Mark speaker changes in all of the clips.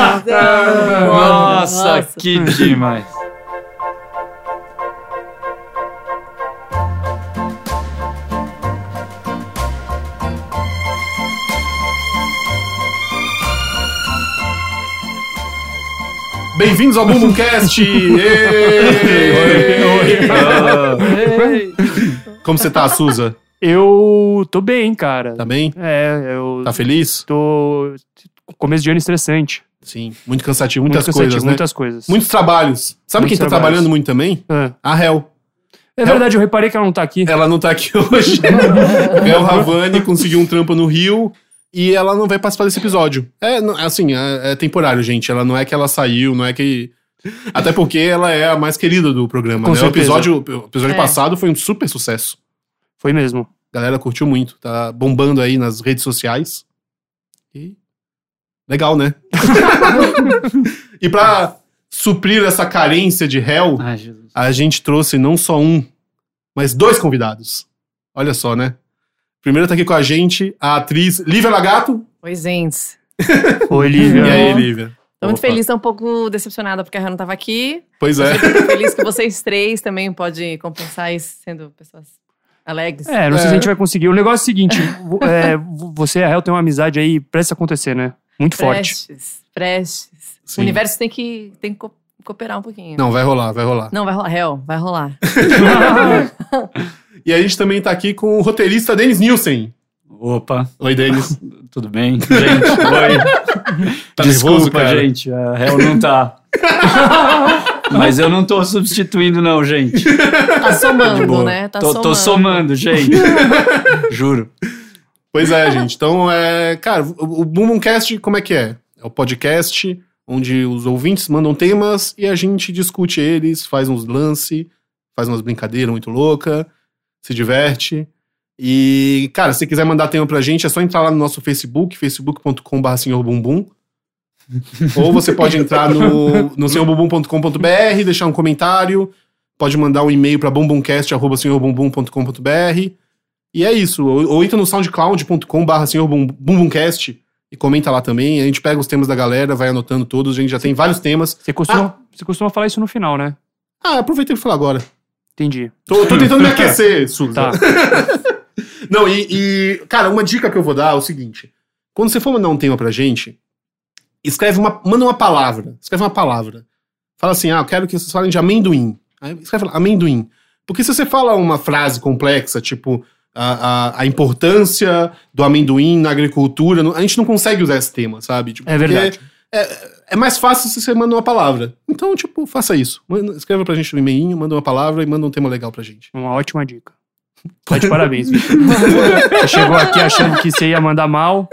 Speaker 1: Nossa,
Speaker 2: Nossa,
Speaker 1: nossa.
Speaker 2: que demais.
Speaker 3: Bem-vindos ao Bumbumcast! Ê!
Speaker 1: Ei,
Speaker 3: Como você tá, Suza?
Speaker 4: Eu tô bem, cara.
Speaker 3: Tá bem?
Speaker 4: É, eu
Speaker 3: Tá feliz?
Speaker 4: tô. Começo de ano estressante.
Speaker 3: Sim. Muito cansativo,
Speaker 4: Muito
Speaker 3: muitas
Speaker 4: cansativo,
Speaker 3: coisas, né?
Speaker 4: Muitas coisas.
Speaker 3: Muitos trabalhos. Sabe
Speaker 4: Muitos
Speaker 3: quem tá
Speaker 4: trabalhos.
Speaker 3: trabalhando muito também?
Speaker 4: Ah.
Speaker 3: A Hel.
Speaker 4: É
Speaker 3: um-
Speaker 4: verdade, eu reparei que ela não tá aqui.
Speaker 3: Ela não tá aqui hoje. Hel Ravani conseguiu um trampo no Rio e ela não vai participar desse episódio. É, não- assim, é, é temporário, gente. Ela não é que ela saiu, não é que... Até porque ela é a mais querida do programa,
Speaker 4: Com
Speaker 3: né? O
Speaker 4: certeza.
Speaker 3: episódio, o episódio
Speaker 1: É.
Speaker 3: passado foi um super sucesso.
Speaker 4: Foi mesmo.
Speaker 3: A galera curtiu muito. Tá bombando aí nas redes sociais. E. Legal, né? e pra suprir essa carência de réu,
Speaker 2: Ai, Jesus.
Speaker 3: a gente trouxe não só um, mas dois convidados. Olha só, né? Primeiro tá aqui com a gente a atriz Lívia Lagato.
Speaker 1: Oi, gente.
Speaker 4: Oi, Lívia.
Speaker 3: E
Speaker 1: Não.
Speaker 3: aí, Lívia?
Speaker 1: Tô muito
Speaker 3: Opa.
Speaker 1: feliz, tô um pouco decepcionada porque a Hannah tava aqui.
Speaker 3: Pois é.
Speaker 1: Tô feliz que vocês três também podem compensar isso sendo pessoas alegres.
Speaker 4: É, não sei se
Speaker 3: É.
Speaker 4: a gente vai conseguir. O negócio é o seguinte: vo- é, vo- você e a Hel tem uma amizade aí, presta a acontecer, né? Muito forte.
Speaker 1: Prestes, prestes.
Speaker 3: Sim.
Speaker 1: O universo tem que, tem que co- cooperar um pouquinho.
Speaker 3: Não, vai rolar, vai rolar.
Speaker 1: Não, vai rolar. Hel, vai rolar.
Speaker 2: É,
Speaker 3: E a gente também tá aqui com o roteirista Denis Nielsen.
Speaker 2: Opa,
Speaker 3: Oi, Denis.
Speaker 2: tudo bem? Gente, oi.
Speaker 3: Tá
Speaker 2: Desculpa,
Speaker 3: nervoso, cara?
Speaker 2: gente. A réu não tá. Mas eu não tô substituindo, não, gente.
Speaker 1: Tá
Speaker 2: De boa.
Speaker 1: somando, né? Tá
Speaker 2: tô,
Speaker 1: somando.
Speaker 2: tô somando, gente. Juro.
Speaker 3: Pois é, gente. Então, é, cara, o o Boomcast, como é que é? É o podcast onde os ouvintes mandam temas e a gente discute eles, faz uns lance, faz umas brincadeiras muito louca, se diverte. E, cara, se quiser mandar tema pra gente, é só entrar lá no nosso Facebook, facebook.com.br senhorbumbum. Ou você pode entrar no, no senhorbumbum.com.br, deixar um comentário, pode mandar um e-mail pra bumbumcast.senhorbumbum.com.br. E é isso. Ou, ou entra no soundcloud.com.br senhorbumbumcast e comenta lá também. A gente pega os temas da galera, vai anotando todos. A gente já tem vários temas.
Speaker 4: Você costuma, você costuma falar isso no final, né?
Speaker 3: Ah, aproveitei pra falar agora.
Speaker 4: Entendi.
Speaker 3: Tô, tô tentando me aquecer, Suza.
Speaker 4: Tá.
Speaker 3: Não, e, e, cara, uma dica que eu vou dar é o seguinte: quando você for mandar um tema pra gente, escreve uma. Manda uma palavra. Escreve uma palavra. Fala assim: ah, eu quero que vocês falem de amendoim. Aí escreve lá, amendoim. Porque se você fala uma frase complexa, tipo a, a, a importância do amendoim na agricultura, não- a gente não consegue usar esse tema, sabe? Tipo,
Speaker 4: É
Speaker 3: porque
Speaker 4: verdade.
Speaker 3: É, é mais fácil se você manda uma palavra. Então, tipo, faça isso. Manda- Escreva pra gente no e-mail, manda uma palavra e manda um tema legal pra gente.
Speaker 4: Uma ótima dica. Tá de parabéns, Vitor. Você chegou aqui achando que você ia mandar mal.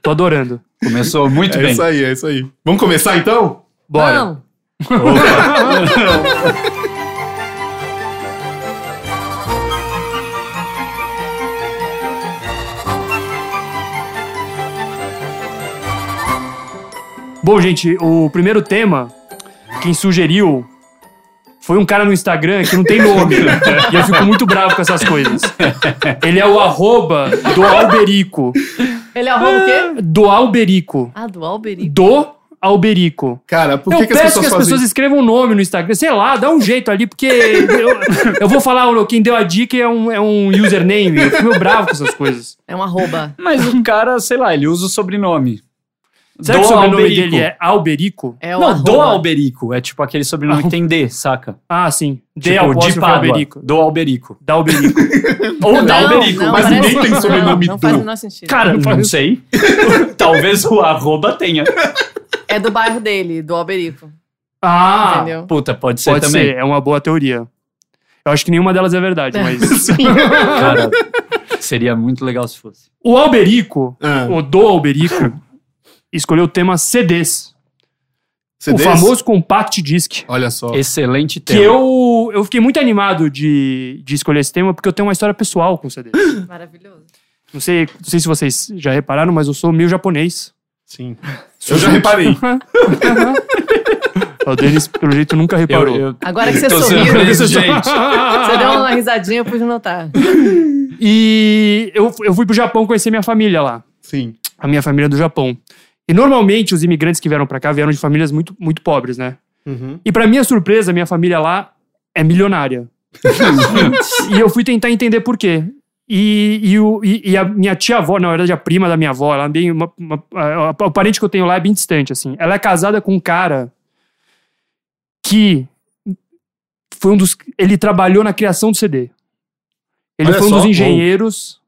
Speaker 4: Tô adorando.
Speaker 2: Começou muito
Speaker 3: é
Speaker 2: bem.
Speaker 3: isso aí, é isso aí. Vamos começar então?
Speaker 4: Bora.
Speaker 1: Não.
Speaker 4: Bom, gente, o primeiro tema, quem sugeriu foi um cara no Instagram que não tem nome. e eu fico muito bravo com essas coisas. Ele é o arroba do Alberico.
Speaker 1: Ele é o o quê?
Speaker 4: Do Alberico.
Speaker 1: Ah, do Alberico.
Speaker 4: Do Alberico.
Speaker 3: Cara, por que,
Speaker 4: eu
Speaker 3: que as
Speaker 4: peço que
Speaker 3: pessoas
Speaker 4: as
Speaker 3: fazem
Speaker 4: pessoas escrevam o nome no Instagram. Sei lá, dá um jeito ali, porque eu, eu vou falar, olha, quem deu a dica é um, é um username. Eu fico meio bravo com essas coisas.
Speaker 1: É um arroba.
Speaker 2: Mas o cara, sei lá, ele usa o sobrenome.
Speaker 4: Será
Speaker 2: Do
Speaker 4: que o sobrenome
Speaker 2: Alberico.
Speaker 4: dele é Alberico?
Speaker 1: É o
Speaker 2: não,
Speaker 1: arroba.
Speaker 2: do Alberico. É tipo aquele sobrenome que tem D, saca?
Speaker 4: Ah, sim. D
Speaker 2: tipo,
Speaker 4: apóstrofe
Speaker 2: Pádua,
Speaker 4: Alberico.
Speaker 2: Do Alberico.
Speaker 4: Da Alberico.
Speaker 2: Ou da
Speaker 1: Não,
Speaker 2: Alberico.
Speaker 1: não,
Speaker 3: mas
Speaker 1: parece-
Speaker 3: ninguém tem sobrenome
Speaker 1: Não, não
Speaker 3: do.
Speaker 1: faz o menor sentido.
Speaker 2: Cara, não sei. Talvez o arroba tenha.
Speaker 1: É do bairro dele, do Alberico.
Speaker 4: Ah,
Speaker 1: entendeu?
Speaker 2: Puta, pode ser
Speaker 4: Pode
Speaker 2: também.
Speaker 4: ser, é uma boa teoria. Eu acho que nenhuma delas é verdade, mas.
Speaker 2: Cara, seria muito legal se fosse.
Speaker 4: o Alberico,
Speaker 3: Ah,
Speaker 4: o do Alberico, escolheu o tema CDs.
Speaker 3: CDs?
Speaker 4: O famoso Compact Disc.
Speaker 3: Olha só.
Speaker 2: Excelente
Speaker 4: Que
Speaker 2: tema.
Speaker 4: eu, eu fiquei muito animado de, de escolher esse tema, porque eu tenho uma história pessoal com CDs.
Speaker 1: Maravilhoso.
Speaker 4: Não sei, não sei se vocês já repararam, mas eu sou meio japonês.
Speaker 3: Sim. Eu já reparei.
Speaker 4: o Denis, pelo jeito, nunca
Speaker 2: Eu-
Speaker 4: reparou.
Speaker 2: eu-
Speaker 1: Agora que você
Speaker 2: tô
Speaker 1: sorriu,
Speaker 2: surpreso,
Speaker 1: você
Speaker 2: gente.
Speaker 1: deu uma risadinha, eu pude notar. Então,
Speaker 4: E eu, eu fui pro Japão conhecer minha família lá.
Speaker 3: Sim.
Speaker 4: a minha família é do Japão. E normalmente os imigrantes que vieram pra cá vieram de famílias muito, muito pobres, né?
Speaker 3: Uhum.
Speaker 4: E pra minha surpresa, minha família lá é milionária. e eu fui tentar entender por quê. E, e, o- e- e a minha tia-avó, na verdade, a prima da minha avó, ela é bem uma- uma- a- a- o parente que eu tenho lá é bem distante, assim. Ela é casada com um cara que foi um dos. Ele trabalhou na criação do CD. Ele
Speaker 3: Olha
Speaker 4: foi um
Speaker 3: só,
Speaker 4: dos
Speaker 3: uou.
Speaker 4: engenheiros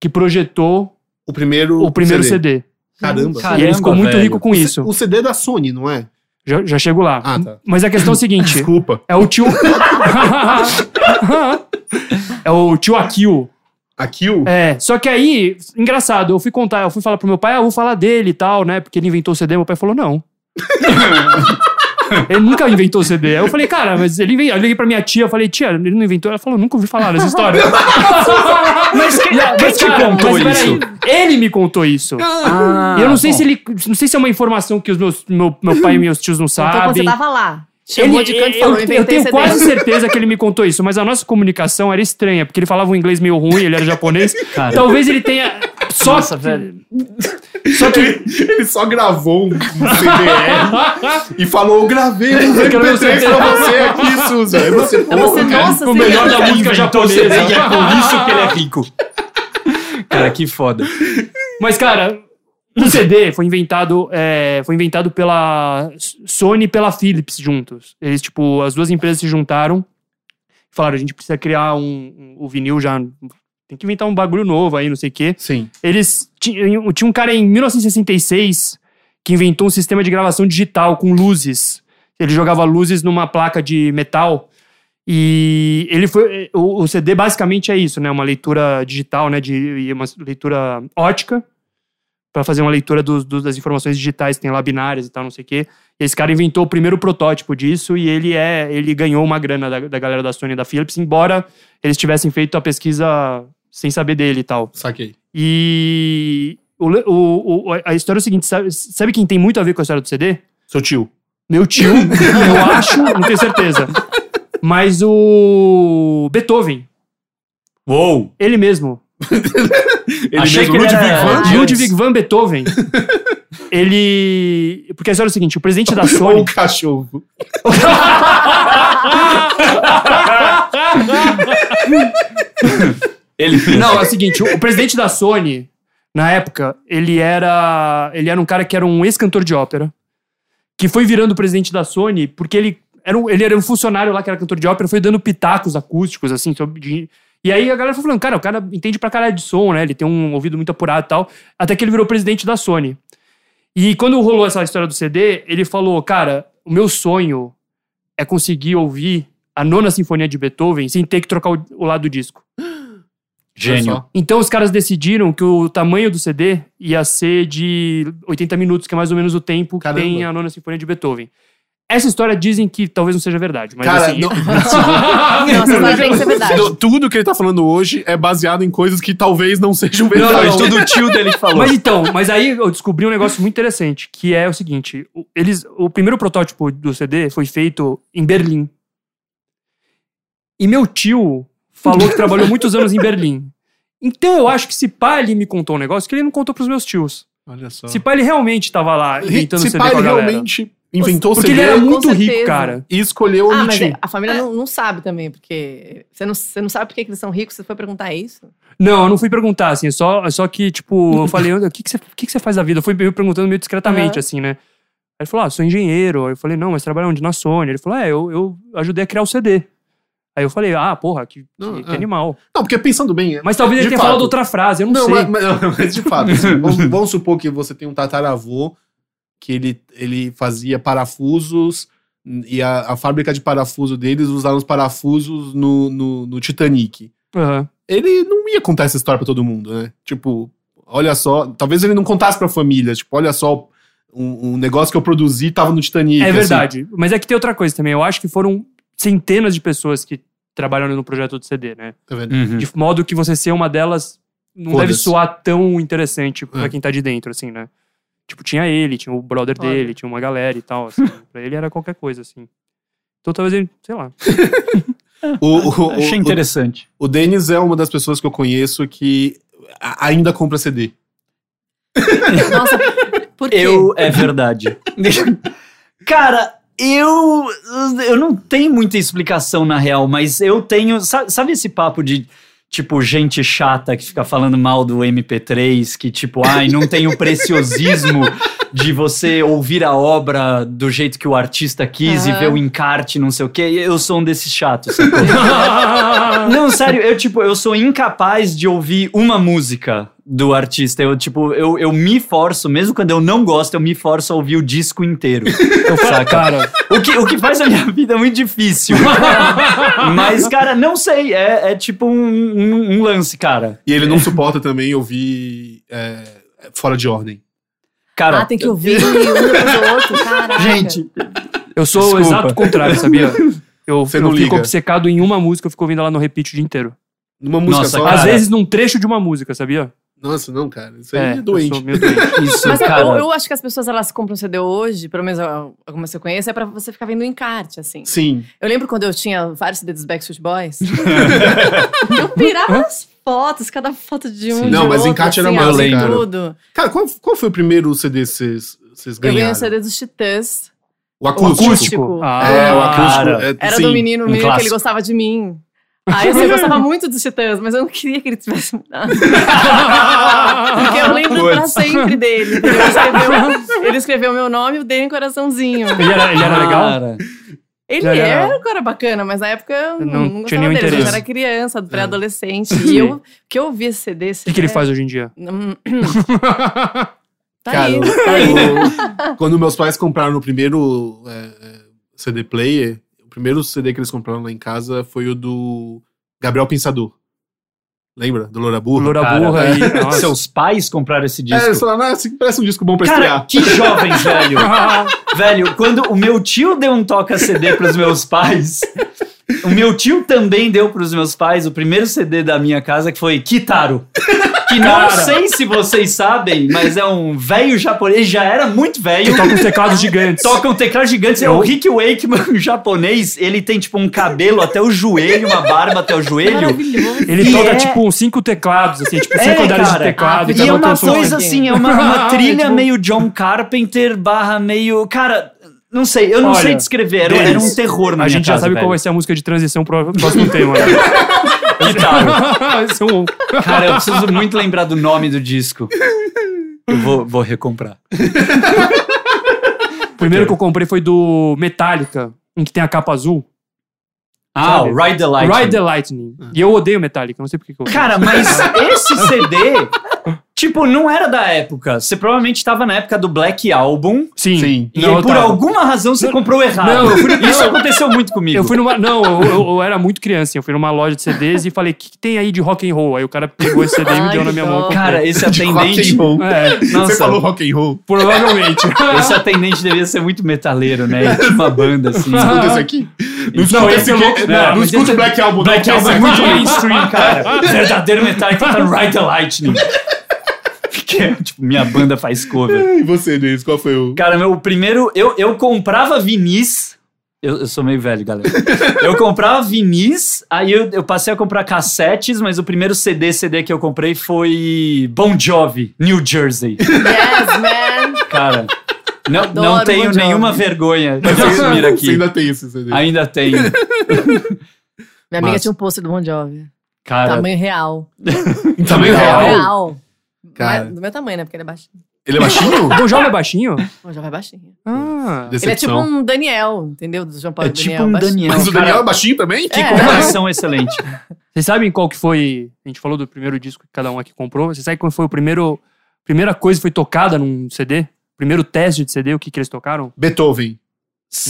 Speaker 4: que projetou
Speaker 3: O primeiro.
Speaker 4: o primeiro CD.
Speaker 3: Caramba.
Speaker 1: Cara,
Speaker 4: E ele
Speaker 2: Caramba,
Speaker 4: ficou muito
Speaker 2: velho.
Speaker 4: rico com isso.
Speaker 3: O CD da Sony, não é?
Speaker 4: Já, já chego lá.
Speaker 3: Ah, tá.
Speaker 4: Mas a questão é a seguinte:
Speaker 3: Desculpa.
Speaker 4: é o tio. é o tio Akil.
Speaker 3: A Kill?
Speaker 4: É, só que aí, engraçado, eu fui contar, eu fui falar pro meu pai, ah, eu vou falar dele e tal, né? Porque ele inventou o CD, meu pai falou, não. ele nunca inventou o CD. Aí eu falei, cara, mas ele inventou. Eu liguei pra minha tia, eu falei, tia, ele não inventou. Ela falou, nunca ouvi falar dessa história. mas quem,
Speaker 2: te contou isso?
Speaker 4: Ele me contou isso.
Speaker 2: Ah,
Speaker 4: E eu não sei se ele. Não sei se é uma informação que os meus, meu, meu pai e meus tios não
Speaker 1: Então, quando
Speaker 4: sabem.
Speaker 1: você tava lá. Chamou um de canto e falou,
Speaker 4: é, eu, eu
Speaker 1: inventei
Speaker 4: tenho
Speaker 1: CD.
Speaker 4: quase certeza que ele me contou isso, mas a nossa comunicação era estranha, porque ele falava um inglês meio ruim, ele era japonês.
Speaker 2: Cara.
Speaker 4: Talvez ele tenha. Só,
Speaker 2: Nossa, velho.
Speaker 4: É, só que.
Speaker 3: Ele só gravou um, um CDR e falou: Eu gravei um
Speaker 4: quero ver o
Speaker 3: MP3
Speaker 4: CD.
Speaker 3: pra você aqui, Suza. Aí você,
Speaker 1: Aí você, nossa,
Speaker 4: o
Speaker 1: você-
Speaker 4: melhor da música japonesa.
Speaker 2: e é por isso que ele é rico. Cara, que foda.
Speaker 4: Mas, cara, o CD foi inventado, é, foi inventado pela Sony e pela Philips juntos. Eles, tipo, as duas empresas se juntaram e falaram: a gente precisa criar um. um- o vinil já. Tem que inventar um bagulho novo aí, não sei o quê.
Speaker 3: Sim.
Speaker 4: Eles tinham tinha um cara em 1966 que inventou um sistema de gravação digital com luzes. Ele jogava luzes numa placa de metal e ele foi o, o CD basicamente é isso, né? Uma leitura digital, né? De e uma leitura ótica para fazer uma leitura dos- dos- das informações digitais, tem lá binárias e tal, não sei o quê. Esse cara inventou o primeiro protótipo disso e ele é ele ganhou uma grana da, da galera da Sony e da Philips, embora eles tivessem feito a pesquisa sem saber dele e tal.
Speaker 3: Saquei.
Speaker 4: E o, le- o- o- a história é o seguinte: sabe, sabe quem tem muito a ver com a história do CD?
Speaker 3: Seu tio.
Speaker 4: Meu tio, eu acho, não tenho certeza. Mas o Beethoven,
Speaker 2: Uou!
Speaker 4: ele mesmo.
Speaker 3: Ele
Speaker 2: Achei
Speaker 3: mesmo,
Speaker 2: que ele
Speaker 3: Ludwig
Speaker 2: era-
Speaker 3: van
Speaker 2: Ah,
Speaker 4: Ludwig van Beethoven. Ele. Porque a história é o seguinte: o presidente da
Speaker 3: ou
Speaker 4: Sony.
Speaker 3: o cachorro.
Speaker 2: Ele
Speaker 4: Não, é o seguinte, o presidente da Sony, na época, ele era, ele era um cara que era um ex-cantor de ópera, que foi virando presidente da Sony porque ele era um, ele era um funcionário lá que era cantor de ópera, foi dando pitacos acústicos, assim, sobre... de- E aí a galera foi falando, cara, o cara entende pra caralho de som, né? Ele tem um ouvido muito apurado e tal. Até que ele virou presidente da Sony. E quando rolou essa história do CD, ele falou, cara, o meu sonho é conseguir ouvir a nona sinfonia de Beethoven sem ter que trocar o- o lado do disco.
Speaker 2: Gênio.
Speaker 3: Olha só.
Speaker 4: Então os caras decidiram que o tamanho do CD ia ser de 80 minutos, que é mais ou menos o tempo que
Speaker 3: Caramba.
Speaker 4: tem a nona sinfonia de Beethoven. Essa história dizem que talvez não seja verdade, mas
Speaker 3: Cara,
Speaker 4: assim...
Speaker 3: não-
Speaker 1: Não, essa história tem que ser verdade.
Speaker 3: não, tudo que ele tá falando hoje é baseado em coisas que talvez não sejam verdade.
Speaker 2: Não, tudo o tio dele que falou.
Speaker 4: Mas então, mas aí eu descobri um negócio muito interessante, que é o seguinte, o- eles, o primeiro protótipo do CD foi feito em Berlim. E meu tio falou que trabalhou muitos anos em Berlim. Então eu acho que se pá ele me contou um negócio que ele não contou pros meus tios.
Speaker 3: Olha só.
Speaker 4: Se pá ele realmente tava lá Tá inventando
Speaker 3: Se
Speaker 4: CD
Speaker 3: pai
Speaker 4: com a galera.
Speaker 3: realmente inventou o
Speaker 4: Porque
Speaker 3: CD
Speaker 4: ele era
Speaker 1: com
Speaker 4: muito rico,
Speaker 1: certeza.
Speaker 4: cara.
Speaker 3: e escolheu
Speaker 1: Ah, mas
Speaker 3: omitir.
Speaker 1: a família não, não sabe também, porque você não, você não sabe por que que eles são ricos, você foi perguntar isso?
Speaker 4: Não, eu não fui perguntar, assim, só, só que, tipo, eu falei, o que, que, você, o que, que você faz da vida? Eu fui meio perguntando meio discretamente,
Speaker 1: Aham.
Speaker 4: assim, né? Aí ele falou, ah, sou engenheiro. Aí eu falei, não, mas trabalha onde? Na Sony. Ele falou, é, eu, eu ajudei a criar o CD. Aí eu falei, ah, porra, que, que-
Speaker 3: Não,
Speaker 4: que
Speaker 3: é.
Speaker 4: animal.
Speaker 3: Não, porque pensando bem.
Speaker 4: Mas talvez ele
Speaker 3: de
Speaker 4: tenha
Speaker 3: fato.
Speaker 4: falado outra frase, eu não,
Speaker 3: Não,
Speaker 4: sei.
Speaker 3: mas, mas- mas de fato, assim, vamos, vamos supor que você tem um tataravô que ele, ele fazia parafusos e a, a fábrica de parafuso deles usava os parafusos no, no, no Titanic.
Speaker 4: Aham.
Speaker 3: Ele não ia contar essa história pra todo mundo, né? Tipo, olha só, talvez ele não contasse pra família, tipo, olha só, um, um negócio que eu produzi tava no Titanic.
Speaker 4: É
Speaker 3: assim.
Speaker 4: verdade. Mas é que tem outra coisa também. Eu acho que foram centenas de pessoas que trabalharam no projeto do CD, né?
Speaker 3: Tá vendo?
Speaker 2: Uhum.
Speaker 4: De modo que você ser uma delas não
Speaker 3: Foda-se.
Speaker 4: deve soar tão interessante pra
Speaker 3: É.
Speaker 4: quem tá de dentro, assim, né? Tipo, tinha ele, tinha o brother
Speaker 1: Olha.
Speaker 4: dele, tinha uma galera e tal, assim. pra ele era qualquer coisa, assim. Então talvez ele, sei lá.
Speaker 3: O, o, o,
Speaker 2: Achei
Speaker 3: o,
Speaker 2: interessante.
Speaker 3: o Denis é uma das pessoas que eu conheço que a- ainda compra CD.
Speaker 1: Nossa, Por quê?
Speaker 2: Eu é verdade. Cara, eu eu não tenho muita explicação na real, mas eu tenho, sabe, sabe esse papo de tipo gente chata que fica falando mal do MP3, que tipo, ai, não tem o preciosismo de você ouvir a obra do jeito que o artista quis e
Speaker 1: Aham.
Speaker 2: ver o encarte, não sei o quê. Eu sou um desses chatos. sacou? Não, sério, eu tipo, eu sou incapaz de ouvir uma música do artista. Eu tipo, eu, eu me forço, mesmo quando eu não gosto, eu me forço a ouvir o disco inteiro.
Speaker 4: Eu falo, cara,
Speaker 2: O que, o que faz a minha vida muito difícil. Mas, cara, não sei. É, é tipo um, um- um lance, cara.
Speaker 3: E ele não suporta também ouvir é, fora de ordem.
Speaker 2: Cara,
Speaker 1: ah, tem que ouvir um do outro, caraca.
Speaker 2: gente,
Speaker 4: eu sou o
Speaker 2: Desculpa.
Speaker 4: exato contrário, sabia? Eu,
Speaker 3: Você
Speaker 4: eu
Speaker 3: não
Speaker 4: fico
Speaker 3: liga.
Speaker 4: obcecado em uma música, eu fico ouvindo ela no repeat o dia inteiro.
Speaker 3: Numa música
Speaker 2: Nossa,
Speaker 3: só.
Speaker 2: cara.
Speaker 4: Às vezes num trecho de uma música, sabia?
Speaker 3: Nossa, não, cara. Isso aí é,
Speaker 4: eu
Speaker 3: doente.
Speaker 4: sou meio doente.
Speaker 2: isso,
Speaker 1: Mas eu-
Speaker 2: cara.
Speaker 1: eu, acho que as pessoas elas compram CD hoje, pelo menos algumas que eu conheço, é pra você ficar vendo encarte, assim.
Speaker 3: Sim.
Speaker 1: Eu lembro quando eu tinha vários CDs dos Backstreet Boys. eu pirava as fotos, cada foto de um.
Speaker 2: Sim.
Speaker 1: de
Speaker 2: Não,
Speaker 3: mas
Speaker 1: outro,
Speaker 3: encarte era
Speaker 1: assim,
Speaker 3: massa,
Speaker 1: assim,
Speaker 3: cara.
Speaker 1: tudo.
Speaker 3: Cara, qual, qual foi o primeiro CD que vocês vocês
Speaker 1: Eu ganhei
Speaker 3: ganharam?
Speaker 1: um CD dos Titãs.
Speaker 3: O acústico.
Speaker 1: O acústico.
Speaker 4: Ah,
Speaker 3: É, o
Speaker 2: Cara.
Speaker 3: acústico. é,
Speaker 1: Era
Speaker 3: sim.
Speaker 1: do menino,
Speaker 2: um
Speaker 1: o menino que ele
Speaker 2: clássico.
Speaker 1: gostava de mim. Aí assim, eu gostava muito dos Titãs, mas eu não queria que ele tivesse mudado. Porque eu lembro pra
Speaker 2: Putz.
Speaker 1: sempre dele. entendeu? Ele escreveu, ele escreveu meu nome e o dele em coraçãozinho.
Speaker 4: Ele era, ele era legal?
Speaker 2: Cara,
Speaker 1: Ele
Speaker 4: Já era-
Speaker 1: era um cara bacana, mas na época eu
Speaker 4: Eu não
Speaker 1: não, não
Speaker 4: tinha
Speaker 1: gostava
Speaker 4: nenhum
Speaker 1: dele. Eu já
Speaker 4: interesse.
Speaker 1: era criança, pré-adolescente.
Speaker 2: Sim.
Speaker 1: e eu que eu ouvi esse CD.
Speaker 4: O que, que ele faz hoje em dia?
Speaker 1: Tá
Speaker 3: Cara,
Speaker 1: aí.
Speaker 3: eu- quando meus pais compraram o primeiro é, é, CD player, o primeiro CD que eles compraram lá em casa foi o do Gabriel Pensador. Lembra? Do Loura Burra?
Speaker 4: Loura
Speaker 2: cara.
Speaker 4: burra e. nossa.
Speaker 2: seus pais compraram esse
Speaker 3: É, eles
Speaker 2: disco.
Speaker 3: falaram, ah, assim, parece um disco bom pra
Speaker 2: Cara,
Speaker 3: estrear.
Speaker 2: que jovens, velho. velho, quando o meu tio deu um toca-CD pros meus pais, o meu tio também deu pros meus pais o primeiro CD da minha casa, que foi Kitaro. Que não
Speaker 4: Cara.
Speaker 2: sei se vocês sabem, mas é um velho japonês, ele já era muito velho.
Speaker 4: Toca uns teclados gigantes.
Speaker 2: Toca um teclado gigante. É o Rick Wakeman um japonês. Ele tem, tipo, um cabelo até o joelho, uma barba até o joelho.
Speaker 1: Maravilhoso.
Speaker 4: Ele
Speaker 2: E
Speaker 4: toca,
Speaker 2: é-
Speaker 4: tipo, uns cinco teclados, assim, tipo,
Speaker 2: É,
Speaker 4: cinco andares de
Speaker 2: cara.
Speaker 4: teclado.
Speaker 1: Ah,
Speaker 2: E é
Speaker 4: cada um tem
Speaker 2: uma
Speaker 4: um som.
Speaker 2: coisa assim, é uma, uma trilha
Speaker 4: Tipo-
Speaker 2: meio John Carpenter barra meio... Cara, não sei. Eu não
Speaker 4: Olha,
Speaker 2: sei descrever. Era, era um
Speaker 4: Denis,
Speaker 2: terror na
Speaker 4: A
Speaker 2: minha
Speaker 4: gente já
Speaker 2: casa,
Speaker 4: sabe é qual vai
Speaker 2: velho.
Speaker 4: ser a música de transição pro próximo tema. né?
Speaker 2: Guitarra.
Speaker 4: Esse é um-
Speaker 2: Cara, eu preciso muito lembrar do nome do disco. Eu vou, vou recomprar.
Speaker 4: O primeiro que eu comprei foi do Metallica, um que tem a capa azul.
Speaker 2: Ah,
Speaker 4: Sabe?
Speaker 2: o Ride the Lightning. Ah.
Speaker 4: Ride the Lightning. E eu odeio Metallica, não sei por que que eu...
Speaker 2: Cara, mas esse CD, tipo, não era da época. Você provavelmente tava na época do Black Album.
Speaker 4: Sim.
Speaker 3: Sim.
Speaker 2: E
Speaker 4: Não, eu
Speaker 2: por
Speaker 4: tava-
Speaker 2: alguma razão você comprou errado.
Speaker 4: não, eu
Speaker 2: Isso aconteceu muito comigo.
Speaker 4: Eu fui numa. Não, eu, eu- eu era muito criança, assim, eu fui numa loja de CDs e falei, o que, que tem aí de rock and roll? Aí o cara pegou esse CD e me
Speaker 1: Ai,
Speaker 4: deu na
Speaker 1: que
Speaker 4: minha
Speaker 1: dó.
Speaker 4: mão. eu comprei.
Speaker 2: Cara, esse
Speaker 3: rock
Speaker 2: atendente.
Speaker 3: and roll.
Speaker 4: É,
Speaker 2: Nossa.
Speaker 3: Você falou rock and roll?
Speaker 4: provavelmente.
Speaker 2: Esse atendente devia ser muito metaleiro, né? Ele tinha uma banda assim.
Speaker 3: Escuta
Speaker 4: Uhum.
Speaker 3: isso aqui. Não escuta,
Speaker 4: esse é
Speaker 3: aqui.
Speaker 4: louco,
Speaker 3: Não,
Speaker 2: né?
Speaker 3: não
Speaker 2: Mas
Speaker 3: escuta
Speaker 2: esse-
Speaker 3: o Black Album.
Speaker 2: Black
Speaker 3: não,
Speaker 2: Album é
Speaker 3: esse
Speaker 2: muito
Speaker 3: aqui.
Speaker 2: mainstream, cara. Verdadeiro Metallica tá Ride the Lightning. Que é, tipo, minha banda faz cover.
Speaker 3: E tá você, Denis, qual foi o...
Speaker 2: Cara, meu, o primeiro. Eu, eu comprava vinis. Eu, eu sou meio velho, galera. Eu comprava vinis, aí eu, eu passei a comprar cassetes, mas o primeiro CD, CD que eu comprei foi Bon Jovi, New Jersey.
Speaker 1: Yes, man.
Speaker 2: Cara, não, não
Speaker 1: Adoro
Speaker 2: tenho
Speaker 1: Bon Jovi.
Speaker 2: nenhuma vergonha de assumir
Speaker 3: Você
Speaker 2: aqui.
Speaker 3: ainda tem esse CD.
Speaker 2: Ainda tenho.
Speaker 1: Minha amiga
Speaker 3: Massa.
Speaker 1: tinha um pôster do Bon Jovi.
Speaker 2: Cara, é
Speaker 1: Tamanho real.
Speaker 3: Tamanho
Speaker 2: Real?
Speaker 1: é Real.
Speaker 3: Cara.
Speaker 1: Mas Do meu tamanho, né? Porque ele é baixinho.
Speaker 3: Ele é baixinho?
Speaker 4: O Bon Jovi é baixinho?
Speaker 1: O João é baixinho.
Speaker 4: Ah.
Speaker 1: Ele é tipo
Speaker 3: Decepção.
Speaker 1: um Daniel, entendeu? Do João Paulo
Speaker 2: é tipo
Speaker 1: Daniel.
Speaker 2: um
Speaker 1: baixinho.
Speaker 2: Daniel.
Speaker 3: Mas o
Speaker 2: cara,
Speaker 3: Daniel é baixinho também?
Speaker 1: É.
Speaker 2: comparação excelente.
Speaker 4: Vocês sabem qual que foi. A gente falou do primeiro disco que cada um aqui comprou. Vocês sabem qual foi o primeiro. Primeira coisa que foi tocada num CD? Primeiro teste de CD, o que, que eles tocaram?
Speaker 3: Beethoven.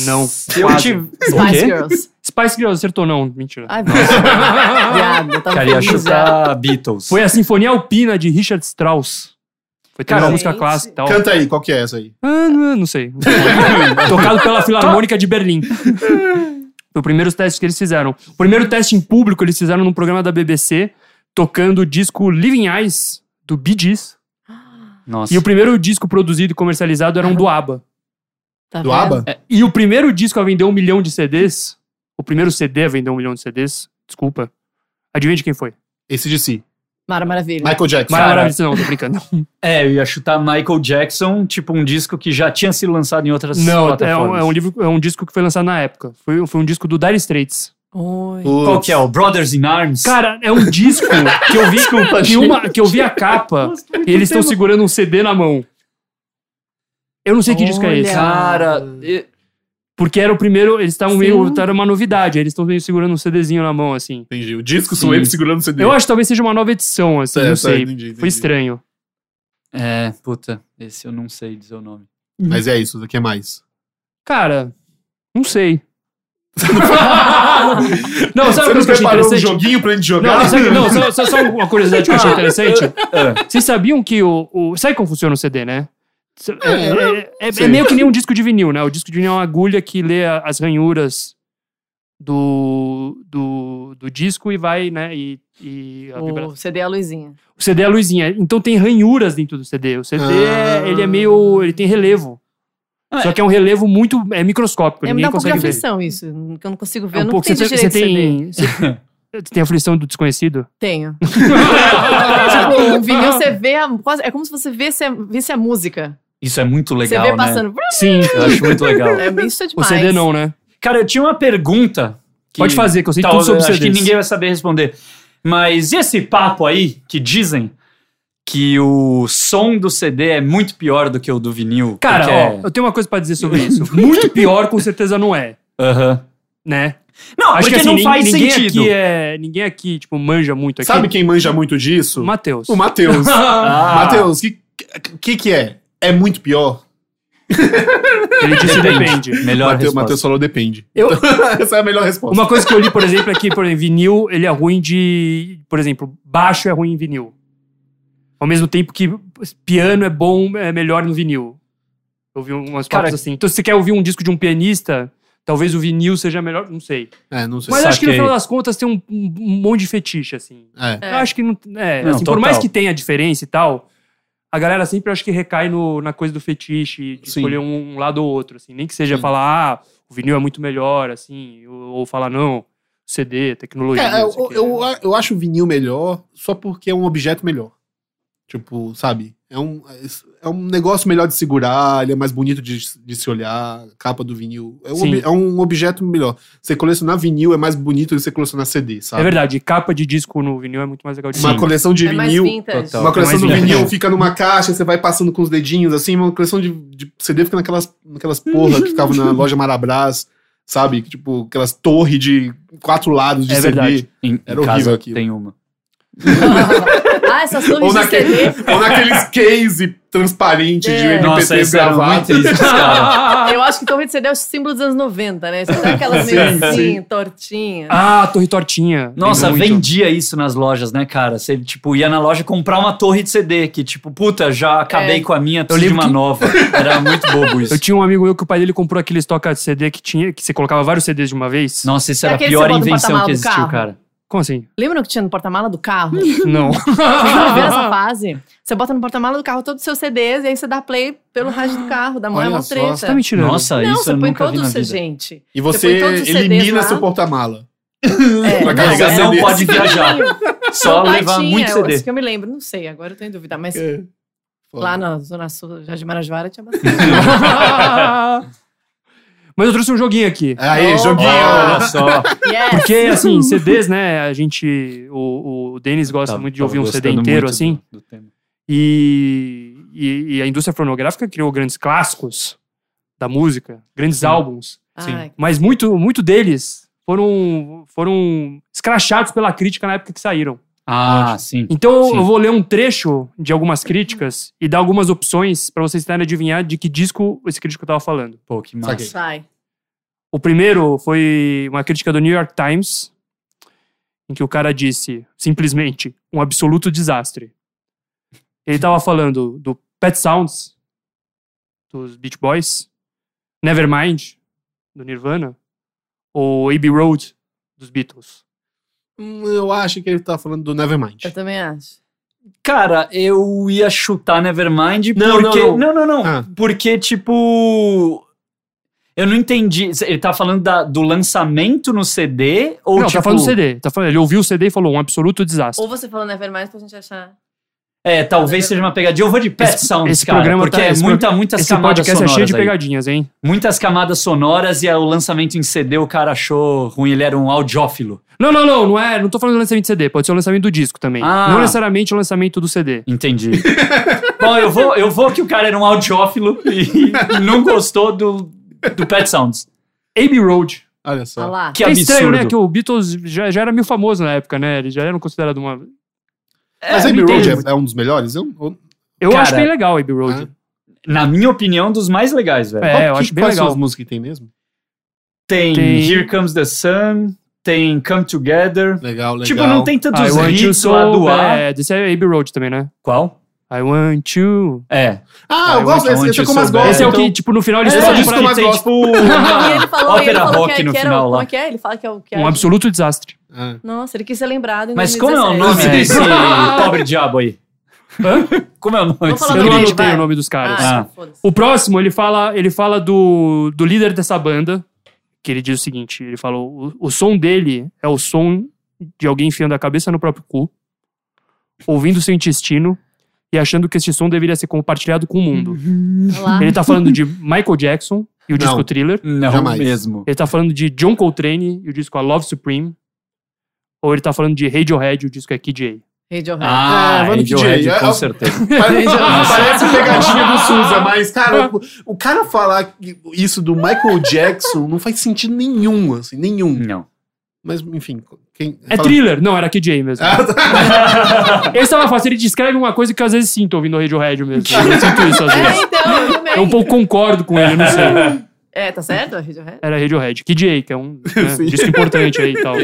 Speaker 4: Não.
Speaker 2: Se eu
Speaker 4: Quase.
Speaker 2: tive. O
Speaker 1: Spice
Speaker 2: quê?
Speaker 1: Girls.
Speaker 4: Spice Girls acertou, não. Mentira.
Speaker 1: Ai, viado. eu tava
Speaker 2: Cara, ia
Speaker 1: feliz já.
Speaker 2: chutar Beatles.
Speaker 4: Foi a Sinfonia Alpina de Richard Strauss. Foi também
Speaker 2: Cara,
Speaker 4: uma música
Speaker 1: gente.
Speaker 4: clássica e tal.
Speaker 3: Canta aí, qual que é essa aí?
Speaker 4: Ah, não, não sei. Tocado pela Filarmônica de Berlim. Foi o primeiro teste que eles fizeram. O primeiro teste em público eles fizeram num programa da BBC, tocando o disco Living Eyes, do Bee Gees.
Speaker 2: Nossa.
Speaker 4: E o primeiro disco produzido e comercializado era um do ABBA.
Speaker 1: Tá
Speaker 3: Do
Speaker 1: vendo?
Speaker 3: ABBA?
Speaker 4: E o primeiro disco a vender um milhão de CDs, o primeiro CD a vender um milhão de CDs, desculpa, adivinha de quem foi?
Speaker 3: Esse de si.
Speaker 1: Mara Maravilha.
Speaker 3: Michael Jackson.
Speaker 4: Maravilhoso, não, tô brincando.
Speaker 2: É, eu ia chutar Michael Jackson, tipo um disco que já tinha sido lançado em outras
Speaker 4: Não, é
Speaker 2: plataformas.
Speaker 4: um, é um livro, é um disco que foi lançado na época. Foi, foi um disco do Dire Straits.
Speaker 1: Oi.
Speaker 3: Putz.
Speaker 2: Qual que é? O Brothers in Arms?
Speaker 4: Cara, é um disco que eu vi que, uma, que eu vi a capa
Speaker 2: é
Speaker 4: e eles estão segurando um CD na mão. Eu não sei que disco é
Speaker 1: Olha.
Speaker 4: esse.
Speaker 2: Cara, e-
Speaker 4: Porque era o primeiro, eles estavam
Speaker 1: Sim.
Speaker 4: meio. Era uma novidade, aí eles estão meio segurando um CDzinho na mão, assim.
Speaker 3: Entendi. O disco
Speaker 2: Sim.
Speaker 3: sou eu segurando o CD.
Speaker 4: Eu acho que talvez seja uma nova edição, assim,
Speaker 3: Certo,
Speaker 4: não
Speaker 3: certo,
Speaker 4: sei.
Speaker 3: entendi, entendi.
Speaker 4: Foi estranho.
Speaker 2: É, puta, esse eu não sei dizer o nome.
Speaker 3: Mas é isso, o que mais?
Speaker 4: Cara, não sei. não, sabe o
Speaker 3: Você
Speaker 4: que
Speaker 3: não
Speaker 4: eu achei
Speaker 3: preparou um
Speaker 4: interessante?
Speaker 3: joguinho pra gente jogar?
Speaker 4: Não, sabe, não só, só- só uma curiosidade que eu achei interessante.
Speaker 2: Ah,
Speaker 4: Vocês sabiam que o, o- Sabe como funciona o CD, né? S- É, é- é- é
Speaker 3: Ah, sei.
Speaker 4: meio que nem um disco de vinil, né? O disco de vinil é uma agulha que lê a- as ranhuras do, do, do disco e vai, né? E, e a vibra-
Speaker 1: O CD é a luzinha.
Speaker 4: O CD é a luzinha. Então tem ranhuras dentro do CD. O CD,
Speaker 3: Ah.
Speaker 4: ele é meio... Ele tem relevo.
Speaker 2: Ah,
Speaker 4: Só que é um relevo muito... É microscópico.
Speaker 1: É, me
Speaker 4: ninguém
Speaker 1: dá um pouco de
Speaker 4: consegue ver.
Speaker 1: aflição isso, que eu não consigo ver.
Speaker 4: É
Speaker 1: eu
Speaker 4: um
Speaker 1: não
Speaker 4: pouco...
Speaker 1: entendi
Speaker 4: Você tem... Você
Speaker 1: direito CD.
Speaker 4: tem, você tem aflição do desconhecido?
Speaker 1: Tenho. tipo, um vinil você vê a, quase- é como se você visse a, visse a música.
Speaker 2: isso é muito legal,
Speaker 1: você vê
Speaker 2: né?
Speaker 1: passando.
Speaker 4: Sim.
Speaker 2: Eu acho muito legal.
Speaker 1: É, isso é
Speaker 4: O
Speaker 1: demais.
Speaker 4: CD não, né?
Speaker 2: Cara, eu tinha uma pergunta. que-
Speaker 4: Pode fazer, que eu sei
Speaker 2: Tá,
Speaker 4: tudo sobre
Speaker 2: acho que
Speaker 4: CDs.
Speaker 2: ninguém vai saber responder. Mas e esse papo aí que dizem que o som do CD é muito pior do que é- o do vinil?
Speaker 4: Cara, ó,
Speaker 2: porque
Speaker 4: eu tenho uma coisa pra dizer sobre isso. Muito pior, com certeza, não é,
Speaker 2: é- Aham.
Speaker 4: né?
Speaker 2: Não,
Speaker 4: Acho
Speaker 2: Ah, porque
Speaker 4: que assim,
Speaker 2: não
Speaker 4: nin-
Speaker 2: faz
Speaker 4: ninguém
Speaker 2: sentido.
Speaker 4: Aqui é, ninguém aqui, tipo, manja muito aqui.
Speaker 3: Sabe quem manja muito disso?
Speaker 4: Matheus.
Speaker 3: O Matheus.
Speaker 2: Ah.
Speaker 3: Matheus, o que, que que é? É muito pior?
Speaker 4: Ele disse depende.
Speaker 2: Melhor
Speaker 3: Matheus,
Speaker 2: resposta.
Speaker 3: Matheus falou depende.
Speaker 4: Eu-
Speaker 3: Então, essa é a melhor resposta.
Speaker 4: Uma coisa que eu li, por exemplo, é que, por exemplo, vinil, ele é ruim de... Por exemplo, baixo é ruim em vinil. Ao mesmo tempo que piano é bom, é melhor no vinil. Eu vi umas
Speaker 2: Cara,
Speaker 4: coisas assim. Então, se você quer ouvir um disco de um pianista, talvez o vinil seja melhor, não sei.
Speaker 3: É, não sei.
Speaker 4: Mas
Speaker 3: se-
Speaker 4: acho que no
Speaker 2: Saquei.
Speaker 4: final das contas tem um, um- um monte de fetiche, assim.
Speaker 3: É.
Speaker 1: É.
Speaker 4: Eu acho que não. É,
Speaker 2: Não,
Speaker 4: assim, por
Speaker 2: total.
Speaker 4: mais que tenha diferença e tal, a galera sempre acho que recai no- na coisa do fetiche, de
Speaker 3: Sim.
Speaker 4: escolher um, um lado ou outro, assim. Nem que seja
Speaker 3: Sim.
Speaker 4: falar, ah, o vinil é muito melhor, assim, ou, ou falar, não, CD, tecnologia.
Speaker 3: É,
Speaker 4: não sei o
Speaker 3: eu,
Speaker 4: quê.
Speaker 3: eu, eu acho o vinil melhor só porque é um objeto melhor. Tipo, sabe? É um, é um negócio melhor de segurar, ele é mais bonito de, de se olhar, a capa do vinil. É um,
Speaker 4: Sim.
Speaker 3: obje- é um objeto melhor. Você colecionar vinil é mais bonito do que você colecionar CD,
Speaker 2: Tá.
Speaker 4: É
Speaker 3: sabe?
Speaker 4: verdade, capa de disco no vinil é muito mais legal de
Speaker 3: uma coleção de
Speaker 1: É mais
Speaker 3: vinil.
Speaker 1: vintage.
Speaker 2: Total.
Speaker 3: Uma coleção
Speaker 4: Mais
Speaker 3: do
Speaker 4: vintage.
Speaker 3: vinil fica numa caixa, você vai passando com os dedinhos assim, uma coleção de, de CD fica naquelas, naquelas porra que ficavam na loja Marabras, sabe? Tipo, aquelas torres de quatro lados de
Speaker 4: É
Speaker 3: CD.
Speaker 4: verdade.
Speaker 2: Em, em
Speaker 3: Era horrível
Speaker 2: casa
Speaker 3: aquilo.
Speaker 2: tem uma.
Speaker 1: ah, essas torres
Speaker 3: Ou
Speaker 1: de CD.
Speaker 3: naquele- ou naqueles case transparente de
Speaker 1: É.
Speaker 2: Nossa,
Speaker 3: MPTs
Speaker 2: isso era muito
Speaker 3: gravados.
Speaker 2: triste, cara.
Speaker 1: Eu acho que torre de CD é o símbolo dos anos 90, né? Você sabe aquelas meio
Speaker 3: Sim,
Speaker 1: assim, tortinhas.
Speaker 4: Ah, Torre Tortinha.
Speaker 2: Nossa,
Speaker 4: Lembro muito.
Speaker 2: vendia isso nas lojas, né, cara? Você, tipo, ia na loja comprar uma torre de CD, que, tipo, puta, já acabei
Speaker 1: É.
Speaker 2: com a minha, preciso de
Speaker 4: lembro
Speaker 2: uma
Speaker 4: que-
Speaker 2: nova. Era muito bobo isso.
Speaker 4: Eu tinha um amigo meu que o pai dele comprou aqueles toca de CD que tinha, que você colocava vários CDs de uma vez.
Speaker 2: Nossa, isso era a
Speaker 1: Aquele É que
Speaker 2: pior
Speaker 1: você bota no
Speaker 2: invenção
Speaker 1: porta-mala
Speaker 2: que
Speaker 1: do
Speaker 2: existiu,
Speaker 1: carro.
Speaker 2: cara.
Speaker 4: Como assim?
Speaker 1: Lembra que tinha no porta-mala do carro?
Speaker 4: Não.
Speaker 1: Vocês não viram essa fase? Você bota no porta-mala do carro todos os seus CDs e aí você dá play pelo rádio do carro, da mão é
Speaker 3: Olha
Speaker 1: uma
Speaker 3: só,
Speaker 1: treta.
Speaker 3: você
Speaker 4: Tá me tirando.
Speaker 2: Nossa,
Speaker 1: não,
Speaker 2: isso
Speaker 1: você
Speaker 2: eu
Speaker 1: põe
Speaker 2: nunca vi na
Speaker 1: todos,
Speaker 2: vida.
Speaker 1: gente.
Speaker 3: E
Speaker 1: Você põe todos
Speaker 3: você
Speaker 1: os CDs
Speaker 3: elimina
Speaker 1: lá.
Speaker 3: seu porta-mala.
Speaker 1: É,
Speaker 3: Pra
Speaker 1: não,
Speaker 3: carregar
Speaker 1: era
Speaker 2: não
Speaker 3: CD.
Speaker 2: pode viajar. Só
Speaker 1: Meu pai
Speaker 2: levar
Speaker 1: tinha,
Speaker 2: muito
Speaker 1: eu-
Speaker 2: CD.
Speaker 1: Isso que eu me lembro, não sei, agora eu tô em dúvida,
Speaker 3: É.
Speaker 1: mas
Speaker 3: Foda.
Speaker 1: lá na Zona Sul, já de Marajara, tinha bastante.
Speaker 4: Mas eu trouxe um joguinho aqui.
Speaker 2: É.
Speaker 3: Aí,
Speaker 1: Opa!
Speaker 3: joguinho.
Speaker 1: Ah.
Speaker 2: Olha só.
Speaker 3: né?
Speaker 1: yes!
Speaker 4: Porque, assim, CDs, né? A gente. O, o Denis gosta
Speaker 2: Tá-
Speaker 4: muito de
Speaker 2: tava
Speaker 4: ouvir um CD
Speaker 2: gostando
Speaker 4: inteiro,
Speaker 2: muito
Speaker 4: assim.
Speaker 2: do- do tema.
Speaker 4: E, e, e a indústria fonográfica criou grandes clássicos da música, grandes álbuns.
Speaker 1: Ai,
Speaker 4: Mas muito, muito deles foram, foram escrachados pela crítica na época que saíram.
Speaker 2: Ah, sim.
Speaker 4: Então
Speaker 2: Sim.
Speaker 4: eu vou ler um trecho de algumas críticas e dar algumas opções pra vocês tentarem adivinhar de que disco esse crítico tava falando.
Speaker 2: Pô, que massa.
Speaker 3: Saquei.
Speaker 1: sai.
Speaker 4: O primeiro foi uma crítica do New York Times, em que o cara disse, simplesmente, um absoluto desastre. Ele tava falando do Pet Sounds, dos Beach Boys, Nevermind, do Nirvana, ou Abbey Road, dos Beatles.
Speaker 3: Hum, Eu acho que ele tá falando do Nevermind.
Speaker 1: Eu também acho.
Speaker 2: Cara, eu ia chutar Nevermind
Speaker 3: Não,
Speaker 2: porque.
Speaker 3: não,
Speaker 2: não, não. não.
Speaker 3: Ah.
Speaker 2: Porque, tipo. Eu não entendi. Ele tá falando da- do lançamento no CD? Ou
Speaker 4: não,
Speaker 2: tipo,
Speaker 4: tá falando do CD. Tá falando, ele ouviu o CD e falou um absoluto desastre.
Speaker 1: Ou você falando Nevermind pra gente achar.
Speaker 2: É, talvez seja uma pegadinha. Eu vou de Pet Sounds,
Speaker 4: esse
Speaker 2: cara.
Speaker 4: programa
Speaker 2: porque
Speaker 4: tá-
Speaker 2: é
Speaker 4: esse
Speaker 2: muita, muitas
Speaker 4: Esse
Speaker 2: camadas
Speaker 4: podcast é
Speaker 2: sonoras.
Speaker 4: cheio de
Speaker 2: aí.
Speaker 4: pegadinhas, hein?
Speaker 2: Muitas camadas sonoras e é o lançamento em CD o cara achou ruim. Ele era um audiófilo.
Speaker 4: Não, não, não, não é. Não tô falando do lançamento de CD, pode ser o lançamento do disco também.
Speaker 2: Ah.
Speaker 4: Não necessariamente o lançamento do CD.
Speaker 2: Entendi. Bom, eu vou, eu vou que o cara era um audiófilo e não gostou do, do Pet Sounds.
Speaker 4: Abbey Road.
Speaker 3: Olha
Speaker 1: Olha
Speaker 3: só.
Speaker 1: Ah, lá.
Speaker 2: Que
Speaker 4: é
Speaker 2: absurdo.
Speaker 4: estranho, né? Que o Beatles já, já era meio famoso na época, né? Eles já eram considerados uma.
Speaker 3: Mas Abbey
Speaker 4: não
Speaker 3: Road
Speaker 4: entendo
Speaker 3: é, é um dos melhores? Eu, eu-
Speaker 4: Eu
Speaker 2: Cara,
Speaker 4: acho bem legal Abbey Road.
Speaker 2: Na minha opinião, dos mais legais, velho.
Speaker 4: É, eu
Speaker 3: que-
Speaker 4: acho bem
Speaker 3: quais são
Speaker 4: legal.
Speaker 3: as músicas que tem mesmo?
Speaker 2: Tem,
Speaker 4: tem-
Speaker 2: Here Comes the Sun, tem Come Together.
Speaker 3: Legal, legal.
Speaker 2: Tipo, não tem tantos
Speaker 4: I Want You
Speaker 2: hits
Speaker 4: So
Speaker 2: lá do A.
Speaker 4: Bad. Esse é Abbey Road também, né?
Speaker 2: Qual?
Speaker 4: I Want You.
Speaker 2: É.
Speaker 3: Ah,
Speaker 2: I
Speaker 3: eu gosto
Speaker 2: Want
Speaker 3: desse. Esse é
Speaker 2: You
Speaker 3: o que eu mais gosto.
Speaker 2: So Bad.
Speaker 4: Esse é, o
Speaker 3: então.
Speaker 4: que, tipo, no final eles
Speaker 3: É,
Speaker 2: Esse é o
Speaker 4: falam pra
Speaker 3: disco
Speaker 2: disco
Speaker 3: mais
Speaker 2: que tem,
Speaker 3: gosto.
Speaker 2: tipo,
Speaker 1: E ele falou, ele
Speaker 2: ópera
Speaker 1: falou que,
Speaker 2: rock
Speaker 1: é,
Speaker 2: no
Speaker 1: que era
Speaker 2: final
Speaker 1: o,
Speaker 2: lá.
Speaker 1: como é que é? Ele fala que é o que é.
Speaker 4: um absoluto desastre.
Speaker 3: Ah.
Speaker 1: Nossa, ele quis ser lembrado em
Speaker 2: Mas como é o
Speaker 1: 2017.
Speaker 2: nome
Speaker 4: É.
Speaker 2: desse pobre diabo aí? Como é o nome
Speaker 1: Vamos
Speaker 2: desse?
Speaker 1: falar
Speaker 4: Eu
Speaker 1: do
Speaker 4: não
Speaker 1: Grid,
Speaker 4: anotei
Speaker 1: vai.
Speaker 4: o nome dos caras.
Speaker 2: Ah.
Speaker 1: Ah, foda-se.
Speaker 4: O próximo, ele fala, ele fala do, do líder dessa banda, que ele diz o seguinte, ele falou, o, o som dele é o som de alguém enfiando a cabeça no próprio cu, ouvindo seu intestino e achando que este som deveria ser compartilhado com o mundo.
Speaker 1: Olha lá.
Speaker 4: Ele tá falando de Michael Jackson e o
Speaker 3: Não.
Speaker 4: disco Thriller.
Speaker 2: Não
Speaker 3: Jamais.
Speaker 2: mesmo.
Speaker 4: Ele tá falando de John Coltrane e o disco A Love Supreme. Ou ele tá falando de Radiohead e o disco é Kid A.
Speaker 1: Radiohead.
Speaker 2: Ah,
Speaker 3: É, vamos de
Speaker 2: Radiohead,
Speaker 3: DJ.
Speaker 2: com
Speaker 3: É, é-
Speaker 2: certeza.
Speaker 3: Parece pegadinha do Suza, mas, cara, o, o cara falar que- isso do Michael Jackson não faz sentido nenhum, assim, nenhum.
Speaker 2: Não.
Speaker 3: Mas, enfim, quem.
Speaker 4: É
Speaker 3: fala-
Speaker 4: thriller, não, era Kid A mesmo.
Speaker 3: Ah, tá.
Speaker 4: Esse tava fácil, ele descreve uma coisa que eu às vezes sinto ouvindo o Radiohead mesmo. Eu sinto isso às vezes.
Speaker 1: É, então, eu também.
Speaker 4: Ah, Eu um pouco concordo com ele, eu não sei.
Speaker 1: É, tá certo? Radiohead?
Speaker 4: Era Radiohead. Kid A, que é um né,
Speaker 3: Sim.
Speaker 4: disco importante aí e tal.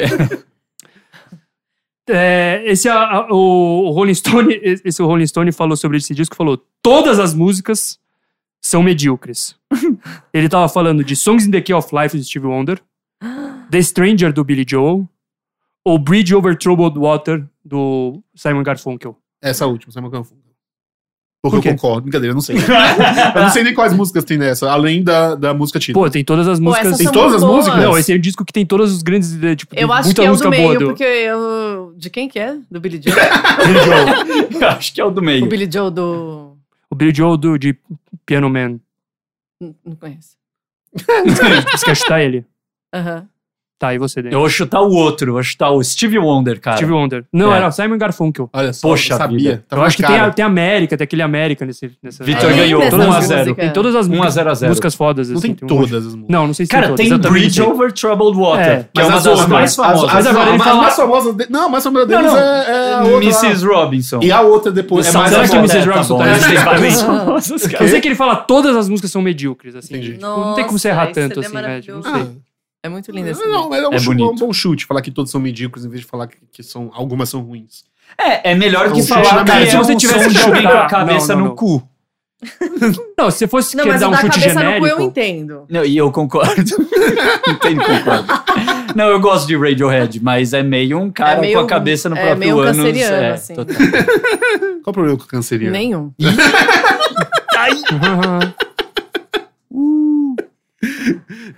Speaker 4: É, esse a- a- o, o Rolling Stone, esse o Rolling Stone falou sobre esse disco, falou todas as músicas são medíocres. Ele tava falando de Songs in the Key of Life do Steve Wonder, The Stranger do Billy Joel, ou Bridge Over Troubled Water do Simon Garfunkel.
Speaker 3: Essa última, Simon Garfunkel. Porque
Speaker 4: Por quê?
Speaker 3: eu concordo, brincadeira, eu não sei. eu não sei nem quais músicas tem nessa, além da, da música título.
Speaker 4: Pô, tem todas as
Speaker 1: Pô, essas
Speaker 4: músicas.
Speaker 3: Tem
Speaker 1: são
Speaker 3: todas as
Speaker 1: boas.
Speaker 3: músicas?
Speaker 4: Não, esse é um disco que tem todas os grandes, eh, tipo,
Speaker 1: Eu acho
Speaker 4: muita
Speaker 1: que é o
Speaker 4: música
Speaker 1: do meio,
Speaker 4: boa do-
Speaker 1: porque eu... De quem que é? Do Billy Joe?
Speaker 2: Billy Joel. Eu Acho que é o do
Speaker 1: o
Speaker 2: meio.
Speaker 1: Billy Joe do...
Speaker 4: O Billy Joel do, de Piano Man.
Speaker 1: N- Não conheço.
Speaker 4: Você quer chutar tá ele?
Speaker 1: Aham.
Speaker 4: Tá, e você, Daniel?
Speaker 2: Eu vou chutar o outro, eu vou chutar o Steve Wonder, cara.
Speaker 4: Steve Wonder. Não,
Speaker 2: É.
Speaker 4: era Simon Garfunkel.
Speaker 3: Olha só,
Speaker 2: Poxa
Speaker 3: eu sabia.
Speaker 2: vida.
Speaker 3: tava
Speaker 4: eu acho que
Speaker 3: na
Speaker 4: tem, a,
Speaker 3: Tá cara.
Speaker 4: tem América, tem aquele América nesse, nessa.
Speaker 2: Vitor
Speaker 1: É
Speaker 2: ganhou,
Speaker 1: linda
Speaker 2: 1 a
Speaker 1: essa
Speaker 2: 0.
Speaker 1: música.
Speaker 4: Tem todas as
Speaker 2: 1 a 0 a 0.
Speaker 4: músicas fodas.
Speaker 3: Não
Speaker 4: assim, tem
Speaker 3: tem
Speaker 4: um monte.
Speaker 3: todas as músicas.
Speaker 4: Não, não sei se
Speaker 2: Cara,
Speaker 4: tem
Speaker 2: tem
Speaker 4: todas. eu também
Speaker 2: Bridge
Speaker 4: não sei.
Speaker 2: Over Troubled Water,
Speaker 4: É,
Speaker 2: que é uma
Speaker 3: as
Speaker 2: das
Speaker 3: outras,
Speaker 2: mais famosas.
Speaker 3: As, as,
Speaker 4: agora
Speaker 3: as,
Speaker 4: ele
Speaker 3: É, as
Speaker 4: fala-
Speaker 3: mais famosas. de- não, a mais famosa deles
Speaker 2: Não, não.
Speaker 3: É, é a outra. lá.
Speaker 2: Mrs. Robinson.
Speaker 3: E a outra depois. é
Speaker 2: São-
Speaker 4: será que
Speaker 2: bom,
Speaker 4: Mrs.
Speaker 2: né?
Speaker 4: Robinson
Speaker 2: bom,
Speaker 4: tá
Speaker 2: eles têm
Speaker 4: junto?
Speaker 2: várias famosas, cara.
Speaker 4: Eu sei que ele fala todas as músicas são medíocres, assim.
Speaker 3: Entendi.
Speaker 4: tipo, não tem como você errar
Speaker 1: Nossa, esse
Speaker 4: tanto,
Speaker 1: CD é
Speaker 4: assim, né? Tipo, não sei.
Speaker 1: maravilhoso. É muito lindo
Speaker 3: Não,
Speaker 1: esse.
Speaker 3: não, mas é um,
Speaker 2: É
Speaker 3: chu-
Speaker 2: bonito.
Speaker 3: um bom chute falar que todos são medíocres em vez de falar que, que são, algumas são ruins.
Speaker 2: É, é melhor que
Speaker 3: Não,
Speaker 2: falar
Speaker 3: chute,
Speaker 2: que
Speaker 3: cara,
Speaker 2: é
Speaker 3: se
Speaker 4: você
Speaker 2: um
Speaker 4: tivesse
Speaker 2: som
Speaker 4: que
Speaker 2: de alguém com
Speaker 4: chutar-
Speaker 2: a cabeça
Speaker 4: Não, não,
Speaker 2: no
Speaker 4: não.
Speaker 2: cu.
Speaker 4: Não, se você fosse
Speaker 1: Não,
Speaker 4: querer
Speaker 1: mas
Speaker 4: dar
Speaker 1: o
Speaker 4: um
Speaker 1: da
Speaker 4: chute
Speaker 1: cabeça no cu eu
Speaker 4: genérico.
Speaker 1: entendo.
Speaker 2: Não, e eu concordo. não tem concordo. Não, eu gosto de Radiohead, mas é meio um cara
Speaker 1: É meio-
Speaker 2: com a cabeça no
Speaker 1: é
Speaker 2: próprio É,
Speaker 1: meio
Speaker 2: ânus.
Speaker 1: canceriano, assim.
Speaker 2: total.
Speaker 3: Qual o problema com o canceriano?
Speaker 1: Nenhum.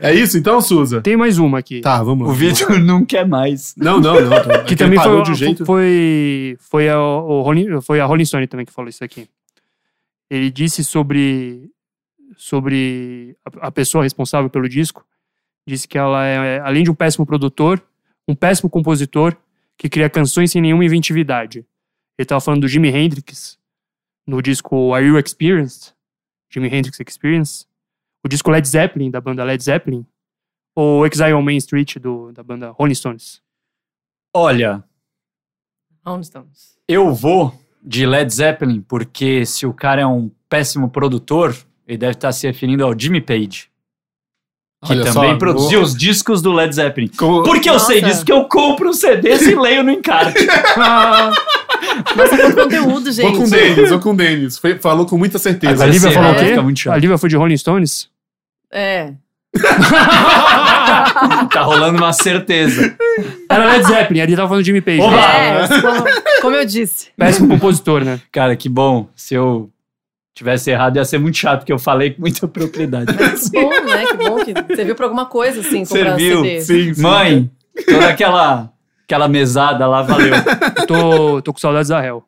Speaker 3: É isso então, Suza?
Speaker 4: Tem mais uma aqui.
Speaker 3: Tá, vamos
Speaker 2: O
Speaker 3: lá.
Speaker 2: Vitor não quer mais.
Speaker 3: Não, não, não. tá-
Speaker 4: Que
Speaker 3: ele
Speaker 4: também
Speaker 3: parou
Speaker 4: foi,
Speaker 3: de um jeito.
Speaker 4: foi, foi, a, o Rolling, foi a Rolling Stone também que falou isso aqui. Ele disse sobre, sobre a, a pessoa responsável pelo disco, disse que ela é, além de um péssimo produtor, um péssimo compositor que cria canções sem nenhuma inventividade. Ele tava falando do Jimi Hendrix no disco Are You Experienced? Jimi Hendrix Experience. O disco Led Zeppelin, da banda Led Zeppelin. Ou Exile on Main Street, do, da banda Rolling Stones.
Speaker 2: Olha,
Speaker 1: Onde estamos?
Speaker 2: eu vou de Led Zeppelin, porque se o cara é um péssimo produtor, ele deve estar se referindo ao Jimmy Page, que
Speaker 3: Olha
Speaker 2: também
Speaker 3: só,
Speaker 2: produziu os discos do Led Zeppelin.
Speaker 3: Como-
Speaker 2: Por que eu sei
Speaker 1: Nossa.
Speaker 2: disso? Porque eu compro um os CDs e leio no encarte.
Speaker 4: Ah,
Speaker 1: Nossa, quanto é conteúdo,
Speaker 3: Vou com o
Speaker 1: gente.
Speaker 3: Denis, vou com o Denis. Foi- Falou com muita certeza.
Speaker 4: A
Speaker 2: Agora
Speaker 4: Lívia
Speaker 2: sim,
Speaker 4: falou
Speaker 1: né?
Speaker 4: o quê?
Speaker 2: Fica assim, muito chato.
Speaker 4: A Lívia foi de Rolling Stones?
Speaker 1: É.
Speaker 2: tá rolando uma certeza.
Speaker 4: Era Led Zeppelin, ali tava falando de Jimmy Page.
Speaker 2: Oba!
Speaker 4: né?
Speaker 1: É, como, como eu disse.
Speaker 4: Péssimo compositor, né?
Speaker 2: Cara, que bom. Se eu tivesse errado, ia ser muito chato, porque eu falei com muita propriedade.
Speaker 1: Que bom, né? Que bom que serviu pra alguma coisa, assim, comprar CD.
Speaker 2: Serviu, sim, sim. Mãe, toda aquela, aquela mesada lá valeu.
Speaker 4: Tô, tô com saudades da Hell.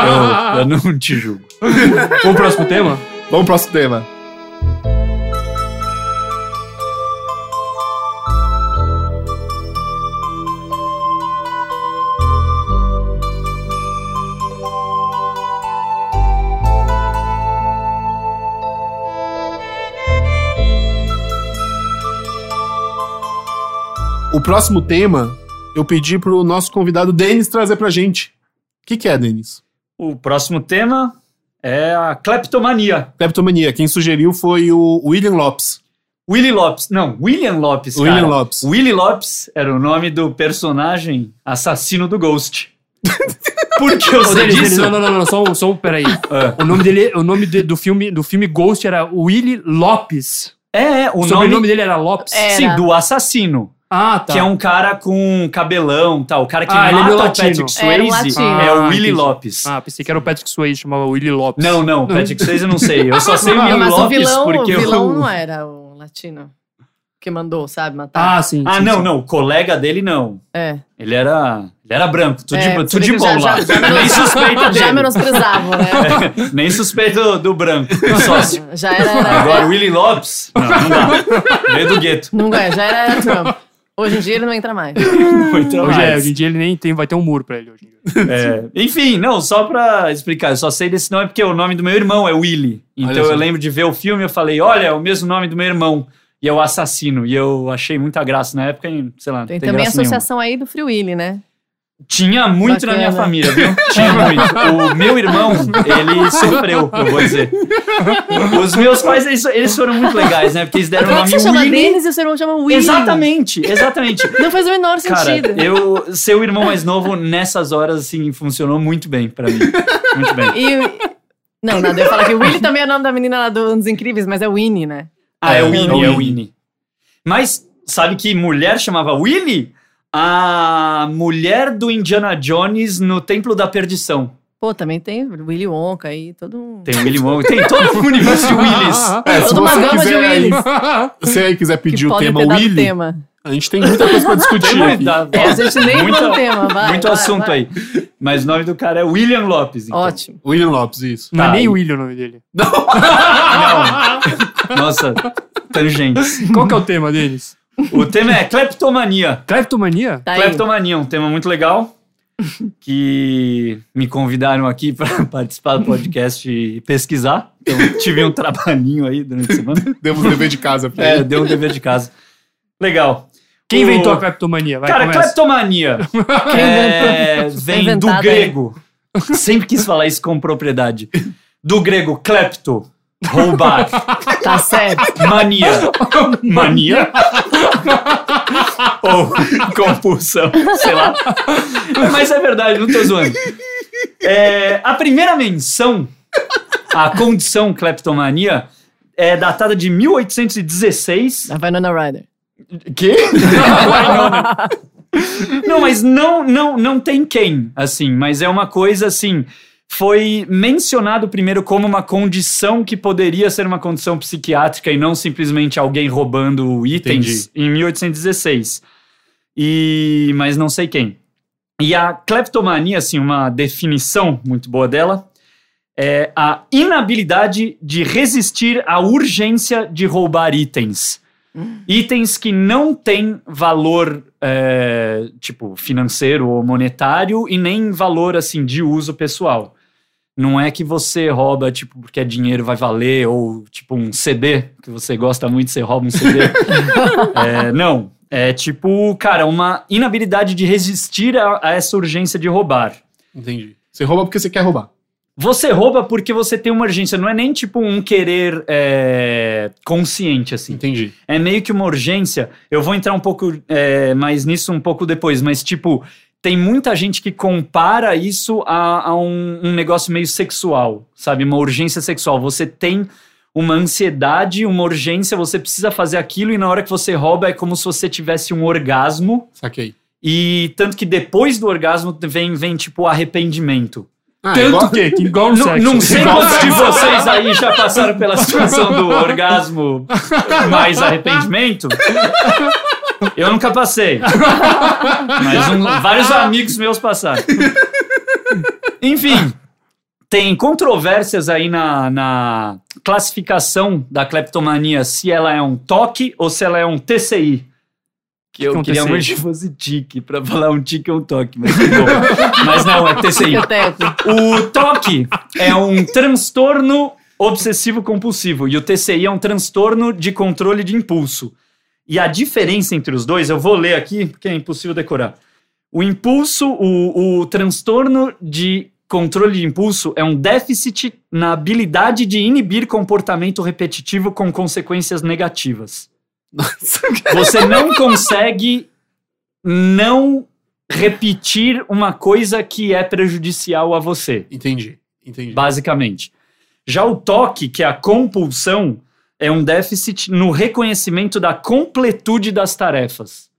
Speaker 2: Eu, eu não te julgo.
Speaker 4: Vamos pro próximo tema?
Speaker 3: Vamos pro próximo tema. O próximo tema eu pedi pro nosso convidado Denis trazer pra gente. O que, que é, Denis?
Speaker 2: O próximo tema é a cleptomania.
Speaker 3: Kleptomania. Quem sugeriu foi o William Lopes.
Speaker 2: Willy Lopes. Não, William Lopes, cara.
Speaker 3: William Lopes.
Speaker 2: Willy Lopes era o nome do personagem assassino do Ghost. Por que eu
Speaker 4: Ô,
Speaker 2: sei
Speaker 4: Denis, Denis,
Speaker 2: disso?
Speaker 4: não, não, não, não, só, um- só um- peraí.
Speaker 2: Ah.
Speaker 4: O nome dele, o nome de- do filme, do filme Ghost era Willy Lopes.
Speaker 2: É, é, o
Speaker 4: O
Speaker 2: nome...
Speaker 4: sobrenome dele era Lopes.
Speaker 1: É.
Speaker 2: Sim,
Speaker 1: Era.
Speaker 2: do assassino.
Speaker 4: Ah, tá.
Speaker 2: Que é um cara com cabelão tal. O cara que
Speaker 4: Ah, ele é
Speaker 2: mata
Speaker 4: meio
Speaker 2: o
Speaker 4: latino.
Speaker 2: Patrick
Speaker 1: Era um
Speaker 2: Swayze
Speaker 1: latino.
Speaker 2: é o
Speaker 4: Ah,
Speaker 2: Willy
Speaker 4: entendi.
Speaker 2: Lopes.
Speaker 4: Ah, pensei que era o Patrick Swayze, chamava Willy Lopes.
Speaker 2: Não, não, Patrick Swayze eu não sei. Eu só sei o Willy
Speaker 1: Não, mas o
Speaker 2: Lopes
Speaker 1: vilão,
Speaker 2: porque
Speaker 1: o vilão
Speaker 2: eu...
Speaker 1: não era o latino que mandou, sabe, matar.
Speaker 4: Ah, sim.
Speaker 2: Ah,
Speaker 4: sim,
Speaker 2: não,
Speaker 4: sim.
Speaker 2: não. O colega dele não.
Speaker 1: é.
Speaker 2: Ele era. Ele era branco, tudo,
Speaker 1: É,
Speaker 2: de,
Speaker 1: por
Speaker 2: tudo de
Speaker 1: isso
Speaker 2: bom
Speaker 1: já-
Speaker 2: lá.
Speaker 1: já- já
Speaker 2: Nem
Speaker 1: menos-
Speaker 2: suspeita dele.
Speaker 1: Já menosprezavam, né?
Speaker 2: Nem suspeito do, do branco, do sócio.
Speaker 1: Já era.
Speaker 2: Agora, o Willy Lopes. Não, não dá. Veio do gueto.
Speaker 1: Não ganha, já era Trump. Hoje em dia ele não entra mais.
Speaker 2: Não entra
Speaker 4: Hoje, é,
Speaker 2: mais.
Speaker 4: hoje em dia ele nem tem, vai ter um muro pra ele hoje em dia.
Speaker 2: É, Enfim, não, só pra explicar. Eu só sei desse nome porque o nome do meu irmão é Willy.
Speaker 3: Olha
Speaker 2: Então
Speaker 3: só.
Speaker 2: eu lembro de ver o filme e eu falei: olha, é o mesmo nome do meu irmão. E é o assassino. E eu achei muita graça na época, e, sei lá. não
Speaker 1: Tem
Speaker 2: Tem,
Speaker 1: também a
Speaker 2: graça nenhuma.
Speaker 1: associação aí do Free Willy, né?
Speaker 2: Tinha muito na minha
Speaker 1: Bacana.
Speaker 2: família, viu? Tinha muito. O meu irmão, ele sofreu, eu vou dizer. Os meus pais, eles, eles foram muito legais, né? Porque eles deram o
Speaker 1: Como é
Speaker 2: nome
Speaker 1: que você chama
Speaker 2: Willy.
Speaker 1: Denis e o seu irmão chama Willy?
Speaker 2: Exatamente, exatamente.
Speaker 1: Não faz o menor
Speaker 2: Cara,
Speaker 1: sentido.
Speaker 2: eu, ser o irmão mais novo, nessas horas, assim, funcionou muito bem pra mim. Muito bem.
Speaker 1: E. Não, nada, eu ia falar que Willy também é o nome da menina lá do Anos Incríveis, mas é Winnie, né?
Speaker 2: Ah, é o
Speaker 3: É,
Speaker 2: Winnie,
Speaker 3: é
Speaker 2: é
Speaker 3: o
Speaker 2: o Winnie. Mas, sabe que mulher chamava Willy? A mulher do Indiana Jones no Templo da Perdição.
Speaker 1: Pô, também tem Willy Wonka aí, todo um.
Speaker 2: Tem o Willy Wonka, tem todo o universo de Willys.
Speaker 3: É, se
Speaker 1: Toda uma
Speaker 3: você
Speaker 1: gama de
Speaker 3: quiser aí-
Speaker 1: Willys.
Speaker 3: se você aí quiser
Speaker 1: Que
Speaker 3: pedir o
Speaker 1: podem
Speaker 3: tema
Speaker 1: ter dado
Speaker 3: Willy,
Speaker 1: tema.
Speaker 3: a gente tem muita coisa pra discutir.
Speaker 2: Tem
Speaker 3: aqui.
Speaker 2: muita-
Speaker 1: É, a gente nem
Speaker 2: Muita-
Speaker 1: entrou no tema, vai.
Speaker 2: muito
Speaker 1: vai,
Speaker 2: assunto
Speaker 1: vai.
Speaker 2: aí. Mas o nome do cara é William Lopes. então.
Speaker 1: Ótimo.
Speaker 3: William Lopes, isso.
Speaker 4: Não
Speaker 2: Tá,
Speaker 4: é nem
Speaker 2: e-
Speaker 4: Willy o nome dele.
Speaker 2: Nossa, tangentes.
Speaker 4: Qual que é o tema deles?
Speaker 2: O tema é cleptomania.
Speaker 4: Cleptomania?
Speaker 1: Tá aí.
Speaker 2: Cleptomania, um tema muito legal. Que me convidaram aqui para participar do podcast e pesquisar. Então, tive um trabalhinho aí durante a semana.
Speaker 3: Demos o dever de casa pra
Speaker 2: É,
Speaker 3: ele.
Speaker 2: deu um dever de casa. Legal.
Speaker 4: Quem
Speaker 2: O-
Speaker 4: inventou a cleptomania? Vai,
Speaker 2: Cara,
Speaker 4: começa.
Speaker 2: cleptomania é, vem do
Speaker 1: Inventado, hein?
Speaker 2: grego. Sempre quis falar isso com propriedade. Do grego klepto, roubar.
Speaker 1: Tá certo.
Speaker 2: Mania. Mania? Ou compulsão, sei lá. Mas é verdade, não tô zoando. É, a primeira menção à condição cleptomania é datada de 1816.
Speaker 1: A Winona Ryder.
Speaker 2: Quê? não, mas não, não, não tem quem, assim, mas é uma coisa assim. Foi mencionado primeiro como uma condição que poderia ser uma condição psiquiátrica e não simplesmente alguém roubando itens em 1816. E mas não sei quem. E a cleptomania, assim, uma definição muito boa dela é a inabilidade de resistir à urgência de roubar itens itens que não têm valor é, tipo financeiro ou monetário e nem valor assim de uso pessoal. Não é que você rouba tipo porque é dinheiro vai valer ou tipo um CD que você gosta muito você rouba um CD. É, não, é tipo cara uma inabilidade de resistir a- a essa urgência de roubar.
Speaker 3: Entendi. Você rouba porque você quer roubar.
Speaker 2: Você rouba porque você tem uma urgência, não é nem tipo um querer é, consciente, assim.
Speaker 3: Entendi.
Speaker 2: É meio que uma urgência. Eu vou entrar um pouco é, mais nisso um pouco depois, mas tipo, tem muita gente que compara isso a, a um, um negócio meio sexual, sabe? Uma urgência sexual. Você tem uma ansiedade, uma urgência, você precisa fazer aquilo e na hora que você rouba é como se você tivesse um orgasmo.
Speaker 3: Saquei.
Speaker 2: E tanto que depois do orgasmo vem, vem tipo, arrependimento.
Speaker 3: Ah,
Speaker 4: Tanto
Speaker 3: igual-
Speaker 4: que, que igual no
Speaker 2: Não-
Speaker 4: sexo.
Speaker 2: Não sei
Speaker 4: Igual no
Speaker 2: quantos de
Speaker 4: sexo.
Speaker 2: vocês aí já passaram pela situação do orgasmo mais arrependimento. Eu nunca passei. Mas um- vários amigos meus passaram. Enfim, tem controvérsias aí na, na classificação da cleptomania, se ela é um toque ou se ela é um TCI. Que eu
Speaker 4: Que é um
Speaker 2: queria
Speaker 4: TCI?
Speaker 2: muito que fosse tique, pra falar um tique ou um toque, mas, tá bom. mas não, é TCI.
Speaker 1: Eu teco.
Speaker 2: O TOC é um transtorno obsessivo compulsivo e o TCI é um transtorno de controle de impulso. E a diferença entre os dois, eu vou ler aqui, porque é impossível decorar. O impulso, o, o transtorno de controle de impulso é um déficit na habilidade de inibir comportamento repetitivo com consequências negativas. Você não consegue não repetir uma coisa que é prejudicial a você
Speaker 3: Entendi, entendi.
Speaker 2: basicamente. Já o toque, que é a compulsão, é um déficit no reconhecimento da completude das tarefas.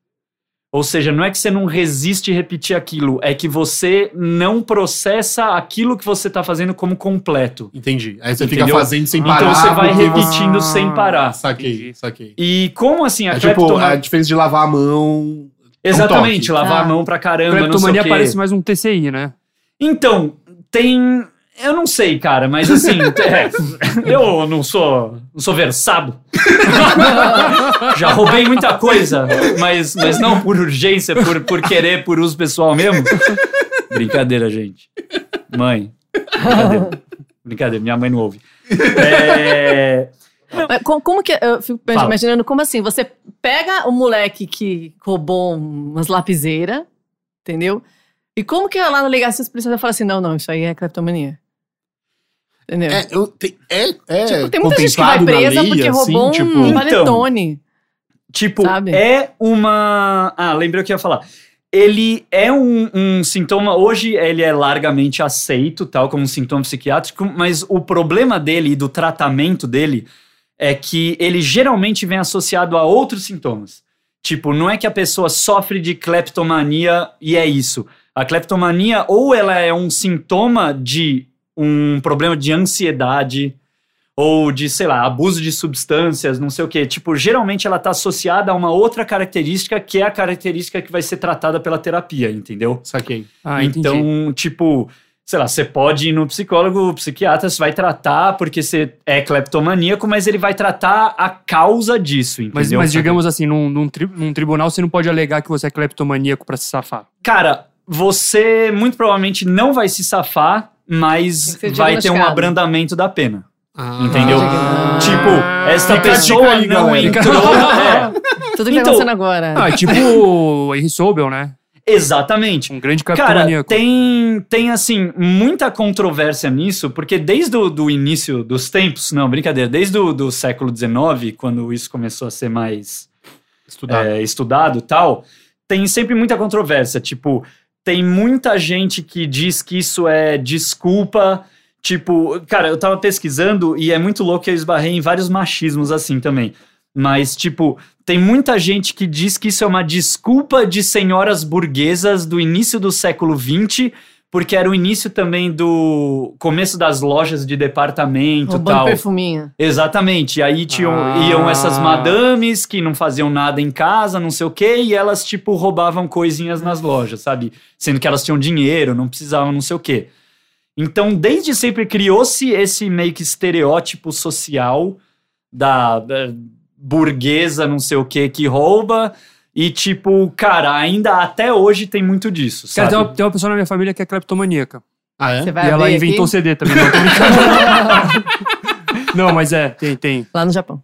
Speaker 2: Ou seja, não é que você não resiste repetir aquilo, é que você não processa aquilo que você está fazendo como completo.
Speaker 3: Entendi. Aí você
Speaker 2: Entendeu?
Speaker 3: fica fazendo sem parar.
Speaker 2: Então você vai
Speaker 3: porque Ah,
Speaker 2: repetindo sem parar.
Speaker 3: Saquei,
Speaker 4: Entendi.
Speaker 3: saquei.
Speaker 2: E como assim a
Speaker 3: É tipo,
Speaker 2: cleptomania-
Speaker 3: a diferença de lavar a mão.
Speaker 2: Exatamente,
Speaker 3: toque.
Speaker 2: lavar a
Speaker 1: Ah.
Speaker 2: mão pra caramba, não sei o
Speaker 4: Cleptomania
Speaker 2: quê.
Speaker 4: parece mais um TCI, né?
Speaker 2: Então, tem. Eu não sei, cara, mas assim, é, eu não sou, não sou versado. Já roubei muita coisa, mas, mas não por urgência, por, por querer, por uso pessoal mesmo. Brincadeira, gente. Mãe. Brincadeira. Brincadeira, minha mãe não ouve. É,
Speaker 1: Mas co- como que. Eu fico imag-
Speaker 2: Fala.
Speaker 1: imaginando como assim? Você pega o moleque que roubou umas lapiseiras, entendeu? E como que lá na delegacia os policiais falam assim: não, não, isso aí é cleptomania? Entendeu?
Speaker 3: É, eu- tem, é, é
Speaker 1: Tipo, tem muita gente que vai
Speaker 3: contemplado na
Speaker 1: presa
Speaker 3: lei,
Speaker 1: porque
Speaker 3: assim,
Speaker 1: roubou
Speaker 3: tipo-
Speaker 1: um
Speaker 2: Então.
Speaker 1: panetone.
Speaker 2: Tipo,
Speaker 1: Sabe?
Speaker 2: é uma. Ah, lembrei o que eu ia falar. Ele é um, um sintoma. Hoje ele é largamente aceito, tal, como um sintoma psiquiátrico, mas o problema dele e do tratamento dele é que ele geralmente vem associado a outros sintomas. Tipo, não é que a pessoa sofre de cleptomania e é isso. A cleptomania ou ela é um sintoma de um problema de ansiedade ou de, sei lá, abuso de substâncias, não sei o quê. Tipo, geralmente ela tá associada a uma outra característica que é a característica que vai ser tratada pela terapia, entendeu?
Speaker 3: Saquei.
Speaker 4: Ah,
Speaker 2: então,
Speaker 4: entendi.
Speaker 2: tipo, sei lá, você pode ir no psicólogo, o psiquiatra, você vai tratar porque você é cleptomaníaco, mas ele vai tratar a causa disso,
Speaker 4: Mas,
Speaker 2: entendeu?
Speaker 4: mas digamos assim, num, num tri- num tribunal você não pode alegar que você é cleptomaníaco pra se safar.
Speaker 2: Cara, você muito provavelmente não vai se safar, mas
Speaker 1: Tem que ser
Speaker 2: vai ter um
Speaker 1: diagnosticado.
Speaker 2: abrandamento da pena.
Speaker 3: Ah.
Speaker 2: Entendeu?
Speaker 1: Ah.
Speaker 2: Tipo, esta
Speaker 3: Fica a dica
Speaker 2: pessoa
Speaker 3: aí,
Speaker 2: não
Speaker 3: galera.
Speaker 2: entrou... É,
Speaker 1: Tudo que
Speaker 2: Então-
Speaker 1: tá acontecendo agora.
Speaker 4: Ah, é tipo o Henry Sobel, né?
Speaker 2: exatamente.
Speaker 4: Um grande
Speaker 2: Cara,
Speaker 4: cleptomaníaco.
Speaker 2: tem, tem assim, muita controvérsia nisso, porque desde o do início dos tempos, não, brincadeira, desde o do século XIX, quando isso começou a ser mais
Speaker 3: Estudar.
Speaker 2: é, estudado e tal, tem sempre muita controvérsia. Tipo, tem muita gente que diz que isso é desculpa. Tipo, cara, eu tava pesquisando e é muito louco que eu esbarrei em vários machismos assim também. Mas, tipo, tem muita gente que diz que isso é uma desculpa de senhoras burguesas do início do século XX, porque era o início também do começo das lojas de departamento e
Speaker 1: roubando
Speaker 2: então tal.
Speaker 1: perfuminho.
Speaker 2: Exatamente. E aí tinham,
Speaker 4: Ah.
Speaker 2: iam essas madames que não faziam nada em casa, não sei o quê, e elas, tipo, roubavam coisinhas nas lojas, sabe? Sendo que elas tinham dinheiro, não precisavam, não sei o quê. Então, desde sempre criou-se esse meio que estereótipo social da, da burguesa, não sei o quê, que rouba. E, tipo, cara, ainda até hoje tem muito disso,
Speaker 4: Cara,
Speaker 2: sabe?
Speaker 4: tem uma, tem uma pessoa na minha família que é cleptomaníaca.
Speaker 3: Ah, é?
Speaker 1: Você
Speaker 4: e
Speaker 1: vai
Speaker 4: ela
Speaker 1: abrir
Speaker 4: inventou
Speaker 1: aqui,
Speaker 4: CD também. Não, tô brincando. não, mas é, tem, tem.
Speaker 1: lá no Japão.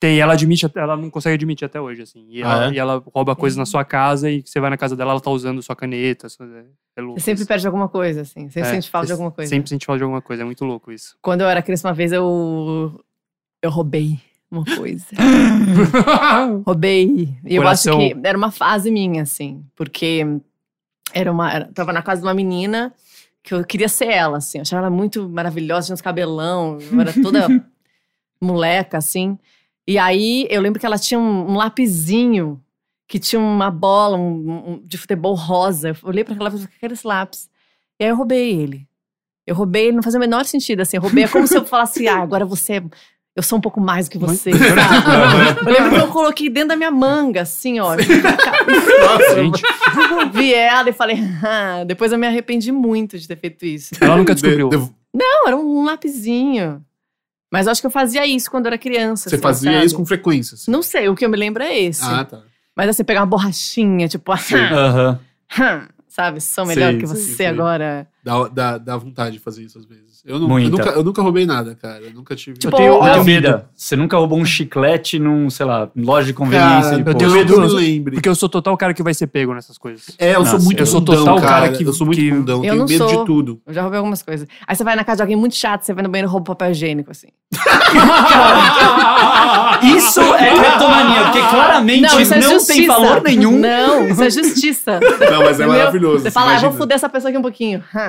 Speaker 4: Tem, ela admite, até- ela não consegue admitir até hoje, assim. E ela,
Speaker 3: Ah, é?
Speaker 4: e ela rouba coisa na sua casa e você vai na casa dela, ela tá usando sua caneta. Sua, é, é louco
Speaker 1: Você sempre
Speaker 4: isso.
Speaker 1: perde alguma coisa, assim. Sempre
Speaker 4: É,
Speaker 1: sente falta de
Speaker 4: você
Speaker 1: alguma coisa.
Speaker 4: Sempre sente falta de alguma coisa, é muito louco isso.
Speaker 1: Quando eu era criança, uma vez eu. Eu roubei uma coisa. roubei. E eu acho
Speaker 4: Coração.
Speaker 1: que era uma fase minha, assim. Porque era uma. Era, tava na casa de uma menina que eu queria ser ela, assim. Eu achava ela muito maravilhosa, tinha uns cabelão, eu era toda moleca, assim. E aí eu lembro que ela tinha um, um lapisinho que tinha uma bola é um- um- de futebol rosa. Eu olhei pra ela e falei, eu quero esse lápis. E aí eu roubei ele. Eu roubei, não fazia o menor sentido, assim. Eu roubei, é como se eu falasse, ah, agora você... é- Eu sou um pouco mais do que você, sabe? Eu lembro que eu coloquei dentro da minha manga, assim, ó.
Speaker 3: é
Speaker 4: Gente,
Speaker 1: Vi ela e falei, ah, depois eu me arrependi muito de ter feito isso.
Speaker 4: ela nunca descobriu.
Speaker 3: De- de-
Speaker 1: Não, era um lapisinho. Mas eu acho que eu fazia isso quando eu era criança.
Speaker 3: você
Speaker 1: assim,
Speaker 3: fazia
Speaker 1: sabe?
Speaker 3: isso com frequência. assim.
Speaker 1: Não sei, o que eu me lembro é esse.
Speaker 3: Ah, tá.
Speaker 1: Mas assim, pegar uma borrachinha, tipo, ah,
Speaker 2: Aham.
Speaker 1: ah, sabe? Sou melhor
Speaker 3: Sei,
Speaker 1: que
Speaker 3: sei,
Speaker 1: você
Speaker 3: sei.
Speaker 1: agora.
Speaker 3: Dá, dá, dá vontade de fazer isso às vezes. Eu, nu- eu
Speaker 2: Muita.
Speaker 3: nunca, eu nunca roubei nada, cara. Eu nunca tive.
Speaker 1: Tipo,
Speaker 4: eu tenho, eu
Speaker 2: Na
Speaker 4: tenho medo.
Speaker 2: vida, você nunca roubou um chiclete num, sei lá, loja de conveniência.
Speaker 3: cara,
Speaker 2: de
Speaker 3: eu
Speaker 2: posto.
Speaker 3: tenho
Speaker 4: posto.
Speaker 3: medo, eu me lembre.
Speaker 4: Porque eu sou total cara que vai ser pego nessas coisas.
Speaker 3: É, eu sou
Speaker 2: Nossa,
Speaker 3: muito
Speaker 2: eu
Speaker 4: sou
Speaker 3: bundão,
Speaker 4: total cara
Speaker 3: cara
Speaker 4: que-
Speaker 3: Eu sou muito
Speaker 4: que-
Speaker 3: bundão.
Speaker 1: Eu
Speaker 3: tenho
Speaker 1: não
Speaker 3: medo
Speaker 1: sou.
Speaker 3: de tudo.
Speaker 1: Eu já roubei algumas coisas. Aí você vai na casa de alguém muito chato, você vai no banheiro e rouba o papel higiênico, assim.
Speaker 2: Isso é retomania, porque claramente não,
Speaker 1: isso é
Speaker 2: tem
Speaker 1: justiça.
Speaker 2: valor nenhum. né?
Speaker 1: Não, isso é justiça.
Speaker 3: Não, mas é
Speaker 1: Entendeu?
Speaker 3: maravilhoso.
Speaker 1: Você fala, ah,
Speaker 3: imagina.
Speaker 1: vou foder essa pessoa aqui um pouquinho. Ah,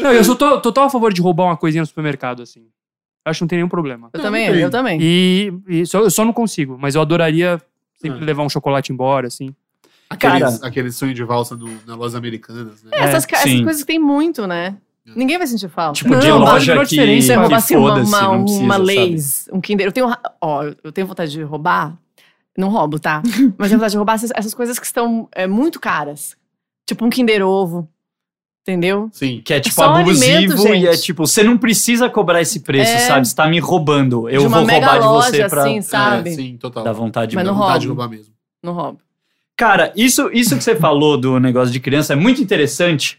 Speaker 4: Não, eu sou to- total a favor de roubar uma coisinha no supermercado, assim. Eu acho que não tem nenhum problema.
Speaker 1: Eu também,
Speaker 3: não tem.
Speaker 1: eu também.
Speaker 4: E, e só, eu só não consigo, mas eu adoraria sempre levar um chocolate embora, assim.
Speaker 3: Aqueles,
Speaker 2: Cara.
Speaker 3: aquele sonho de valsa no- na lojas americanas, né?
Speaker 1: É, essas, ca- essas
Speaker 2: sim.
Speaker 1: coisas que tem muito, né? Ninguém vai sentir falta.
Speaker 2: Tipo, de
Speaker 4: Não, mas
Speaker 2: loja
Speaker 4: não é
Speaker 2: que,
Speaker 4: diferente,
Speaker 1: Você
Speaker 4: Sim,
Speaker 1: roubar
Speaker 2: que
Speaker 1: assim, uma,
Speaker 2: foda-se,
Speaker 1: uma,
Speaker 2: não precisa,
Speaker 1: uma
Speaker 2: sabe?
Speaker 1: Lay's, um Kinder. Eu tenho, ra- ó, eu tenho vontade de roubar. Não roubo, tá? Mas tenho vontade de roubar essas, essas coisas que estão é, muito caras. Tipo um Kinder Ovo. Entendeu?
Speaker 3: Sim.
Speaker 2: Que é tipo
Speaker 1: só um
Speaker 2: abusivo
Speaker 1: alimento,
Speaker 2: e é
Speaker 1: gente.
Speaker 2: tipo, você não precisa cobrar esse preço,
Speaker 1: É.
Speaker 2: sabe? Você tá me roubando. Eu
Speaker 1: de uma
Speaker 2: vou
Speaker 1: mega
Speaker 2: roubar de
Speaker 1: loja,
Speaker 2: você pra
Speaker 1: assim, sabe?
Speaker 3: É, sim, total.
Speaker 2: dar vontade
Speaker 1: Mas
Speaker 2: mesmo.
Speaker 1: não
Speaker 3: Dá vontade de
Speaker 1: roubo.
Speaker 3: roubar mesmo.
Speaker 1: Não roubo.
Speaker 2: Cara, isso, isso que você falou do negócio de criança é muito interessante,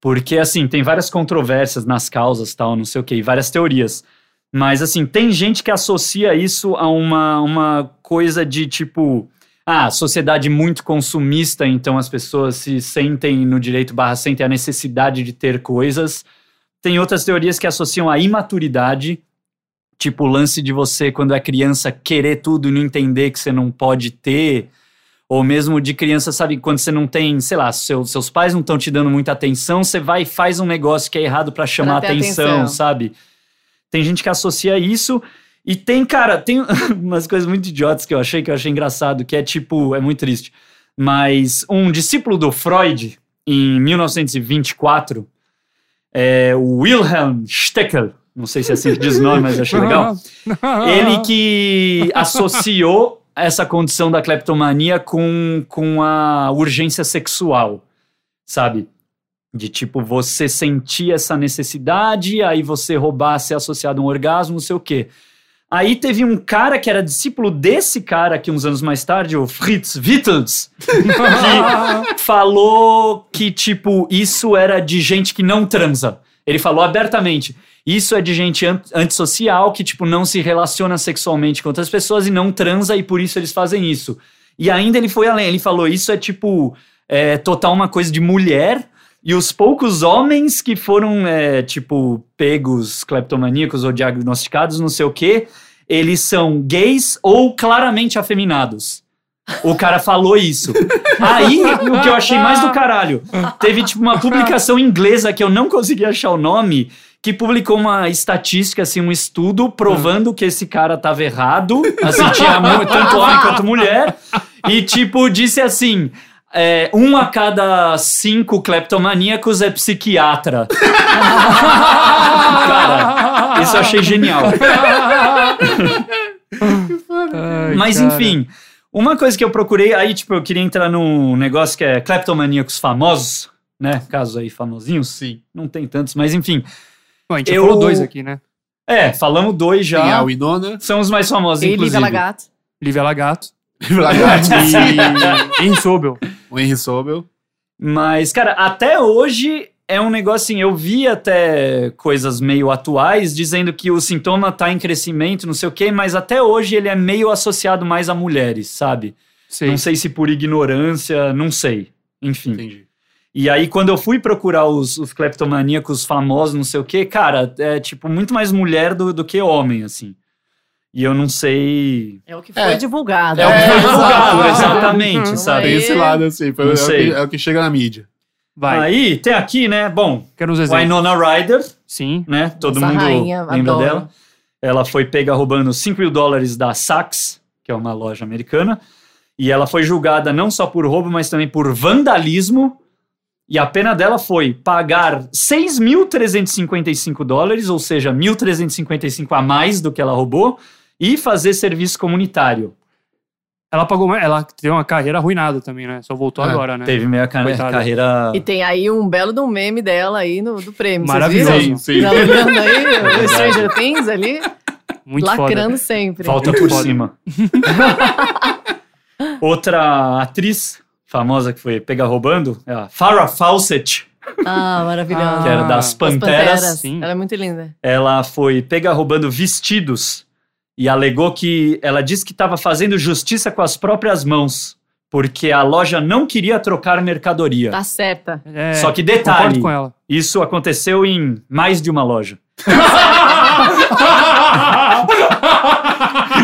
Speaker 2: porque, assim, tem várias controvérsias nas causas, tal, não sei o quê, e várias teorias. Mas, assim, tem gente que associa isso a uma, uma coisa de, tipo, ah, sociedade muito consumista, então as pessoas se sentem no direito barra sentem a necessidade de ter coisas. Tem outras teorias que associam a imaturidade, tipo o lance de você, quando é criança, querer tudo e não entender que você não pode ter. Ou mesmo de criança, sabe, quando você não tem, sei lá, seu- seus pais não estão te dando muita atenção, você vai e faz um negócio que é errado pra chamar
Speaker 1: ter
Speaker 2: atenção,
Speaker 1: atenção.
Speaker 2: sabe? Tem gente que associa isso. E tem, cara, tem umas coisas muito idiotas que eu achei, que eu achei engraçado, que é tipo, é muito triste. Mas um discípulo do Freud, em 1924, é o Wilhelm Steckel, não sei se é assim que diz o nome, mas eu achei legal. Ele que associou essa condição da cleptomania com, com a urgência sexual, sabe? De tipo, você sentir essa necessidade, aí você roubar, ser associado a um orgasmo, não sei o quê. Aí teve um cara que era discípulo desse cara aqui uns anos mais tarde, o Fritz Wittels, que falou que, tipo, isso era de gente que não transa. Ele falou abertamente. Isso é de gente an- antissocial que, tipo, não se relaciona sexualmente com outras pessoas e não transa e por isso eles fazem isso. E ainda ele foi além. Ele falou: isso é, tipo, é, total uma coisa de mulher. E os poucos homens que foram, é, tipo, pegos cleptomaníacos ou diagnosticados, não sei o quê, eles são gays ou claramente afeminados. O cara falou isso. Aí, o que eu achei mais do caralho, teve tipo uma publicação inglesa que eu não consegui achar o nome, que publicou uma estatística, assim, um estudo provando que esse cara tava errado, assim, tinha mu- tanto homem quanto mulher, e tipo, disse assim. é, um a cada cinco cleptomaníacos é psiquiatra. Cara, isso eu achei genial.
Speaker 4: Ai,
Speaker 2: Mas
Speaker 4: cara.
Speaker 2: enfim, uma coisa que eu procurei, aí tipo, eu queria entrar num negócio que é cleptomaníacos famosos, né? Casos aí famosinhos.
Speaker 3: Sim.
Speaker 2: Não tem tantos, mas enfim.
Speaker 4: Bom, a gente já
Speaker 2: eu-
Speaker 4: falou dois aqui, né?
Speaker 2: É, falamos dois
Speaker 3: Tem a
Speaker 2: já.
Speaker 3: Winona.
Speaker 2: São os mais famosos,
Speaker 1: E Lívia
Speaker 2: inclusive.
Speaker 1: Lagato.
Speaker 4: Lívia Lagato
Speaker 3: Lagarto
Speaker 4: e Henry Sobel.
Speaker 3: e o Henry Sobel.
Speaker 2: Mas, cara, até hoje é um negócio assim. Eu vi até coisas meio atuais dizendo que o sintoma tá em crescimento, não sei o quê, mas até hoje ele é meio associado mais a mulheres, sabe?
Speaker 4: Sei.
Speaker 2: Não sei se por ignorância, não sei. Enfim.
Speaker 3: Entendi.
Speaker 2: E aí, quando eu fui procurar os, os cleptomaníacos famosos, não sei o quê, cara, é tipo muito mais mulher do, do que homem, assim. E eu não sei.
Speaker 1: É o que foi
Speaker 3: É.
Speaker 1: divulgado.
Speaker 2: É o que foi
Speaker 3: É,
Speaker 2: divulgado,
Speaker 3: exato.
Speaker 2: exatamente,
Speaker 1: Não
Speaker 2: sabe?
Speaker 3: Tem
Speaker 1: Aí-
Speaker 3: esse lado, assim. Foi,
Speaker 2: Não
Speaker 3: é, o
Speaker 2: sei.
Speaker 3: que, é o que chega na mídia.
Speaker 4: Vai,
Speaker 2: Aí, tem aqui, né? Bom,
Speaker 4: quero os exemplos.
Speaker 2: Winona Ryder,
Speaker 4: Sim.
Speaker 2: né? Todo
Speaker 1: Essa
Speaker 2: mundo
Speaker 1: rainha,
Speaker 2: lembra
Speaker 1: adoro.
Speaker 2: dela. Ela foi pega roubando 5 mil dólares da Saks, que é uma loja americana. E ela foi julgada não só por roubo, mas também por vandalismo. E a pena dela foi pagar 6.355 dólares, ou seja, 1.355 a mais do que ela roubou, e fazer serviço comunitário.
Speaker 4: Ela pagou mais. Ela teve uma carreira arruinada também, né? Só voltou
Speaker 3: É,
Speaker 4: agora, né?
Speaker 2: Teve meia ca-
Speaker 4: Coitada.
Speaker 2: carreira.
Speaker 1: E tem aí um belo de um meme dela aí no, do prêmio.
Speaker 4: Maravilhoso.
Speaker 1: Vocês viram?
Speaker 3: Sim, sim.
Speaker 1: Tá olhando aí o Stranger Things ali,
Speaker 4: Muito
Speaker 1: lacrando
Speaker 4: foda.
Speaker 1: sempre.
Speaker 2: Falta
Speaker 4: Muito
Speaker 2: por
Speaker 4: foda.
Speaker 2: cima. Outra atriz famosa que foi pega roubando é a Farrah Fawcett,
Speaker 1: Ah, maravilhosa.
Speaker 2: que era
Speaker 4: Ah,
Speaker 2: das
Speaker 4: as
Speaker 1: As
Speaker 2: Panteras.
Speaker 4: sim.
Speaker 1: Ela é muito linda.
Speaker 2: Ela foi pega roubando vestidos e alegou que ela disse que estava fazendo justiça com as próprias mãos, porque a loja não queria trocar mercadoria.
Speaker 1: Tá certa.
Speaker 4: É,
Speaker 2: Só que
Speaker 4: Concordo
Speaker 2: detalhe,
Speaker 4: com ela.
Speaker 2: isso aconteceu em mais de uma loja.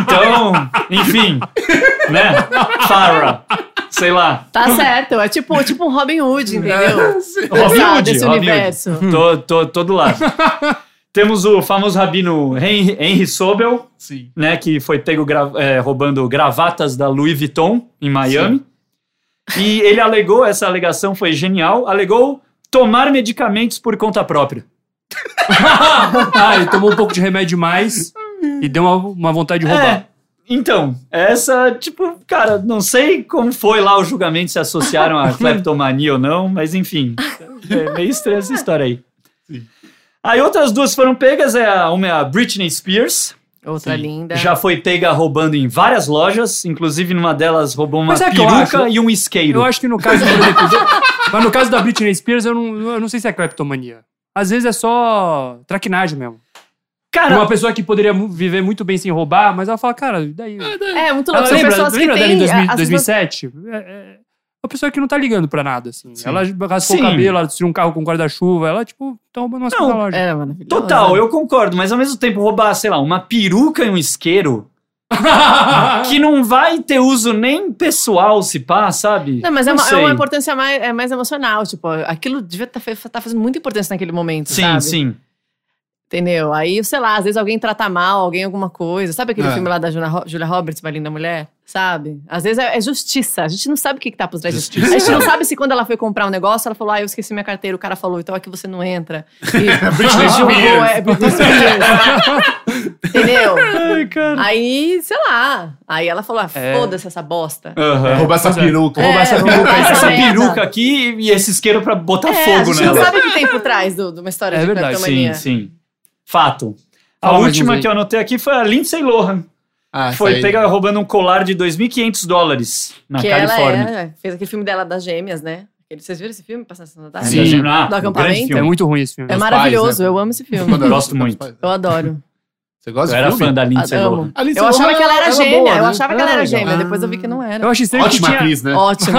Speaker 2: então, enfim, né? Farah, sei lá.
Speaker 1: Tá certa. É tipo, tipo um Robin Hood, entendeu?
Speaker 2: Ah, Robin
Speaker 1: Sabe,
Speaker 2: Hood, Hum.
Speaker 1: desse
Speaker 2: Robin
Speaker 1: universo.
Speaker 2: Hood. Tô, tô, tô do lado. Temos o famoso rabino Henry, Henry Sobel,
Speaker 3: Sim.
Speaker 2: né, que foi pego gra- é, roubando gravatas da Louis Vuitton em Miami. E ele alegou, essa alegação foi genial, alegou tomar medicamentos por conta própria.
Speaker 4: Ah, ele tomou um pouco de remédio demais e deu uma, uma vontade de roubar.
Speaker 2: É, então, essa, tipo, cara, não sei como foi lá o julgamento, se associaram a cleptomania ou não, mas enfim, é meio estranha essa história aí. Aí outras duas foram pegas, é a, uma é a Britney Spears,
Speaker 1: Outra
Speaker 4: É.
Speaker 1: linda.
Speaker 2: já foi pega roubando em várias lojas, inclusive numa delas roubou uma
Speaker 4: Mas é que eu
Speaker 2: peruca
Speaker 4: acho-
Speaker 2: e um isqueiro.
Speaker 4: Eu acho que no caso, por exemplo, de- mas no caso da Britney Spears, eu não, eu não sei se é cleptomania. Às vezes é só traquinagem mesmo.
Speaker 2: Cara,
Speaker 4: Uma pessoa que poderia mu- viver muito bem sem roubar, mas ela fala, cara, e daí?
Speaker 1: É, muito
Speaker 4: Ela
Speaker 1: louco. São
Speaker 4: lembra,
Speaker 1: pessoas que
Speaker 4: lembra dela em
Speaker 1: têm...
Speaker 4: 2000,
Speaker 1: as
Speaker 4: 2007? É, é uma pessoa que não tá ligando pra nada, assim.
Speaker 3: Sim.
Speaker 4: Ela raspou
Speaker 2: Sim.
Speaker 4: o cabelo, ela destruiu um carro com guarda-chuva, ela, tipo, tá roubando umas
Speaker 2: Não,
Speaker 4: coisas da
Speaker 1: pessoas-
Speaker 4: loja.
Speaker 1: Era maravilhosa.
Speaker 2: total, eu concordo, mas ao mesmo tempo roubar, sei lá, uma peruca e um isqueiro,
Speaker 4: É
Speaker 2: que não vai ter uso nem pessoal, se pá, sabe?
Speaker 1: Não, mas é, uma, é
Speaker 2: sei.
Speaker 1: uma importância mais, é mais emocional. Tipo, aquilo devia estar fazendo muita importância naquele momento,
Speaker 2: Sim,
Speaker 1: sabe?
Speaker 2: sim.
Speaker 1: Entendeu? Aí, sei lá, às vezes alguém trata mal alguém alguma coisa. Sabe aquele
Speaker 3: É.
Speaker 1: filme lá da Juna Ro- Julia Roberts, Uma Linda Mulher? Sabe? Às vezes é, é justiça. A gente não sabe o que, que tá por trás disso.
Speaker 2: Justiça.
Speaker 1: A gente não sabe se quando ela foi comprar um negócio, ela falou, ah, eu esqueci minha carteira. O cara falou, então aqui você não entra.
Speaker 2: É
Speaker 1: E
Speaker 3: Britney
Speaker 1: jogou,
Speaker 3: Spears.
Speaker 1: é, Britney Spears. Entendeu?
Speaker 2: Ai, cara.
Speaker 1: Aí, sei lá. Aí ela falou, ah,
Speaker 4: É.
Speaker 1: foda-se essa bosta.
Speaker 3: Roubar essa peruca.
Speaker 1: É, roubar
Speaker 2: É, Essa
Speaker 1: merda.
Speaker 2: peruca aqui e esse isqueiro pra botar
Speaker 1: É, a
Speaker 2: fogo
Speaker 1: gente
Speaker 2: nela.
Speaker 1: não sabe o que tem por trás do- de uma história
Speaker 4: É
Speaker 1: de
Speaker 4: verdade,
Speaker 1: cleptomania.
Speaker 2: sim. Fato. A
Speaker 4: Fala mais uns
Speaker 2: última
Speaker 4: aí.
Speaker 2: que eu anotei aqui foi a Lindsay Lohan.
Speaker 3: Ah,
Speaker 2: Foi
Speaker 3: essa
Speaker 2: pega roubando um colar de 2.500 dólares na
Speaker 1: que
Speaker 2: Califórnia.
Speaker 1: ela é, fez aquele filme dela das gêmeas, né? Aquele- Vocês viram esse filme? Passando na tarde?
Speaker 2: Ainda
Speaker 4: Sim.
Speaker 2: lembro- ah,
Speaker 1: Do
Speaker 2: um
Speaker 1: acampamento?
Speaker 2: grande
Speaker 4: É
Speaker 2: filme.
Speaker 4: muito ruim esse filme.
Speaker 1: É
Speaker 3: Os
Speaker 1: maravilhoso,
Speaker 3: pais, né?
Speaker 1: eu amo esse
Speaker 3: aí.
Speaker 1: filme.
Speaker 2: Gosto muito.
Speaker 1: Eu adoro.
Speaker 3: Você gosta
Speaker 2: Eu
Speaker 3: de
Speaker 2: era
Speaker 3: filme?
Speaker 2: fã da Lindsay
Speaker 1: Amo.
Speaker 2: Lohan.
Speaker 3: Alice
Speaker 1: Eu achava
Speaker 3: Lohan
Speaker 1: que ela era
Speaker 3: boa,
Speaker 1: gêmea,
Speaker 3: né?
Speaker 1: eu achava que ela era
Speaker 4: legal.
Speaker 1: gêmea, depois eu vi que não era.
Speaker 4: Eu acho estranho que
Speaker 3: Ótima
Speaker 4: tinha...
Speaker 3: atriz, né?
Speaker 1: Ótimo.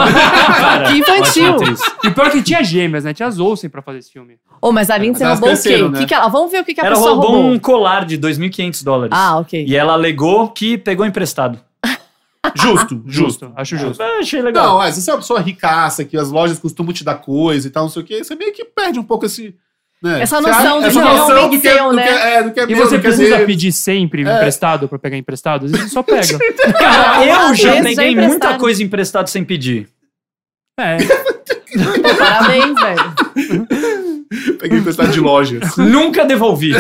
Speaker 2: Cara,
Speaker 1: que infantil.
Speaker 2: ótima atriz.
Speaker 4: E pior que tinha gêmeas, né? Tinha as Olsen pra fazer esse filme.
Speaker 1: Oh, mas a Lindsay
Speaker 3: Mas
Speaker 1: roubou o quê?
Speaker 3: cresceram, né?
Speaker 1: Que que ela, vamos ver o que, que a
Speaker 2: Ela
Speaker 1: pessoa
Speaker 2: roubou,
Speaker 1: roubou.
Speaker 2: um colar de 2.500 dólares.
Speaker 1: Ah, ok.
Speaker 2: E ela alegou que pegou emprestado.
Speaker 3: Justo, justo.
Speaker 4: Acho justo.
Speaker 2: Ah, achei legal.
Speaker 3: Não, é, se você é uma pessoa ricaça, que as lojas costumam te dar coisa e tal, não sei o quê, você meio que perde um pouco esse. né?
Speaker 1: Essa
Speaker 3: Você
Speaker 1: noção
Speaker 3: acha-
Speaker 1: do
Speaker 3: essa
Speaker 1: que é
Speaker 3: noção
Speaker 1: realmente
Speaker 3: do que é-
Speaker 1: seu,
Speaker 3: do
Speaker 1: né?
Speaker 3: que é- do que é
Speaker 4: E
Speaker 3: meu,
Speaker 4: você
Speaker 3: do que é
Speaker 4: precisa
Speaker 3: seu.
Speaker 4: pedir sempre emprestado pra pegar emprestado? Às vezes só pega.
Speaker 2: Cara, eu
Speaker 1: Às
Speaker 2: já
Speaker 1: vezes já
Speaker 2: peguei muita
Speaker 1: é emprestado.
Speaker 2: coisa emprestado sem pedir.
Speaker 4: É.
Speaker 1: Pô, parabéns, velho.
Speaker 3: Peguei emprestado de lojas.
Speaker 2: Nunca devolvi.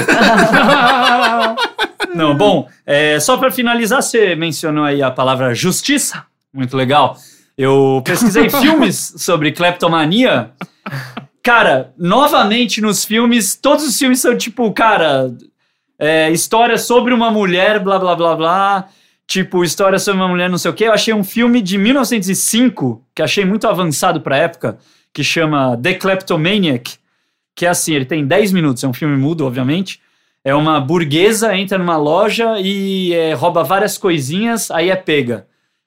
Speaker 2: Não, bom, é, só pra finalizar, você mencionou aí a palavra justiça. Muito legal. Eu pesquisei filmes sobre cleptomania. Cara, novamente nos filmes, todos os filmes são tipo, cara, é, história sobre uma mulher, blá blá blá blá. Tipo, história sobre uma mulher, não sei o quê. Eu achei um filme de 1905, que achei muito avançado pra época, que chama The Kleptomaniac, que é assim, ele tem 10 minutos, é um filme mudo, obviamente. É uma burguesa, entra numa loja e é, rouba várias coisinhas, aí é pega.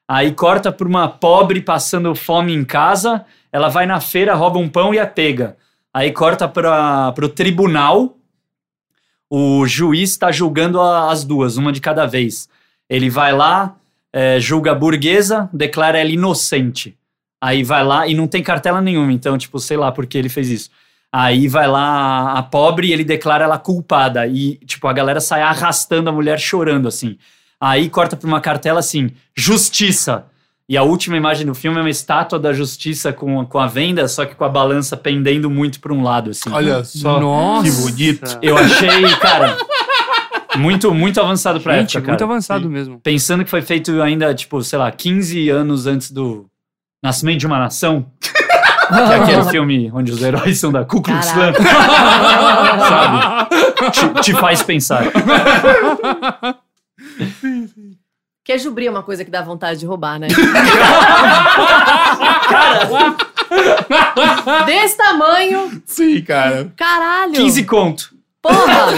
Speaker 2: Aí corta por uma pobre passando fome em casa, ela vai na feira, rouba um pão e é pega. Aí corta para o tribunal, o juiz está julgando a- as duas, uma de cada vez. Ele vai lá, é, julga a burguesa, declara ela inocente. Aí vai lá e não tem cartela nenhuma, então, tipo, sei lá por que ele fez isso. Aí vai lá a pobre e ele declara ela culpada. E, tipo, a galera sai arrastando a mulher chorando, assim. Aí corta pra uma cartela assim: justiça. E a última imagem do filme é uma estátua da justiça com, com a venda, só que com a balança pendendo muito para um lado, assim.
Speaker 3: Olha só.
Speaker 4: Nossa.
Speaker 3: que bonito.
Speaker 2: Eu achei, cara, muito, muito avançado pra
Speaker 4: Gente,
Speaker 2: época, cara.
Speaker 4: muito avançado mesmo.
Speaker 2: Pensando que foi feito ainda, tipo, sei lá, 15 anos antes do Nascimento de uma Nação. Que é aquele filme onde os heróis são da Ku Klux Klan. Sabe? Te, te faz pensar.
Speaker 1: Queijubri é uma coisa que dá vontade de roubar, né? Desse tamanho,
Speaker 3: Sim, cara.
Speaker 1: caralho.
Speaker 2: 15 conto.
Speaker 1: Porra!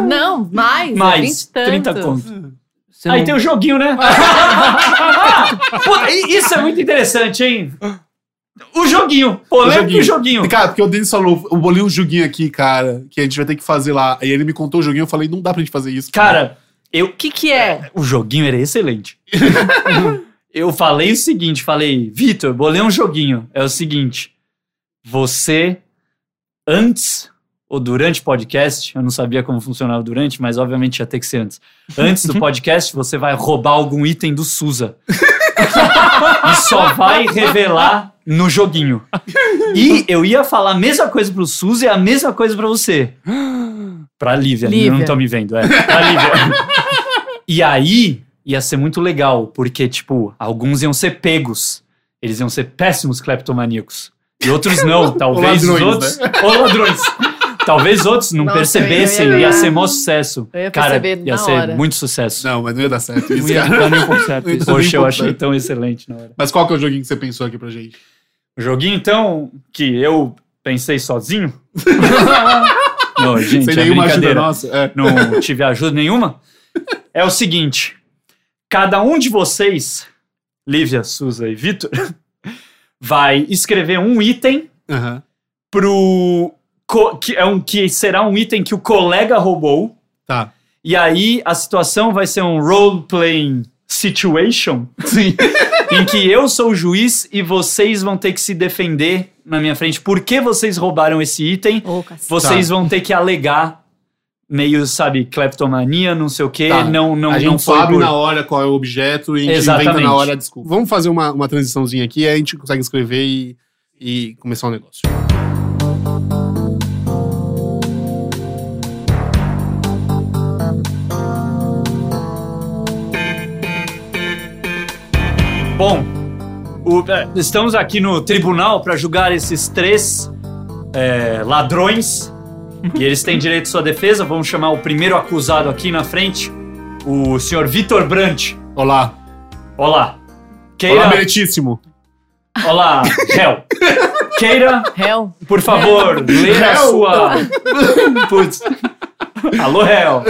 Speaker 1: Não, mais. é 20
Speaker 2: Mais.
Speaker 1: e tanto. Hum.
Speaker 2: 30 conto.
Speaker 4: Você
Speaker 2: Aí
Speaker 4: não-
Speaker 2: tem o joguinho, né? Ah, pô, i- isso é muito interessante, hein? O joguinho. Polêmico e o joguinho.
Speaker 3: Cara, porque o Denis falou, eu bolei um joguinho aqui, cara, que a gente vai ter que fazer lá. Aí ele me contou o joguinho, eu falei, não dá pra gente fazer isso.
Speaker 2: Cara, eu
Speaker 1: O que que é?
Speaker 2: O joguinho era excelente. eu falei o seguinte, falei, Vitor, bolei um joguinho. É o seguinte, você, antes ou durante o podcast, eu não sabia como funcionava o durante, mas obviamente ia ter que ser antes. Antes do podcast, você vai roubar algum item do Suza. e só vai revelar no joguinho. E eu ia falar a mesma coisa pro Suza e a mesma coisa pra você. Pra Lívia,
Speaker 1: Lívia.
Speaker 2: Eu não tô me vendo, é. Pra Lívia. E aí ia ser muito legal, porque, tipo, alguns iam ser pegos. Eles iam ser péssimos cleptomaníacos. E outros não, talvez
Speaker 3: ladrões, né?
Speaker 2: os outros. Ou ladrões. Talvez outros não
Speaker 1: Nossa,
Speaker 2: percebessem,
Speaker 1: eu ia-
Speaker 2: ia, ser mó sucesso.
Speaker 1: Eu ia
Speaker 2: Cara,
Speaker 1: perceber
Speaker 2: ia
Speaker 1: na
Speaker 2: ser
Speaker 1: hora.
Speaker 2: muito sucesso.
Speaker 3: Não, mas não ia dar certo
Speaker 4: Não
Speaker 3: isso,
Speaker 4: ia
Speaker 3: cara.
Speaker 4: dar nem um pouco certo isso.
Speaker 3: Não. é
Speaker 2: Poxa, eu
Speaker 3: Muito
Speaker 2: achei
Speaker 3: bom.
Speaker 2: tão excelente na hora.
Speaker 3: Mas qual que é o joguinho que você pensou aqui pra gente?
Speaker 2: O joguinho, então, que eu pensei sozinho. não, gente,
Speaker 3: Sem
Speaker 2: é
Speaker 3: nenhuma ajuda
Speaker 2: brincadeira.
Speaker 3: nossa? É.
Speaker 2: não tive ajuda nenhuma, é o seguinte: cada um de vocês, Lívia, Suza e Vitor, vai escrever um item
Speaker 3: Aham.
Speaker 2: pro co- que é um que será um item que o colega roubou.
Speaker 3: Tá.
Speaker 2: E aí a situação vai ser um role playing situation
Speaker 3: Sim.
Speaker 2: em que eu sou o juiz e vocês vão ter que se defender na minha frente. Por que vocês roubaram esse item?
Speaker 1: Ô, cacete.
Speaker 2: Vocês
Speaker 3: Tá.
Speaker 2: vão ter que alegar meio, sabe, cleptomania, não sei o quê,
Speaker 3: Tá.
Speaker 2: não não
Speaker 3: a gente
Speaker 2: não foi
Speaker 3: sabe
Speaker 2: por-
Speaker 3: na hora qual é o objeto e a gente inventa
Speaker 2: Exatamente.
Speaker 3: na hora a desculpa. Vamos fazer uma, uma transiçãozinha aqui, aí a gente consegue escrever e, e começar um negócio.
Speaker 2: Bom, o- é, estamos aqui no tribunal para julgar esses três é, ladrões e eles têm direito à sua defesa. Vamos chamar o primeiro acusado aqui na frente, o senhor Vitor Brandt.
Speaker 3: Olá.
Speaker 2: Olá.
Speaker 3: Olá,
Speaker 2: Queira.
Speaker 3: meritíssimo.
Speaker 2: Olá, réu. Queira,
Speaker 1: Réu?
Speaker 2: por favor, ler a
Speaker 3: Réu.
Speaker 2: sua. Putz. Alô, réu.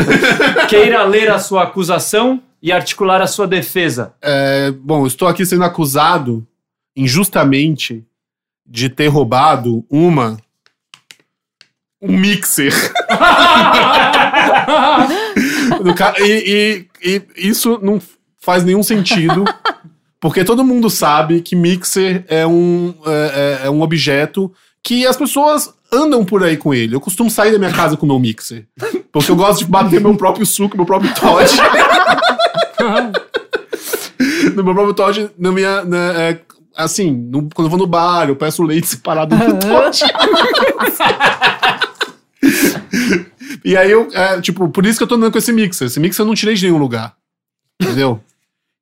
Speaker 2: Queira ler a sua acusação e articular a sua defesa.
Speaker 3: É, bom, eu estou aqui sendo acusado injustamente de ter roubado uma. Um mixer. Do ca- e, e- e isso não faz nenhum sentido. Porque todo mundo sabe que mixer é um, é, é- é um objeto que as pessoas andam por aí com ele. Eu costumo sair da minha casa com o meu mixer. Porque eu gosto de bater meu próprio suco, meu próprio Todd. no meu próprio Todd, na minha. na- é, assim, no- quando eu vou no bar, eu peço leite separado do Todd. e aí eu, é, tipo, por isso que eu tô andando com esse mixer. Esse mixer eu não tirei de nenhum lugar. Entendeu?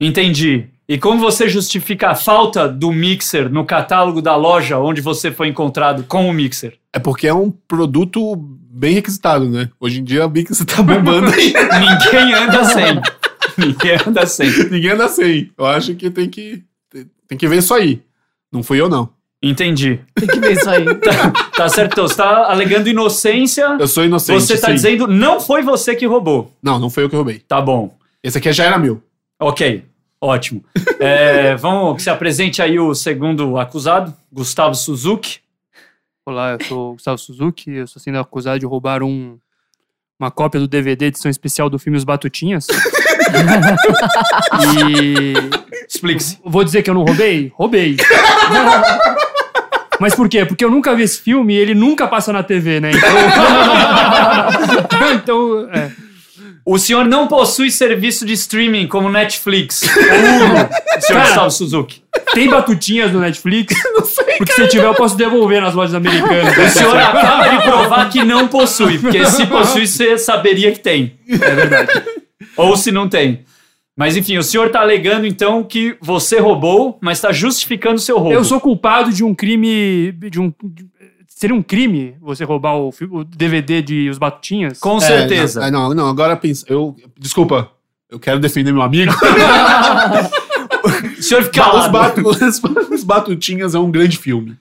Speaker 2: Entendi. E como você justifica a falta do mixer no catálogo da loja onde você foi encontrado com o mixer?
Speaker 3: É porque é um produto bem requisitado, né? Hoje em dia a mixer tá bombando aí.
Speaker 2: Ninguém anda sem. Ninguém anda sem.
Speaker 3: Ninguém anda sem. Eu acho que tem que. tem- Tem que ver isso aí. Não fui eu, não.
Speaker 2: Entendi.
Speaker 1: Tem que ver isso aí.
Speaker 2: Tá certo, então, você tá alegando inocência.
Speaker 3: Eu sou inocente.
Speaker 2: Você tá
Speaker 3: sim.
Speaker 2: dizendo não foi você que roubou.
Speaker 3: Não, não foi eu que roubei.
Speaker 2: Tá bom.
Speaker 3: Esse aqui já era meu.
Speaker 2: Ok, ótimo. É, vamos que se apresente aí o segundo acusado, Gustavo Suzuki.
Speaker 4: Olá, eu sou o Gustavo Suzuki. Eu sou sendo acusado de roubar um, uma cópia do DVD edição especial do filme Os Batutinhas. e
Speaker 2: Explique-se.
Speaker 4: Vou dizer que eu não roubei? Roubei. Mas por quê? Porque eu nunca vi esse filme e ele nunca passa na TV, né? Então. então é.
Speaker 2: O senhor não possui serviço de streaming como Netflix ou Hulu, senhor
Speaker 4: Cara.
Speaker 2: Gustavo Suzuki.
Speaker 4: Tem batutinhas no Netflix? Não sei, Porque se tiver, eu posso devolver nas lojas americanas.
Speaker 2: O senhor acaba de provar que não possui, porque se possui, você saberia que tem. É verdade. Ou se não tem. Mas enfim, o senhor tá alegando então que você roubou, mas tá justificando seu roubo.
Speaker 4: Eu sou culpado de um crime. De um, de- seria um crime você roubar o, fi- o DVD de Os Batutinhas?
Speaker 2: Com
Speaker 3: É,
Speaker 2: certeza.
Speaker 3: não, é, não, não, agora pensa. Eu, desculpa, eu quero defender meu amigo.
Speaker 2: O senhor fica
Speaker 3: Os,
Speaker 2: calado.
Speaker 3: Batu- os- os Batutinhas é um grande filme.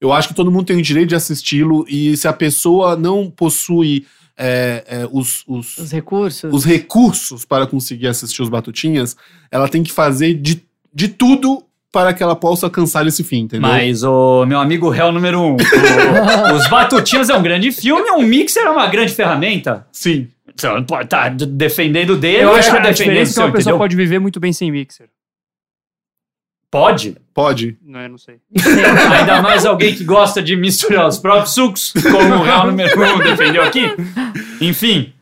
Speaker 3: Eu acho que todo mundo tem o direito de assisti-lo e se a pessoa não possui é, é, os, os-
Speaker 1: Os recursos.
Speaker 3: os recursos para conseguir assistir os Batutinhas, ela tem que fazer de, de tudo para que ela possa alcançar esse fim, entendeu?
Speaker 2: Mas o meu amigo réu número um, o- Os Batutinhas é um grande filme, um mixer é uma grande ferramenta.
Speaker 3: Sim.
Speaker 2: Você não pode tá d- defendendo dele,
Speaker 4: Eu acho
Speaker 2: tá
Speaker 4: que a
Speaker 2: defendendo
Speaker 4: diferença é que
Speaker 2: seu,
Speaker 4: uma pessoa
Speaker 2: entendeu?
Speaker 4: pode viver muito bem sem mixer.
Speaker 2: Pode.
Speaker 3: Pode.
Speaker 4: Não é, não sei.
Speaker 2: Ainda mais alguém que gosta de misturar os próprios sucos, como o réu número um defendeu aqui. Enfim,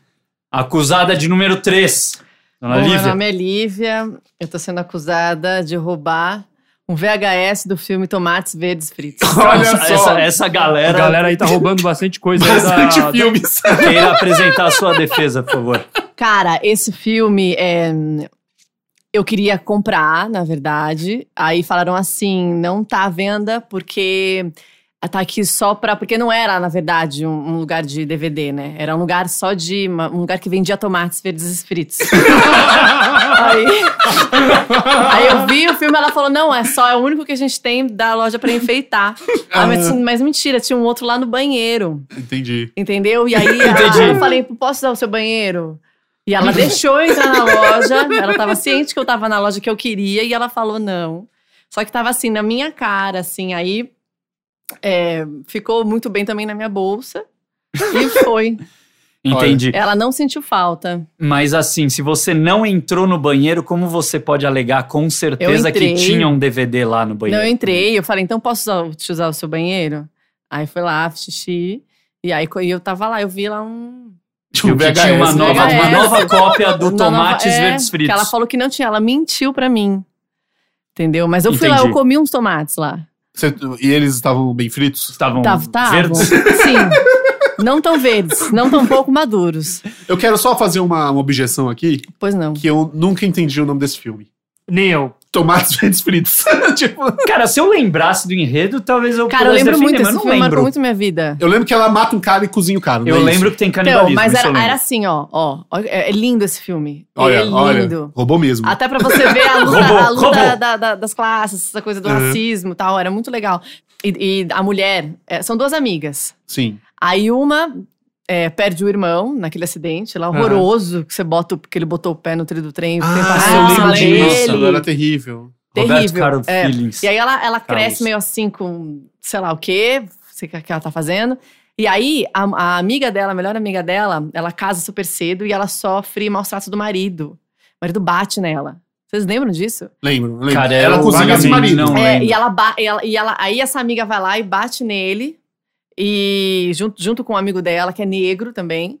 Speaker 2: acusada de número 3, Dona
Speaker 1: Bom, meu
Speaker 2: Lívia.
Speaker 1: nome é Lívia, eu tô sendo acusada de roubar um VHS do filme Tomates Verdes Fritos.
Speaker 3: Olha
Speaker 2: essa,
Speaker 3: só.
Speaker 2: Essa, essa
Speaker 4: A
Speaker 2: galera,
Speaker 4: galera aí tá roubando bastante coisa. aí
Speaker 2: Ah,
Speaker 3: Bastante
Speaker 4: da-
Speaker 3: filmes.
Speaker 2: queira apresentar a sua defesa, por favor.
Speaker 1: Cara, esse filme é, eu queria comprar, na verdade. Aí falaram assim, não tá à venda porque tá aqui só pra... Porque não era, na verdade, um, um lugar de DVD, né? Era um lugar só de... uma- um lugar que vendia tomates verdes e fritos. aí, aí eu vi o filme, ela falou, não, é só, é o único que a gente tem da loja pra enfeitar. Ah, mas, mas mentira, tinha um outro lá no banheiro.
Speaker 3: Entendi.
Speaker 1: Entendeu? E aí ela-
Speaker 2: Entendi.
Speaker 1: eu falei, posso usar o seu banheiro? E ela deixou eu entrar na loja. Ela tava ciente que eu tava na loja que eu queria e ela falou não. Só que tava assim, na minha cara, assim. Aí é, ficou muito bem também na minha bolsa. E foi.
Speaker 2: Entendi.
Speaker 1: Ela não sentiu falta.
Speaker 2: Mas assim, se você não entrou no banheiro, como você pode alegar com certeza que
Speaker 1: entrei.
Speaker 2: tinha um DVD lá no
Speaker 1: Não, eu
Speaker 2: banheiro?
Speaker 1: entrei, eu falei, então posso usar, te usar o seu banheiro? Aí foi lá, fiz xixi. E aí co- e eu tava lá, eu vi lá um.
Speaker 2: Tinha um que
Speaker 3: VHS,
Speaker 2: tinha uma
Speaker 1: VHS.
Speaker 2: nova,
Speaker 3: né?
Speaker 2: uma nova cópia do
Speaker 1: Não,
Speaker 2: Tomates
Speaker 1: não, é,
Speaker 2: Verdes
Speaker 1: Que
Speaker 2: Fritos.
Speaker 1: ela falou que não tinha, ela mentiu pra mim. Entendeu? Mas eu fui lá,
Speaker 2: Entendi.
Speaker 1: eu comi uns tomates lá.
Speaker 3: Cê- e eles estavam bem fritos?
Speaker 2: Estavam
Speaker 1: Tava, tava.
Speaker 2: verdes.
Speaker 1: Sim. Não tão verdes, não tão pouco maduros.
Speaker 3: Eu quero só fazer uma, uma objeção aqui,
Speaker 1: Pois não.
Speaker 3: que eu nunca entendi o nome desse filme.
Speaker 4: Nem eu.
Speaker 3: Tomates verdes fritos. tipo,
Speaker 2: Cara, se eu lembrasse do enredo, talvez eu
Speaker 1: Cara, eu
Speaker 2: pudesse
Speaker 1: lembro
Speaker 2: defender,
Speaker 1: muito,
Speaker 2: é né? mas
Speaker 1: esse
Speaker 2: eu não
Speaker 1: filme marcou
Speaker 2: lembro.
Speaker 1: muito minha vida.
Speaker 3: eu lembro que ela mata um cara e cozinha o cara. não
Speaker 2: Eu
Speaker 3: é isso?
Speaker 2: lembro que tem
Speaker 1: Então,
Speaker 2: canibalismo.
Speaker 1: mas
Speaker 2: isso eu
Speaker 1: era,
Speaker 2: lembro.
Speaker 1: era assim, ó, ó. ó, É é lindo esse filme. Ele é
Speaker 3: Olha, olha.
Speaker 1: lindo.
Speaker 3: Roubou mesmo.
Speaker 1: Até pra você ver a luta,
Speaker 2: Roubou,
Speaker 1: a luta
Speaker 2: roubou.
Speaker 1: da- da- das classes, essa coisa do
Speaker 3: Uhum.
Speaker 1: racismo e tal. Era muito legal. E, e a mulher, é, são duas amigas.
Speaker 3: Sim.
Speaker 1: Aí uma é, perde o irmão naquele acidente lá horroroso que você bota o- que ele botou o pé no trilho do trem, o trem
Speaker 2: passou
Speaker 1: passou
Speaker 2: Ah, eu
Speaker 1: em
Speaker 2: lembro
Speaker 1: cima
Speaker 2: disso.
Speaker 1: dele.
Speaker 3: Nossa, agora é terrível.
Speaker 2: Roberto
Speaker 1: terrível,
Speaker 2: Carol
Speaker 1: é.
Speaker 2: Feelings.
Speaker 1: E aí ela, ela cresce
Speaker 2: Carlos.
Speaker 1: meio assim com sei lá o quê, sei o que que ela tá fazendo. E aí a, a amiga dela, a melhor amiga dela, ela casa super cedo e ela sofre maus tratos do marido. O marido bate nela. Vocês lembram disso?
Speaker 3: Lembro, lembro.
Speaker 2: Cara,
Speaker 3: ela
Speaker 2: eu
Speaker 3: cozinha esse
Speaker 2: vagamente
Speaker 3: marido.
Speaker 2: não
Speaker 1: É,
Speaker 2: lembro.
Speaker 1: e ela, ba- e ela- e ela- aí essa amiga vai lá e bate nele e junto, junto com um amigo dela que é negro também.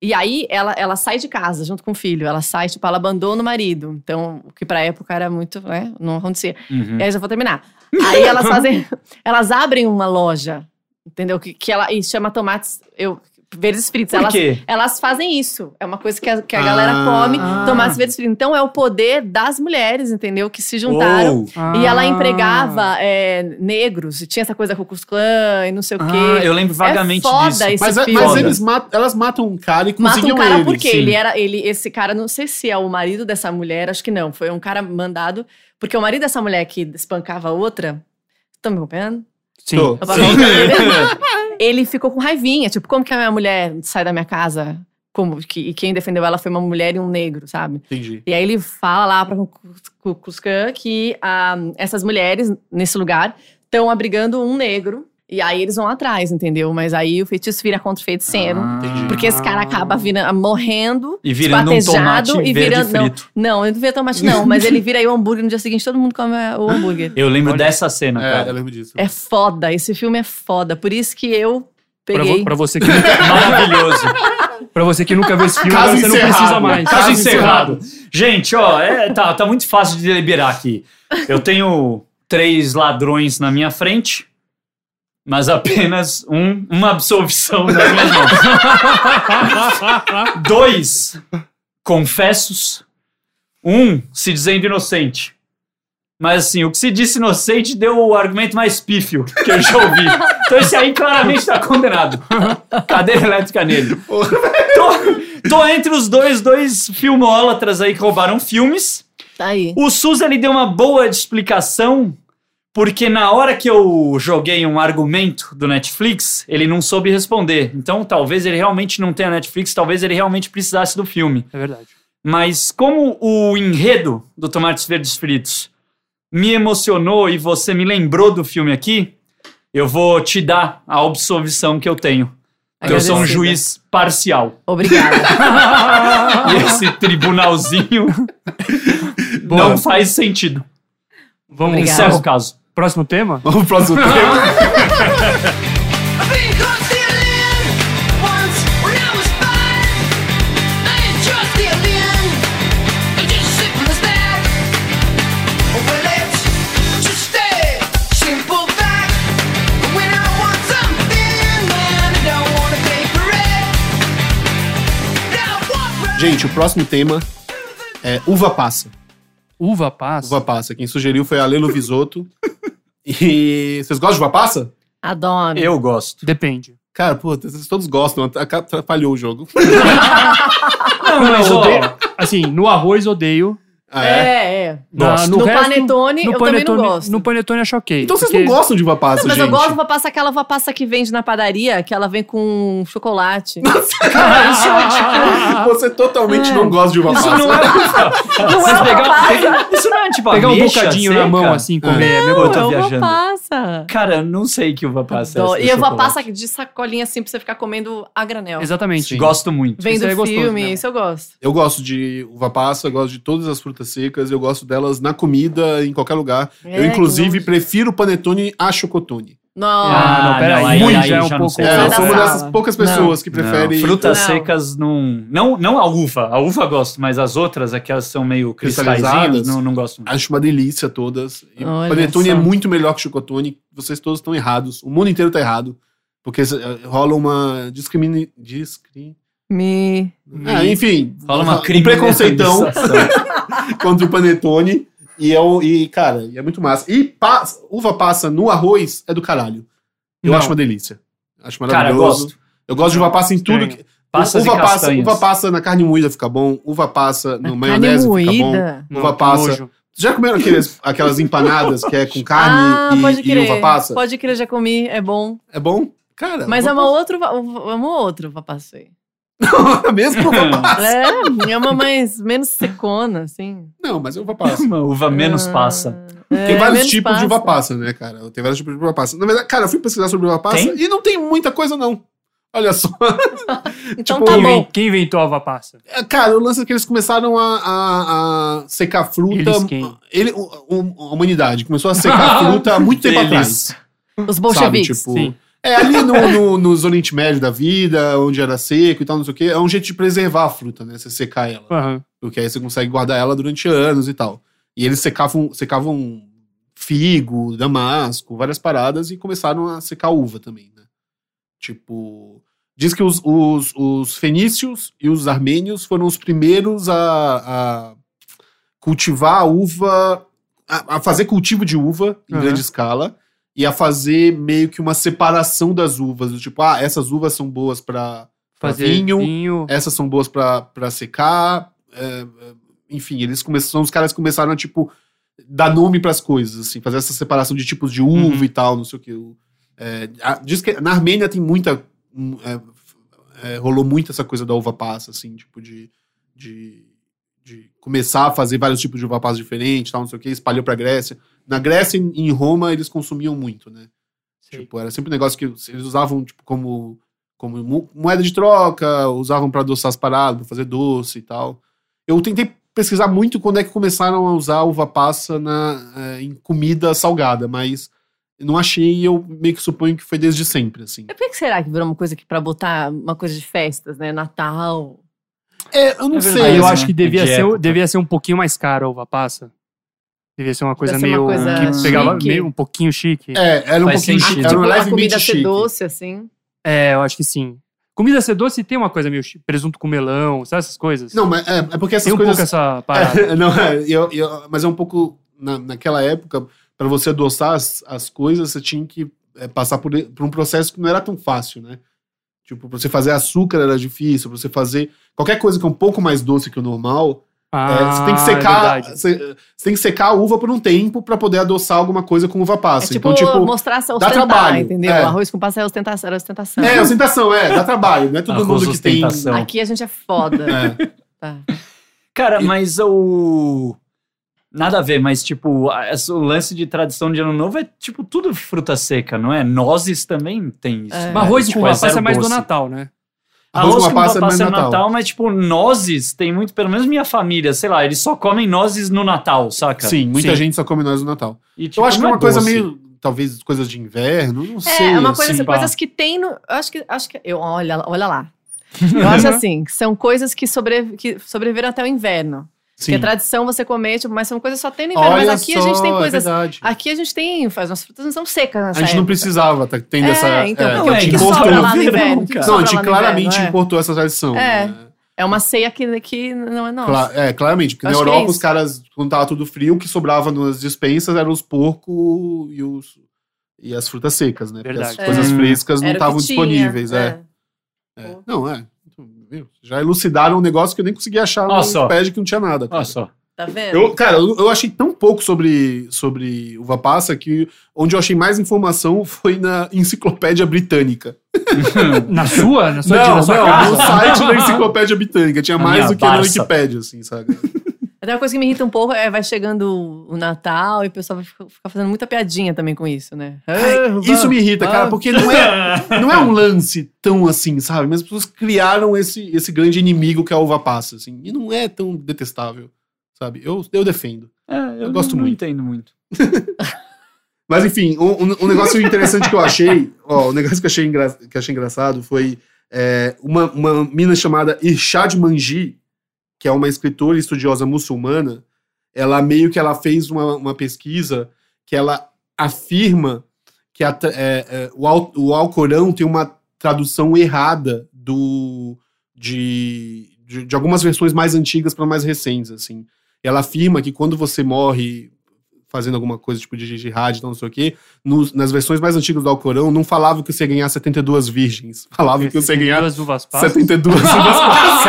Speaker 1: E aí ela, ela sai de casa junto com o filho. Ela sai, tipo, ela abandona o marido. Então, o que pra época era muito, né? Não acontecia.
Speaker 2: Uhum.
Speaker 1: E aí já vou terminar. Aí elas fazem. elas abrem uma loja, entendeu? Que, que ela. E chama tomates. Eu, verdes fritos.
Speaker 2: Por
Speaker 1: Elas,
Speaker 2: quê?
Speaker 1: elas fazem isso. É uma coisa que a, que a
Speaker 3: Ah.
Speaker 1: galera come,
Speaker 2: Ah.
Speaker 1: tomates verdes fritos. Então é o poder das mulheres, entendeu? Que se juntaram.
Speaker 2: Uou.
Speaker 1: E ela
Speaker 4: Ah.
Speaker 1: empregava é, negros, e tinha essa coisa com o Cus Clã e não sei o quê.
Speaker 2: Ah, eu lembro vagamente
Speaker 1: é foda
Speaker 2: disso.
Speaker 1: Esse
Speaker 3: Mas,
Speaker 1: filme.
Speaker 3: mas eles matam, elas matam um cara e
Speaker 1: Mata
Speaker 3: cozinham
Speaker 1: um cara
Speaker 3: ele.
Speaker 1: porque
Speaker 3: sim.
Speaker 1: ele era. ele Esse cara, não sei se é o marido dessa mulher, acho que não. Foi um cara mandado. Porque o marido dessa mulher que espancava a outra. Estão me acompanhando?
Speaker 4: Sim.
Speaker 3: Tô.
Speaker 1: Tá bom. Ele ficou com raivinha. Tipo, como que a minha mulher sai da minha casa? Como que, e quem defendeu ela foi uma mulher e um negro, sabe?
Speaker 3: Entendi.
Speaker 1: E aí ele fala lá para o Cuscan que ah, essas mulheres nesse lugar estão abrigando um negro. E aí eles vão atrás, entendeu? Mas aí o feitiço vira contra o feiticeiro.
Speaker 2: Ah.
Speaker 3: Entendi.
Speaker 1: Porque esse cara acaba vira- morrendo,
Speaker 2: E virando um
Speaker 1: despatejado
Speaker 2: tomate
Speaker 1: e
Speaker 2: verde
Speaker 1: virando.
Speaker 2: frito.
Speaker 1: Não, não, ele não vira tomate, não, mas ele vira aí o hambúrguer no dia seguinte, todo mundo come o hambúrguer.
Speaker 2: Eu lembro dessa cena,
Speaker 3: É,
Speaker 2: um cara.
Speaker 3: eu lembro disso.
Speaker 1: É foda, esse filme é foda. Por isso que eu
Speaker 4: Pra, vo-
Speaker 1: Peguei.
Speaker 4: pra você que nunca,
Speaker 2: Maravilhoso.
Speaker 4: pra você que nunca viu esse filme,
Speaker 3: Caso
Speaker 4: agora você não
Speaker 3: encerrado.
Speaker 4: precisa mais.
Speaker 2: Caso
Speaker 3: Caso
Speaker 2: encerrado. Gente, ó, é, tá, tá muito fácil de deliberar aqui. Eu tenho três ladrões na minha frente, mas apenas um, uma absolvição na minha mão. Dois confessos. Um se dizendo inocente. Mas assim, o que se disse inocente deu o argumento mais pífio que eu já ouvi. Então esse aí claramente tá condenado. Cadeira elétrica nele tô, tô entre os dois, dois filmólatras aí que roubaram filmes.
Speaker 1: Tá aí.
Speaker 2: O Suza ele deu uma boa explicação, porque na hora que eu joguei um argumento do Netflix, ele não soube responder. Então talvez ele realmente não tenha Netflix, talvez ele realmente precisasse do filme.
Speaker 4: É verdade.
Speaker 2: Mas como o enredo do Tomates Verdes Fritos me emocionou e você me lembrou do filme aqui, eu vou te dar a absolvição que eu tenho. Porque eu sou um
Speaker 1: Agradecida.
Speaker 2: juiz parcial.
Speaker 1: Obrigada.
Speaker 2: E esse tribunalzinho não faz sentido.
Speaker 4: Vamos
Speaker 1: Obrigada.
Speaker 2: Encerra o caso.
Speaker 4: Próximo tema?
Speaker 3: Vamos pro próximo tema. Gente, o próximo tema é uva passa.
Speaker 4: Uva passa.
Speaker 3: Uva passa. Quem sugeriu foi a Lelo Visoto. E vocês gostam de uva passa?
Speaker 1: Adoro.
Speaker 2: Eu gosto.
Speaker 4: Depende.
Speaker 3: Cara, pô, vocês todos gostam. Atrapalhou o jogo.
Speaker 2: Não,
Speaker 4: Não, mas
Speaker 2: mas ó,
Speaker 4: odeio. Assim, no arroz odeio.
Speaker 3: Ah, é?
Speaker 1: É, é.
Speaker 4: Na-
Speaker 2: Gosto.
Speaker 4: no
Speaker 1: No,
Speaker 4: resto,
Speaker 1: panetone,
Speaker 4: no
Speaker 1: eu
Speaker 4: panetone,
Speaker 1: também não gosto.
Speaker 4: No panetone eu choquei.
Speaker 3: Então vocês
Speaker 4: porque-
Speaker 3: não gostam de uva passa,
Speaker 1: Não, mas
Speaker 3: gente.
Speaker 1: eu gosto de uma pasta, aquela uma pasta que vende na padaria, que ela vem com chocolate.
Speaker 3: Você totalmente
Speaker 1: É.
Speaker 3: não gosta de uva
Speaker 2: Isso
Speaker 3: passa.
Speaker 2: não é Vocês pegar, isso não é tipo
Speaker 4: Pegar um
Speaker 2: ameixa
Speaker 4: bocadinho na
Speaker 2: seca?
Speaker 4: mão assim,
Speaker 3: Ah.
Speaker 4: comer. é meio-
Speaker 2: Meu, eu
Speaker 1: é
Speaker 3: tá
Speaker 2: tô
Speaker 1: uva
Speaker 2: viajando.
Speaker 1: passa.
Speaker 2: Cara, eu não sei que uva passa é
Speaker 1: Adoro.
Speaker 2: essa do
Speaker 1: E uva
Speaker 2: chocolate.
Speaker 1: passa de sacolinha assim pra você ficar comendo a granel.
Speaker 4: Exatamente.
Speaker 3: Sim.
Speaker 2: Gosto muito.
Speaker 1: Vem
Speaker 4: Isso
Speaker 1: do
Speaker 4: aí é gostoso
Speaker 1: filme,
Speaker 4: mesmo.
Speaker 1: isso eu gosto.
Speaker 3: Eu gosto de uva passa, eu gosto de todas as frutas secas, eu gosto delas na comida, em qualquer lugar.
Speaker 1: É,
Speaker 3: eu,
Speaker 1: que
Speaker 3: inclusive,
Speaker 1: nojo.
Speaker 3: prefiro panetone a chocotone.
Speaker 1: Não.
Speaker 4: Ah, não, peraí,
Speaker 2: aí-
Speaker 4: muito
Speaker 2: aí
Speaker 4: já é um
Speaker 2: não
Speaker 4: pouco-
Speaker 2: sei.
Speaker 3: É,
Speaker 1: Sai
Speaker 3: eu
Speaker 1: da
Speaker 3: sou uma
Speaker 1: sala.
Speaker 3: dessas poucas pessoas que prefere.
Speaker 2: Não, frutas
Speaker 1: Não.
Speaker 2: secas não, não. Não a uva. A uva eu gosto, mas as outras, aquelas que são meio cristalizadas,
Speaker 3: Cristalizadas?
Speaker 2: não, não gosto muito.
Speaker 3: Acho uma delícia todas. E
Speaker 1: Olha
Speaker 3: panetone
Speaker 1: só.
Speaker 3: é muito melhor que chocotone. Vocês todos estão errados. O mundo inteiro tá errado. Porque eh, rola uma discrimina... Discrim...
Speaker 1: Me.
Speaker 3: Ah, enfim.
Speaker 2: Rola uma
Speaker 3: um
Speaker 2: crime.
Speaker 3: preconceitão contra o panetone. E, é o- e, cara, é muito massa. E pa- uva passa no arroz é do caralho. Eu
Speaker 4: Não.
Speaker 3: acho uma delícia. Acho
Speaker 2: Cara, eu
Speaker 3: maravilhoso.
Speaker 2: gosto.
Speaker 3: Eu gosto de uva passa em tudo. Que,
Speaker 2: Passas
Speaker 3: uva,
Speaker 2: e
Speaker 3: passa,
Speaker 2: castanhas.
Speaker 3: uva passa na carne moída fica bom. Uva passa no maionese fica bom.
Speaker 1: moída.
Speaker 4: Não,
Speaker 3: uva
Speaker 4: que
Speaker 3: passa.
Speaker 4: nojo.
Speaker 3: Vocês já comeram aqueles- aquelas empanadas que é com carne
Speaker 1: ah,
Speaker 3: e-
Speaker 1: pode
Speaker 3: e,
Speaker 1: crer.
Speaker 3: uva passa?
Speaker 1: Pode crer, já comi, é bom.
Speaker 3: É bom? Cara,
Speaker 1: Mas é
Speaker 3: uva
Speaker 1: uma outra, uva- uva- é uma outra uva passa aí.
Speaker 3: passa- mesmo uva passa.
Speaker 1: É, é uma mais, menos secona, assim.
Speaker 3: Não, mas é uva passa.
Speaker 2: Uma uva menos
Speaker 1: Ah,
Speaker 2: passa.
Speaker 1: é,
Speaker 3: Tem vários
Speaker 1: menos
Speaker 3: tipos
Speaker 1: passa.
Speaker 3: de uva passa, né, cara? Tem vários tipos de uva passa. Na verdade, cara, eu fui pesquisar sobre uva passa
Speaker 2: Tem?
Speaker 3: e não tem muita coisa, não. Olha só.
Speaker 1: Então
Speaker 3: Tipo,
Speaker 1: tá
Speaker 4: Quem,
Speaker 1: bom.
Speaker 4: inven- quem inventou a uva passa?
Speaker 3: É, Cara, o lance é que eles começaram a, a- a secar a fruta.
Speaker 4: Eles quem?
Speaker 3: Ele, o- o- a humanidade começou a secar a fruta há muito tempo
Speaker 2: Eles.
Speaker 3: atrás.
Speaker 1: Os
Speaker 3: Sabe,
Speaker 1: bolcheviques.
Speaker 3: tipo,
Speaker 4: Sim.
Speaker 3: É ali no, no- nos Oriente Médio da vida, onde era seco e tal, não sei o quê. É um jeito de preservar a fruta, né? Você secar ela.
Speaker 4: Aham.
Speaker 3: Porque aí você consegue guardar ela durante anos e tal. E eles secavam, secavam figo, damasco, várias paradas e começaram a secar uva também, né? Tipo. Diz que os, os, os fenícios e os armênios foram os primeiros a, a cultivar a uva, a, a fazer cultivo de uva em
Speaker 4: Uhum.
Speaker 3: grande escala e a fazer meio que uma separação das uvas. do Tipo, ah, essas uvas são boas para
Speaker 4: Fazer
Speaker 3: vinho,
Speaker 4: vinho.
Speaker 3: essas são boas pra pra secar. é, enfim, eles começaram, os caras começaram a, tipo, dar nome pras coisas, assim, fazer essa separação de tipos de uva
Speaker 4: Uhum.
Speaker 3: e tal, não sei o que. diz que na Armênia tem muita. hum, é, é, rolou muito essa coisa da uva passa, assim, tipo, de. de de começar a fazer vários tipos de uva passa diferentes, tal, não sei o que, espalhou pra Grécia. Na Grécia e em Roma eles consumiam muito, né?
Speaker 4: Sei.
Speaker 3: Tipo, era sempre um negócio que eles usavam tipo, como, como mo- moeda de troca, usavam pra adoçar as paradas, pra fazer doce e tal. Eu tentei pesquisar muito quando é que começaram a usar uva passa na, eh, em comida salgada, mas não achei e eu meio que suponho que foi desde sempre, assim.
Speaker 1: Mas Por que será que virou uma coisa que pra botar uma coisa de festas, né? Natal.
Speaker 3: É, eu não
Speaker 4: É
Speaker 3: sei.
Speaker 4: verdade. Aí eu
Speaker 2: assim,
Speaker 4: acho que
Speaker 2: né?
Speaker 4: devia
Speaker 2: De
Speaker 4: ser,
Speaker 2: época.
Speaker 4: devia ser um pouquinho mais caro a uva passa. Devia ser uma coisa
Speaker 1: ser uma
Speaker 4: meio.
Speaker 1: coisa
Speaker 4: que pegava
Speaker 1: chique.
Speaker 4: meio um pouquinho chique. É.
Speaker 3: É, era um pouquinho
Speaker 2: Faz sentido.
Speaker 3: chique.
Speaker 2: Ah,
Speaker 3: Era
Speaker 1: tipo,
Speaker 3: um
Speaker 1: a
Speaker 3: levemente
Speaker 1: comida ser
Speaker 3: chique.
Speaker 1: doce, assim.
Speaker 4: É, eu acho que sim. Comida ser doce tem uma coisa meio chi- presunto com melão, sabe essas coisas?
Speaker 3: Não, mas é, é porque essas
Speaker 4: tem um
Speaker 3: coisas.
Speaker 4: pouco essa parada.
Speaker 3: É, não, é, eu- eu- mas é um pouco. na- naquela época, para você adoçar as, as coisas, você tinha que é, passar por, por um processo que não era tão fácil, né? Tipo, pra você fazer açúcar era difícil, pra você fazer qualquer coisa que é um pouco mais doce que o normal, é,
Speaker 4: Ah,
Speaker 3: você tem que
Speaker 4: é
Speaker 3: secar,
Speaker 4: verdade.
Speaker 3: você, você tem que secar a uva por um tempo para poder adoçar alguma coisa com uva
Speaker 1: é
Speaker 3: passa.
Speaker 1: tipo,
Speaker 3: então, tipo,
Speaker 1: mostrar essa
Speaker 3: dá
Speaker 1: ostentar,
Speaker 3: trabalho,
Speaker 1: entendeu?
Speaker 3: é.
Speaker 1: Arroz com passa é ostentação, era ostentação.
Speaker 3: é, ostentação, é, dá trabalho, não é todo
Speaker 2: Arroz
Speaker 3: mundo que tem.
Speaker 2: Ah, ostentação.
Speaker 1: Aqui a gente é foda.
Speaker 3: Então. É.
Speaker 1: Tá.
Speaker 2: Cara, mas o. Nada a ver, mas tipo, a- essa- o lance de tradição de ano novo é tipo tudo fruta seca, não é? Nozes também tem isso.
Speaker 1: É.
Speaker 2: né?
Speaker 4: Mas arroz
Speaker 2: Tipo,
Speaker 4: com uva
Speaker 2: zero
Speaker 4: passa é mais do
Speaker 2: doce.
Speaker 4: Natal, né?
Speaker 3: Arroz
Speaker 2: Arroz
Speaker 3: com
Speaker 2: com uva
Speaker 3: passa é mais
Speaker 2: passa é no
Speaker 3: Natal.
Speaker 2: Natal, mas tipo, nozes tem muito, pelo menos minha família, sei lá, eles só comem nozes no Natal, saca?
Speaker 3: Sim, muita
Speaker 2: Sim.
Speaker 3: gente só come nós no Natal.
Speaker 2: E, tipo,
Speaker 3: Eu acho que é
Speaker 2: não
Speaker 3: uma coisa
Speaker 2: doce.
Speaker 3: meio. Talvez coisas de inverno, não
Speaker 1: É,
Speaker 3: sei.
Speaker 1: é uma coisa,
Speaker 3: assim,
Speaker 1: são
Speaker 3: pá.
Speaker 1: coisas que tem no. eu Acho que. Acho que eu, olha, olha lá. Eu acho assim, que são coisas que, sobre, que sobreviveram até o inverno. Que
Speaker 3: Sim.
Speaker 1: é tradição você comer, tipo, mas são coisas que só tem no inverno. mas aqui a gente tem
Speaker 3: é
Speaker 1: coisas.
Speaker 3: verdade.
Speaker 1: aqui a gente tem. As nossas frutas não são secas
Speaker 3: A
Speaker 1: nessa
Speaker 3: gente não
Speaker 1: época.
Speaker 3: precisava tá tendo
Speaker 1: É,
Speaker 3: essa.
Speaker 1: então,
Speaker 3: é,
Speaker 1: por
Speaker 2: que
Speaker 3: a
Speaker 2: é
Speaker 3: gente
Speaker 2: que
Speaker 3: importou.
Speaker 2: sobra lá no
Speaker 1: inverno? O que
Speaker 2: cara.
Speaker 1: que
Speaker 3: Não, a
Speaker 1: sobra lá
Speaker 3: gente
Speaker 1: no inverno,
Speaker 3: claramente
Speaker 1: não é?
Speaker 3: importou essa tradição.
Speaker 1: É.
Speaker 3: né?
Speaker 1: É uma ceia que, que não é nossa.
Speaker 3: Cla- é, claramente, porque
Speaker 1: Eu
Speaker 3: na
Speaker 1: acho que é
Speaker 3: Europa os
Speaker 1: isso.
Speaker 3: caras, quando tava tudo frio, o que sobrava nas despensas eram os porcos e, os, e as frutas secas, né? Porque as
Speaker 4: Verdade.
Speaker 3: coisas
Speaker 2: É.
Speaker 3: frescas não
Speaker 1: Era o que
Speaker 3: estavam
Speaker 1: tinha,
Speaker 3: disponíveis. É. É. Não, é. Então, viu? Já elucidaram um negócio que eu nem consegui achar
Speaker 2: Ó
Speaker 3: no
Speaker 2: só.
Speaker 3: pad que não tinha nada. cara.
Speaker 2: Olha Ah, só.
Speaker 1: Tá vendo?
Speaker 3: Eu, cara, eu, eu achei tão pouco sobre, sobre uva passa que onde eu achei mais informação foi na Enciclopédia Britânica.
Speaker 4: Na sua? Na sua,
Speaker 2: Não,
Speaker 4: na sua
Speaker 2: não,
Speaker 4: casa?
Speaker 3: No site da Enciclopédia Britânica. Tinha
Speaker 2: A
Speaker 3: mais
Speaker 2: minha
Speaker 3: do que na
Speaker 2: Barça.
Speaker 3: Wikipédia, assim, sabe?
Speaker 1: Até uma coisa que me irrita um pouco é vai chegando o Natal e o pessoal vai ficar ficar fazendo muita piadinha também com isso, né? Ah, vamos-
Speaker 3: Isso me irrita, cara,
Speaker 1: Ah.
Speaker 3: porque não é, não é um lance tão assim, sabe? Mas as pessoas criaram esse, esse grande inimigo que é a uva passa, assim. E não é tão detestável, sabe? Eu, eu defendo.
Speaker 2: É, eu,
Speaker 3: gosto
Speaker 2: não,
Speaker 3: muito.
Speaker 2: Não entendo muito.
Speaker 3: Mas enfim, um, um- um negócio interessante que eu achei, ó, um negócio que eu achei, engra- que eu achei engraçado foi é, uma, uma mina chamada Irshad Manji, que é uma escritora e estudiosa muçulmana, ela meio que ela fez uma, uma pesquisa que ela afirma que a tra- é, é, o, Al, o Alcorão tem uma tradução errada do de, de, de algumas versões mais antigas para mais recentes, assim. Ela afirma que quando você morre fazendo alguma coisa tipo de jihad, não sei o quê, nos- nas versões mais antigas do Alcorão não falava que você ia ganhar 72 virgens, falava que você ia ganhar
Speaker 4: Duas uvas passas.
Speaker 3: 72 uvas
Speaker 2: Ah,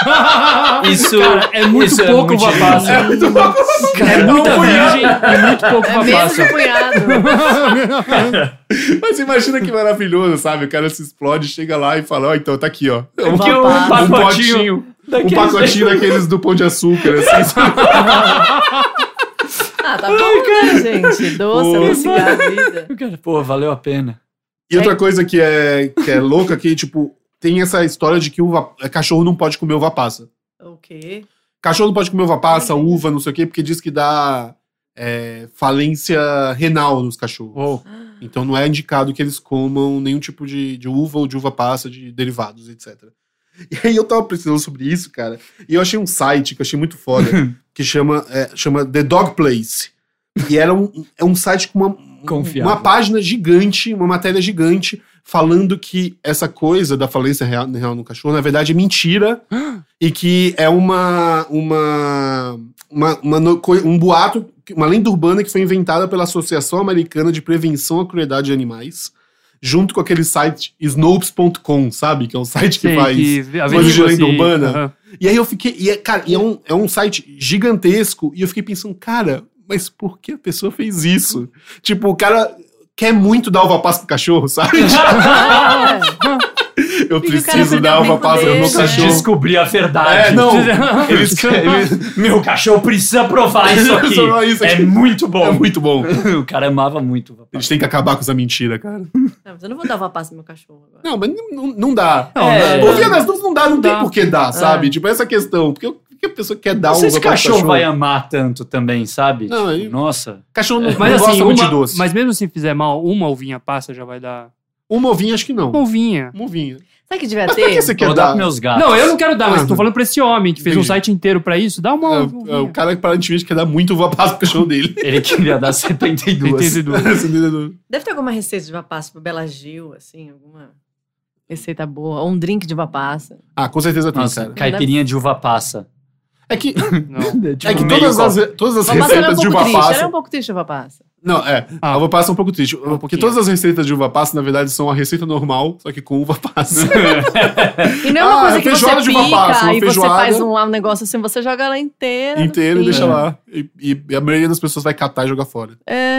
Speaker 2: Cara, isso
Speaker 4: Cara, é muito
Speaker 2: isso
Speaker 4: pouco
Speaker 2: muito
Speaker 4: uva passa.
Speaker 2: lindo.
Speaker 3: muito bom.
Speaker 4: É muita
Speaker 2: Não,
Speaker 4: virgem e muito pouco
Speaker 1: É
Speaker 4: uva
Speaker 1: mesmo
Speaker 4: passa.
Speaker 1: que punhado.
Speaker 3: Mas imagina que maravilhoso, sabe? O cara se explode, chega lá e fala, ó, então tá aqui, ó.
Speaker 2: O que
Speaker 1: Uva
Speaker 2: um
Speaker 1: passa.
Speaker 3: Um
Speaker 2: pacotinho.
Speaker 3: potinho, um
Speaker 2: daqueles-
Speaker 3: pacotinho daqueles do Pão de Açúcar, assim, sabe?
Speaker 1: Ah, tá bom, né, gente? Doce,
Speaker 3: Pô.
Speaker 1: elucidar a vida.
Speaker 2: Cara, Pô, valeu a pena.
Speaker 3: E outra coisa que é, que é louca, que, tipo, tem essa história de que uva, cachorro não pode comer uva passa.
Speaker 1: O quê?
Speaker 3: Cachorro não pode comer uva passa, uva, não sei o quê, porque diz que dá é, falência renal nos cachorros.
Speaker 2: Uou.
Speaker 3: Então não é indicado que eles comam nenhum tipo de, de uva ou de uva passa, de derivados, etc. E aí eu tava pesquisando sobre isso, cara, e eu achei um site que eu achei muito foda, que chama, é, chama The Dog Place. E era um, é um site com uma,
Speaker 2: Confiável.
Speaker 3: uma página gigante, uma matéria gigante, falando que essa coisa da falência real, real no cachorro, na verdade, é mentira e que é uma, uma, uma, uma no- coi- um boato, uma lenda urbana que foi inventada pela Associação Americana de Prevenção à Crueldade de Animais, junto com aquele site snopes.com, sabe? Que é um site que
Speaker 4: Sei
Speaker 3: faz.
Speaker 4: que a
Speaker 3: coisa de
Speaker 4: avenida
Speaker 3: lenda
Speaker 4: se-
Speaker 3: urbana.
Speaker 4: Aham.
Speaker 3: E aí eu fiquei. E é, cara, e é, um, é um site gigantesco. E eu fiquei pensando, cara, mas por que a pessoa fez isso? Tipo, o cara quer muito dar uva passa pro cachorro, sabe?
Speaker 1: Ah,
Speaker 3: Eu
Speaker 1: E o cara
Speaker 3: preciso
Speaker 1: perdeu
Speaker 3: dar
Speaker 1: o
Speaker 3: uva
Speaker 1: tempo
Speaker 3: passa pro meu
Speaker 1: dele, né?
Speaker 3: cachorro.
Speaker 2: Descobrir a verdade.
Speaker 3: É, não. Eles, eles,
Speaker 2: Meu cachorro precisa provar isso aqui.
Speaker 3: É Só isso aqui.
Speaker 2: É muito
Speaker 3: é
Speaker 2: bom.
Speaker 3: muito bom.
Speaker 2: o cara amava muito.
Speaker 3: A gente tem que acabar com essa mentira, cara.
Speaker 1: não, mas eu não vou dar vapaça pro meu cachorro agora.
Speaker 3: Não, mas não, não- não dá.
Speaker 2: É.
Speaker 3: Por via das dúvidas, não dá, não tem
Speaker 4: Dá.
Speaker 3: por que dar, sabe? Tipo, essa questão. Porque eu, porque que a pessoa quer dar
Speaker 2: Não sei se
Speaker 3: uva pra
Speaker 2: cachorro vai amar tanto também, sabe? Tipo,
Speaker 3: Não, aí-
Speaker 2: Nossa.
Speaker 3: Cachorro não,
Speaker 4: Mas
Speaker 3: não
Speaker 4: assim,
Speaker 3: gosta muito
Speaker 4: uma-
Speaker 3: de doce.
Speaker 4: mas mesmo se fizer mal, uma ovinha passa já vai dar.
Speaker 3: Uma ovinha, acho que não.
Speaker 4: Uma ovinha.
Speaker 3: Uma ovinha.
Speaker 1: Sabe que devia
Speaker 3: Mas pra que
Speaker 1: É ter?
Speaker 3: você quer
Speaker 2: Vou dar
Speaker 3: dar?
Speaker 2: pros meus gatos.
Speaker 4: Não, eu não quero dar, mas
Speaker 3: Ah,
Speaker 4: tô falando pra esse homem que fez um
Speaker 3: entendi.
Speaker 4: site inteiro pra isso. Dá uma
Speaker 3: É, é,
Speaker 4: ovinha.
Speaker 3: o cara que aparentemente quer dar muito uva passa pro cachorro dele.
Speaker 2: Ele queria dar 72.
Speaker 4: 72.
Speaker 3: Você entendeu?
Speaker 1: Deve ter alguma receita de vapaça pro Bela Gil, assim, alguma receita boa. Ou um drink de vapaça.
Speaker 3: ah, com certeza tem,
Speaker 2: Nossa,
Speaker 3: cara.
Speaker 2: caipirinha de uva passa.
Speaker 3: É que,
Speaker 4: Não.
Speaker 2: Tipo,
Speaker 3: é que
Speaker 2: meio
Speaker 3: todas,
Speaker 2: copo.
Speaker 3: as, todas as
Speaker 1: Vapaça era um
Speaker 3: receitas de
Speaker 1: pouco
Speaker 3: uva
Speaker 1: triste. Era
Speaker 3: passa.
Speaker 1: um pouco triste a vapaça.
Speaker 3: Não, é.
Speaker 4: Ah.
Speaker 3: a uva passa é um pouco triste. porque
Speaker 4: pouquinho.
Speaker 3: todas as receitas de uva passa, na verdade, são a receita normal, só que com uva passa.
Speaker 1: E não é uma
Speaker 3: Ah,
Speaker 1: coisa que você
Speaker 3: feijoada
Speaker 1: pica
Speaker 3: de vapaça, uma
Speaker 1: e você
Speaker 3: feijoada.
Speaker 1: faz um, um negócio assim, você joga ela inteira. no
Speaker 3: inteira e
Speaker 1: fim.
Speaker 3: deixa lá. E, e a maioria das pessoas vai catar e jogar fora.
Speaker 1: É.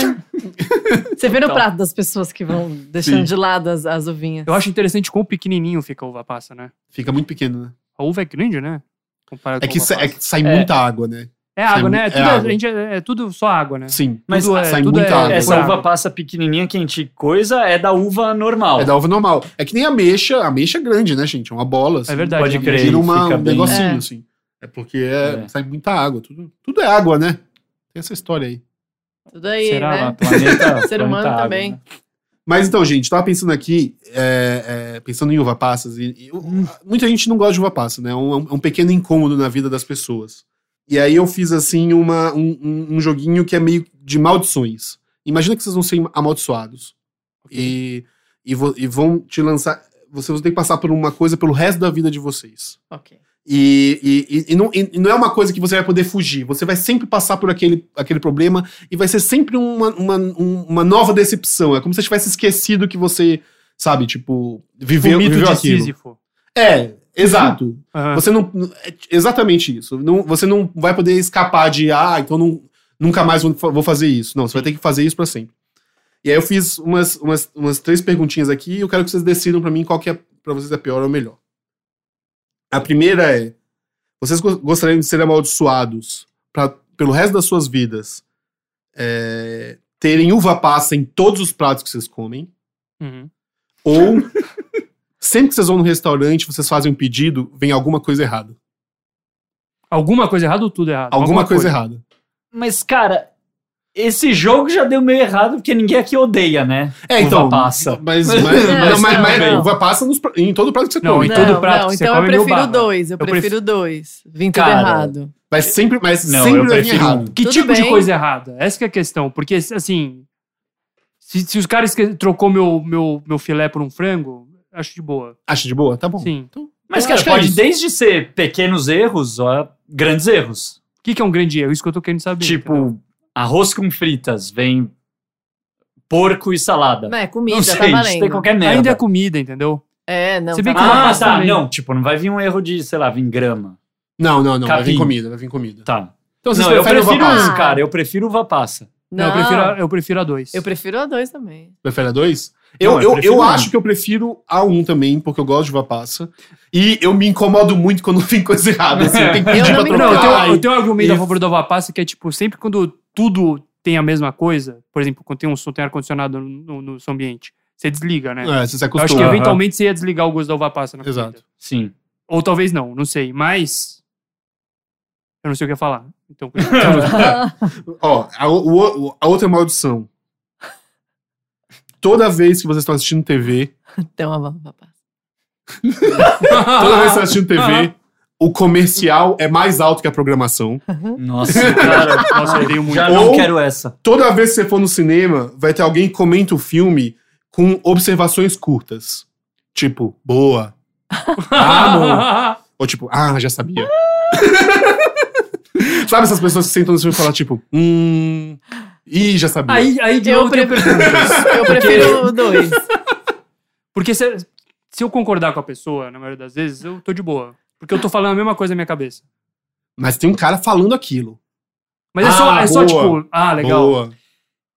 Speaker 1: Você vê no
Speaker 2: Então.
Speaker 1: prato das pessoas que vão deixando
Speaker 3: Sim.
Speaker 1: de lado as, as ovinhas.
Speaker 4: Eu acho interessante quão pequenininho fica a uva passa, né?
Speaker 3: Fica muito pequeno, né?
Speaker 4: A uva é grande, né? Comparado
Speaker 3: É
Speaker 4: com a
Speaker 3: que,
Speaker 4: uva
Speaker 3: sa- é
Speaker 4: passa.
Speaker 3: que sai muita água, né?
Speaker 4: É água, né?
Speaker 3: é
Speaker 4: É tudo,
Speaker 3: água.
Speaker 4: A gente, é, é tudo só água, né?
Speaker 3: Sim.
Speaker 2: Mas
Speaker 4: tudo é,
Speaker 3: sai
Speaker 4: tudo
Speaker 3: muita
Speaker 4: é,
Speaker 3: água.
Speaker 2: Essa
Speaker 4: água.
Speaker 2: uva passa pequenininha, quente coisa, é da uva normal.
Speaker 3: É da uva normal. É que nem a ameixa. A ameixa é grande, né, gente? É uma bola. Assim.
Speaker 4: É verdade.
Speaker 2: Pode
Speaker 4: né?
Speaker 2: crer.
Speaker 3: Vira uma-
Speaker 2: fica
Speaker 3: um
Speaker 2: bem-
Speaker 3: negocinho,
Speaker 1: É.
Speaker 3: assim. É porque é-
Speaker 2: É.
Speaker 3: sai muita água. Tudo, tudo é água, né? Tem essa história aí.
Speaker 1: Tudo aí,
Speaker 2: Será
Speaker 1: né?
Speaker 2: lá? Planeta,
Speaker 1: Ser humano
Speaker 2: planeta água,
Speaker 1: também.
Speaker 2: né?
Speaker 3: Mas então, gente, tava pensando aqui, é, é, pensando em uva passas. E, e- Muita gente não gosta de uva passa, né? É um, é um pequeno incômodo na vida das pessoas. E aí eu fiz, assim, uma, um, um- um joguinho que é meio de maldições. Imagina que vocês vão ser amaldiçoados. E, e, vo- e vão te lançar. Vocês vão ter que passar por uma coisa pelo resto da vida de vocês.
Speaker 1: Ok.
Speaker 3: E, e- e- e não, e- e não é uma coisa que você vai poder fugir. Você vai sempre passar por aquele, aquele problema e vai ser sempre uma, uma, um- uma nova decepção. É como se você tivesse esquecido que você, sabe, tipo,
Speaker 4: O
Speaker 3: viveu,
Speaker 4: Um mito
Speaker 3: viveu
Speaker 4: de
Speaker 3: aquilo.
Speaker 4: Sísifo.
Speaker 3: É, exato.
Speaker 4: Aham.
Speaker 3: Você não. é Exatamente isso. Não, você não vai poder escapar de, ah, então não, nunca mais vou vou fazer isso. Não, você vai ter que fazer isso pra sempre. E aí eu fiz umas, umas, umas três perguntinhas aqui e eu quero que vocês decidam pra mim qual que é pra vocês a pior ou a melhor. A primeira é: vocês go- gostariam de ser amaldiçoados pra, pelo resto das suas vidas é, terem uva passa em todos os pratos que vocês comem?
Speaker 4: Uhum.
Speaker 3: Ou sempre que vocês vão no restaurante, vocês fazem um pedido, vem alguma coisa errada.
Speaker 4: Alguma coisa errada ou tudo errado?
Speaker 3: Tá Alguma, coisa, errada.
Speaker 2: Mas, cara, esse jogo já deu meio errado, porque ninguém aqui odeia, né?
Speaker 3: É,
Speaker 2: Uva
Speaker 3: então.
Speaker 2: passa.
Speaker 3: Mas, mas,
Speaker 2: é,
Speaker 3: mas,
Speaker 1: Não,
Speaker 3: mas-
Speaker 2: tá
Speaker 1: não,
Speaker 3: mas
Speaker 1: não.
Speaker 3: uva passa nos pra- em todo o prato que você
Speaker 4: Não,
Speaker 3: come.
Speaker 4: em todo prato que você
Speaker 1: então
Speaker 4: come,
Speaker 1: eu
Speaker 4: meu
Speaker 1: prefiro
Speaker 4: barra.
Speaker 1: dois. Eu,
Speaker 4: Eu prefiro-
Speaker 1: prefiro dois. Vim tudo
Speaker 2: Cara,
Speaker 1: errado.
Speaker 3: Mas sempre, mas
Speaker 2: Não,
Speaker 3: sempre
Speaker 2: eu
Speaker 3: vai vir
Speaker 2: prefiro
Speaker 3: errado.
Speaker 2: um.
Speaker 4: Que
Speaker 1: Tudo
Speaker 4: tipo de
Speaker 1: bem.
Speaker 4: coisa errada? Essa que é a questão. Porque, assim, se, se os caras que trocou meu, meu, meu filé por um frango, acho de boa.
Speaker 3: Acha de boa? Tá bom.
Speaker 4: Sim.
Speaker 2: Mas,
Speaker 3: Eu
Speaker 2: cara,
Speaker 3: acho que é
Speaker 2: pode
Speaker 3: isso.
Speaker 2: desde ser pequenos erros a grandes erros.
Speaker 4: O que, que é um grande erro? Isso que eu tô querendo saber.
Speaker 2: tipo,
Speaker 4: entendeu?
Speaker 2: arroz com fritas, vem porco e salada.
Speaker 1: Não, é comida,
Speaker 2: não sei,
Speaker 1: tá
Speaker 2: isso tem
Speaker 1: valendo.
Speaker 2: qualquer merda.
Speaker 4: ainda é comida, entendeu?
Speaker 1: É, não.
Speaker 4: Se bem
Speaker 1: tá
Speaker 4: que-
Speaker 1: valendo.
Speaker 2: Ah,
Speaker 4: pasta
Speaker 2: tá,
Speaker 4: também.
Speaker 2: não, tipo, não vai vir um erro de, sei lá, vir grama.
Speaker 3: Não, não, não. Vai vir
Speaker 2: Capim.
Speaker 3: comida, vai vir comida.
Speaker 2: Tá.
Speaker 3: Então vocês
Speaker 2: não, eu
Speaker 3: preferem
Speaker 2: prefiro
Speaker 3: uva passa?
Speaker 1: passa.
Speaker 2: um, cara, eu prefiro uva passa.
Speaker 4: Não, eu prefiro, a, eu prefiro a dois.
Speaker 1: Eu prefiro a dois também.
Speaker 3: Prefere a dois? Eu,
Speaker 2: Não, eu
Speaker 3: eu, eu,
Speaker 2: prefiro um.
Speaker 3: acho que eu prefiro a um também, porque eu gosto de uva passa. E eu me incomodo muito quando vem coisa errada. Assim, tem que
Speaker 1: Eu
Speaker 3: pedir
Speaker 1: não
Speaker 3: pra
Speaker 1: me
Speaker 4: Não,
Speaker 3: trocar.
Speaker 4: eu
Speaker 1: Ai,
Speaker 4: tenho, eu tenho um argumento a
Speaker 3: isso.
Speaker 4: favor da uva passa que é tipo, sempre quando tudo tem a mesma coisa, por exemplo, quando tem um som- tem ar-condicionado no, no, no seu ambiente, você desliga, né?
Speaker 3: É,
Speaker 4: eu acho
Speaker 3: você se
Speaker 4: que
Speaker 3: acostuma.
Speaker 2: evento-
Speaker 4: eventualmente você ia desligar o gosto da uva passa na comida.
Speaker 3: Exato.
Speaker 2: Sim.
Speaker 4: Ou talvez não, não sei. Mas. Eu não sei o que ia falar. Então,
Speaker 3: Ó, a, o- o- a outra maldição. Toda vez que vocês estão assistindo TV,
Speaker 1: Então, a vapaça.
Speaker 4: Ah.
Speaker 3: toda vez que você está assistindo TV, o comercial é mais alto que a programação.
Speaker 2: Nossa, cara.
Speaker 4: Nossa, eu odeio muito.
Speaker 2: Já não
Speaker 3: Ou-
Speaker 2: quero essa.
Speaker 3: Toda vez que você for no cinema, vai ter alguém que comenta o filme com observações curtas. Tipo, boa. Ah, não. Ou tipo, ah, já sabia. Sabe essas pessoas que sentam no filme e falam, tipo, hum. Ih, já sabia.
Speaker 4: Aí, aí de
Speaker 1: Eu
Speaker 4: novo, tem-
Speaker 1: prefiro, eu prefiro o dois.
Speaker 4: Porque se, se eu concordar com a pessoa, na maioria das vezes, eu tô de boa. Porque eu tô falando a mesma coisa na minha cabeça.
Speaker 3: Mas tem um cara falando aquilo.
Speaker 4: Mas é só,
Speaker 3: Ah,
Speaker 4: é só
Speaker 3: boa.
Speaker 4: tipo, ah, legal.
Speaker 3: Boa.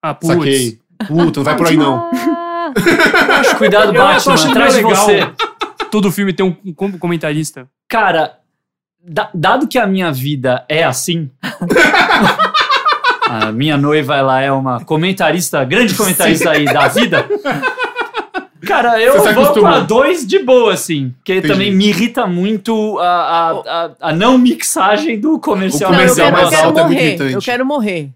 Speaker 4: Ah, putz.
Speaker 3: Saquei. Puta, não vai por aí não.
Speaker 4: Então,
Speaker 1: Ah,
Speaker 2: Cuidado,
Speaker 4: Eu acho
Speaker 2: Batman, atrás de
Speaker 4: legal.
Speaker 2: você.
Speaker 4: Todo filme tem um com- comentarista.
Speaker 2: Cara, da- dado que a minha vida é assim. a minha noiva, ela é uma comentarista, grande comentarista aí da vida. Cara, eu
Speaker 3: Você se
Speaker 2: vou com
Speaker 3: acostumou.
Speaker 2: a 2 de boa, assim. Porque
Speaker 3: Entendi.
Speaker 2: também me irrita muito a, a, a, a não mixagem do comercial.
Speaker 3: O
Speaker 1: Não, eu
Speaker 3: comercial
Speaker 1: quero, eu
Speaker 3: mais
Speaker 1: quero
Speaker 3: alto é muito
Speaker 1: morrer.
Speaker 3: irritante.
Speaker 1: eu quero morrer.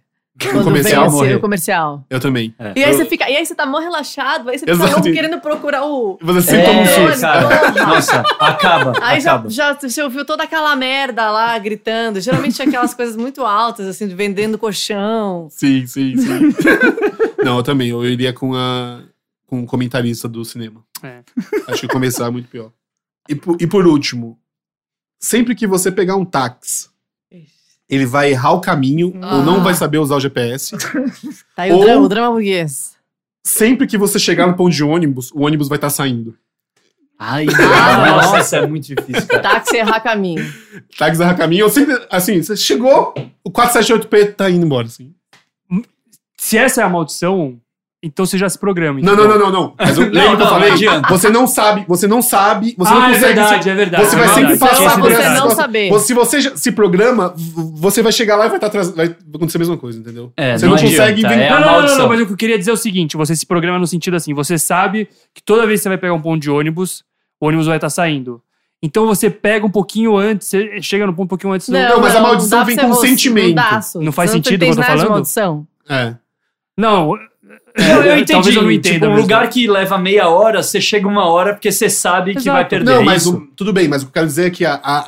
Speaker 3: No
Speaker 1: Quando
Speaker 3: comercial,
Speaker 1: vem esse,
Speaker 2: morrer.
Speaker 1: o comercial.
Speaker 3: eu também.
Speaker 1: E aí
Speaker 3: Eu-
Speaker 1: você fica. E aí você tá mó relaxado, aí você fica
Speaker 3: Exato.
Speaker 1: louco querendo procurar o.
Speaker 3: Você sempre
Speaker 1: É.
Speaker 3: toma um
Speaker 1: Sim.
Speaker 3: susto.
Speaker 2: Nossa, cara. Nossa, acaba.
Speaker 1: Aí já,
Speaker 2: acaba.
Speaker 1: já você ouviu toda aquela merda lá gritando. Geralmente tinha aquelas coisas muito altas, assim, de vendendo colchão.
Speaker 3: Sim, sim, sim. Não, eu também. Eu iria com a com o comentarista do cinema.
Speaker 4: É.
Speaker 3: Acho que começar é muito pior. E por, e por último, sempre que você pegar um táxi, ele vai errar o caminho ou não
Speaker 1: Ah.
Speaker 3: vai saber usar o GPS.
Speaker 1: Tá aí o,
Speaker 3: Ou-
Speaker 1: drama, o drama burguês.
Speaker 3: Sempre que você chegar no ponto de ônibus, o ônibus vai estar saindo.
Speaker 2: Ai,
Speaker 1: nossa.
Speaker 2: nossa, é muito difícil, cara.
Speaker 1: Táxi errar caminho.
Speaker 3: Táxi erra caminho. Eu sempre, assim, você chegou, o 478P tá indo embora, assim.
Speaker 4: Se essa é a maldição, então você já se programa.
Speaker 3: Não, não, não, não, não. Mas eu, lembra
Speaker 2: Não,
Speaker 3: que eu
Speaker 2: não,
Speaker 3: falei?
Speaker 2: não adianta.
Speaker 3: Você não sabe, você não sabe, você
Speaker 4: ah,
Speaker 3: não
Speaker 4: é
Speaker 3: consegue.
Speaker 4: verdade, é verdade.
Speaker 3: Você
Speaker 4: é
Speaker 3: vai sempre
Speaker 4: verdade.
Speaker 3: passar
Speaker 1: Esquece
Speaker 3: por
Speaker 1: dessa
Speaker 3: essa
Speaker 1: não
Speaker 3: situação.
Speaker 1: saber.
Speaker 3: Você- Se você já- se programa, v- você vai chegar lá e vai, tá atrás- vai acontecer a mesma coisa, entendeu?
Speaker 2: É,
Speaker 3: você não,
Speaker 2: adianta,
Speaker 3: consegue
Speaker 2: é
Speaker 3: inventar.
Speaker 4: Não,
Speaker 2: a
Speaker 4: não, não,
Speaker 2: maldição.
Speaker 4: não, mas o que eu queria dizer é o seguinte: você se programa no sentido assim, você sabe que toda vez que você vai pegar um ponto de ônibus, o ônibus vai estar saindo. Então você pega um pouquinho antes, você chega no ponto um pouquinho antes do.
Speaker 3: Não, mas a maldição
Speaker 1: dá pra
Speaker 3: vem
Speaker 1: ser
Speaker 3: com um
Speaker 1: rosto,
Speaker 3: sentimento.
Speaker 1: Não, dá, Su.
Speaker 4: Não faz
Speaker 1: Você
Speaker 4: sentido o que eu
Speaker 1: entende
Speaker 4: tô
Speaker 1: nada de
Speaker 4: falando?
Speaker 1: maldição.
Speaker 3: É.
Speaker 4: Não,
Speaker 2: Não, eu entendi.
Speaker 4: É, Talvez eu não
Speaker 2: tipo,
Speaker 4: entenda
Speaker 2: um
Speaker 4: mesmo.
Speaker 2: lugar que leva meia hora, você chega uma hora porque você sabe que
Speaker 1: Exato.
Speaker 2: vai perder é
Speaker 3: Não, mas
Speaker 2: isso.
Speaker 3: o- tudo bem, mas o que eu quero dizer é que a, a,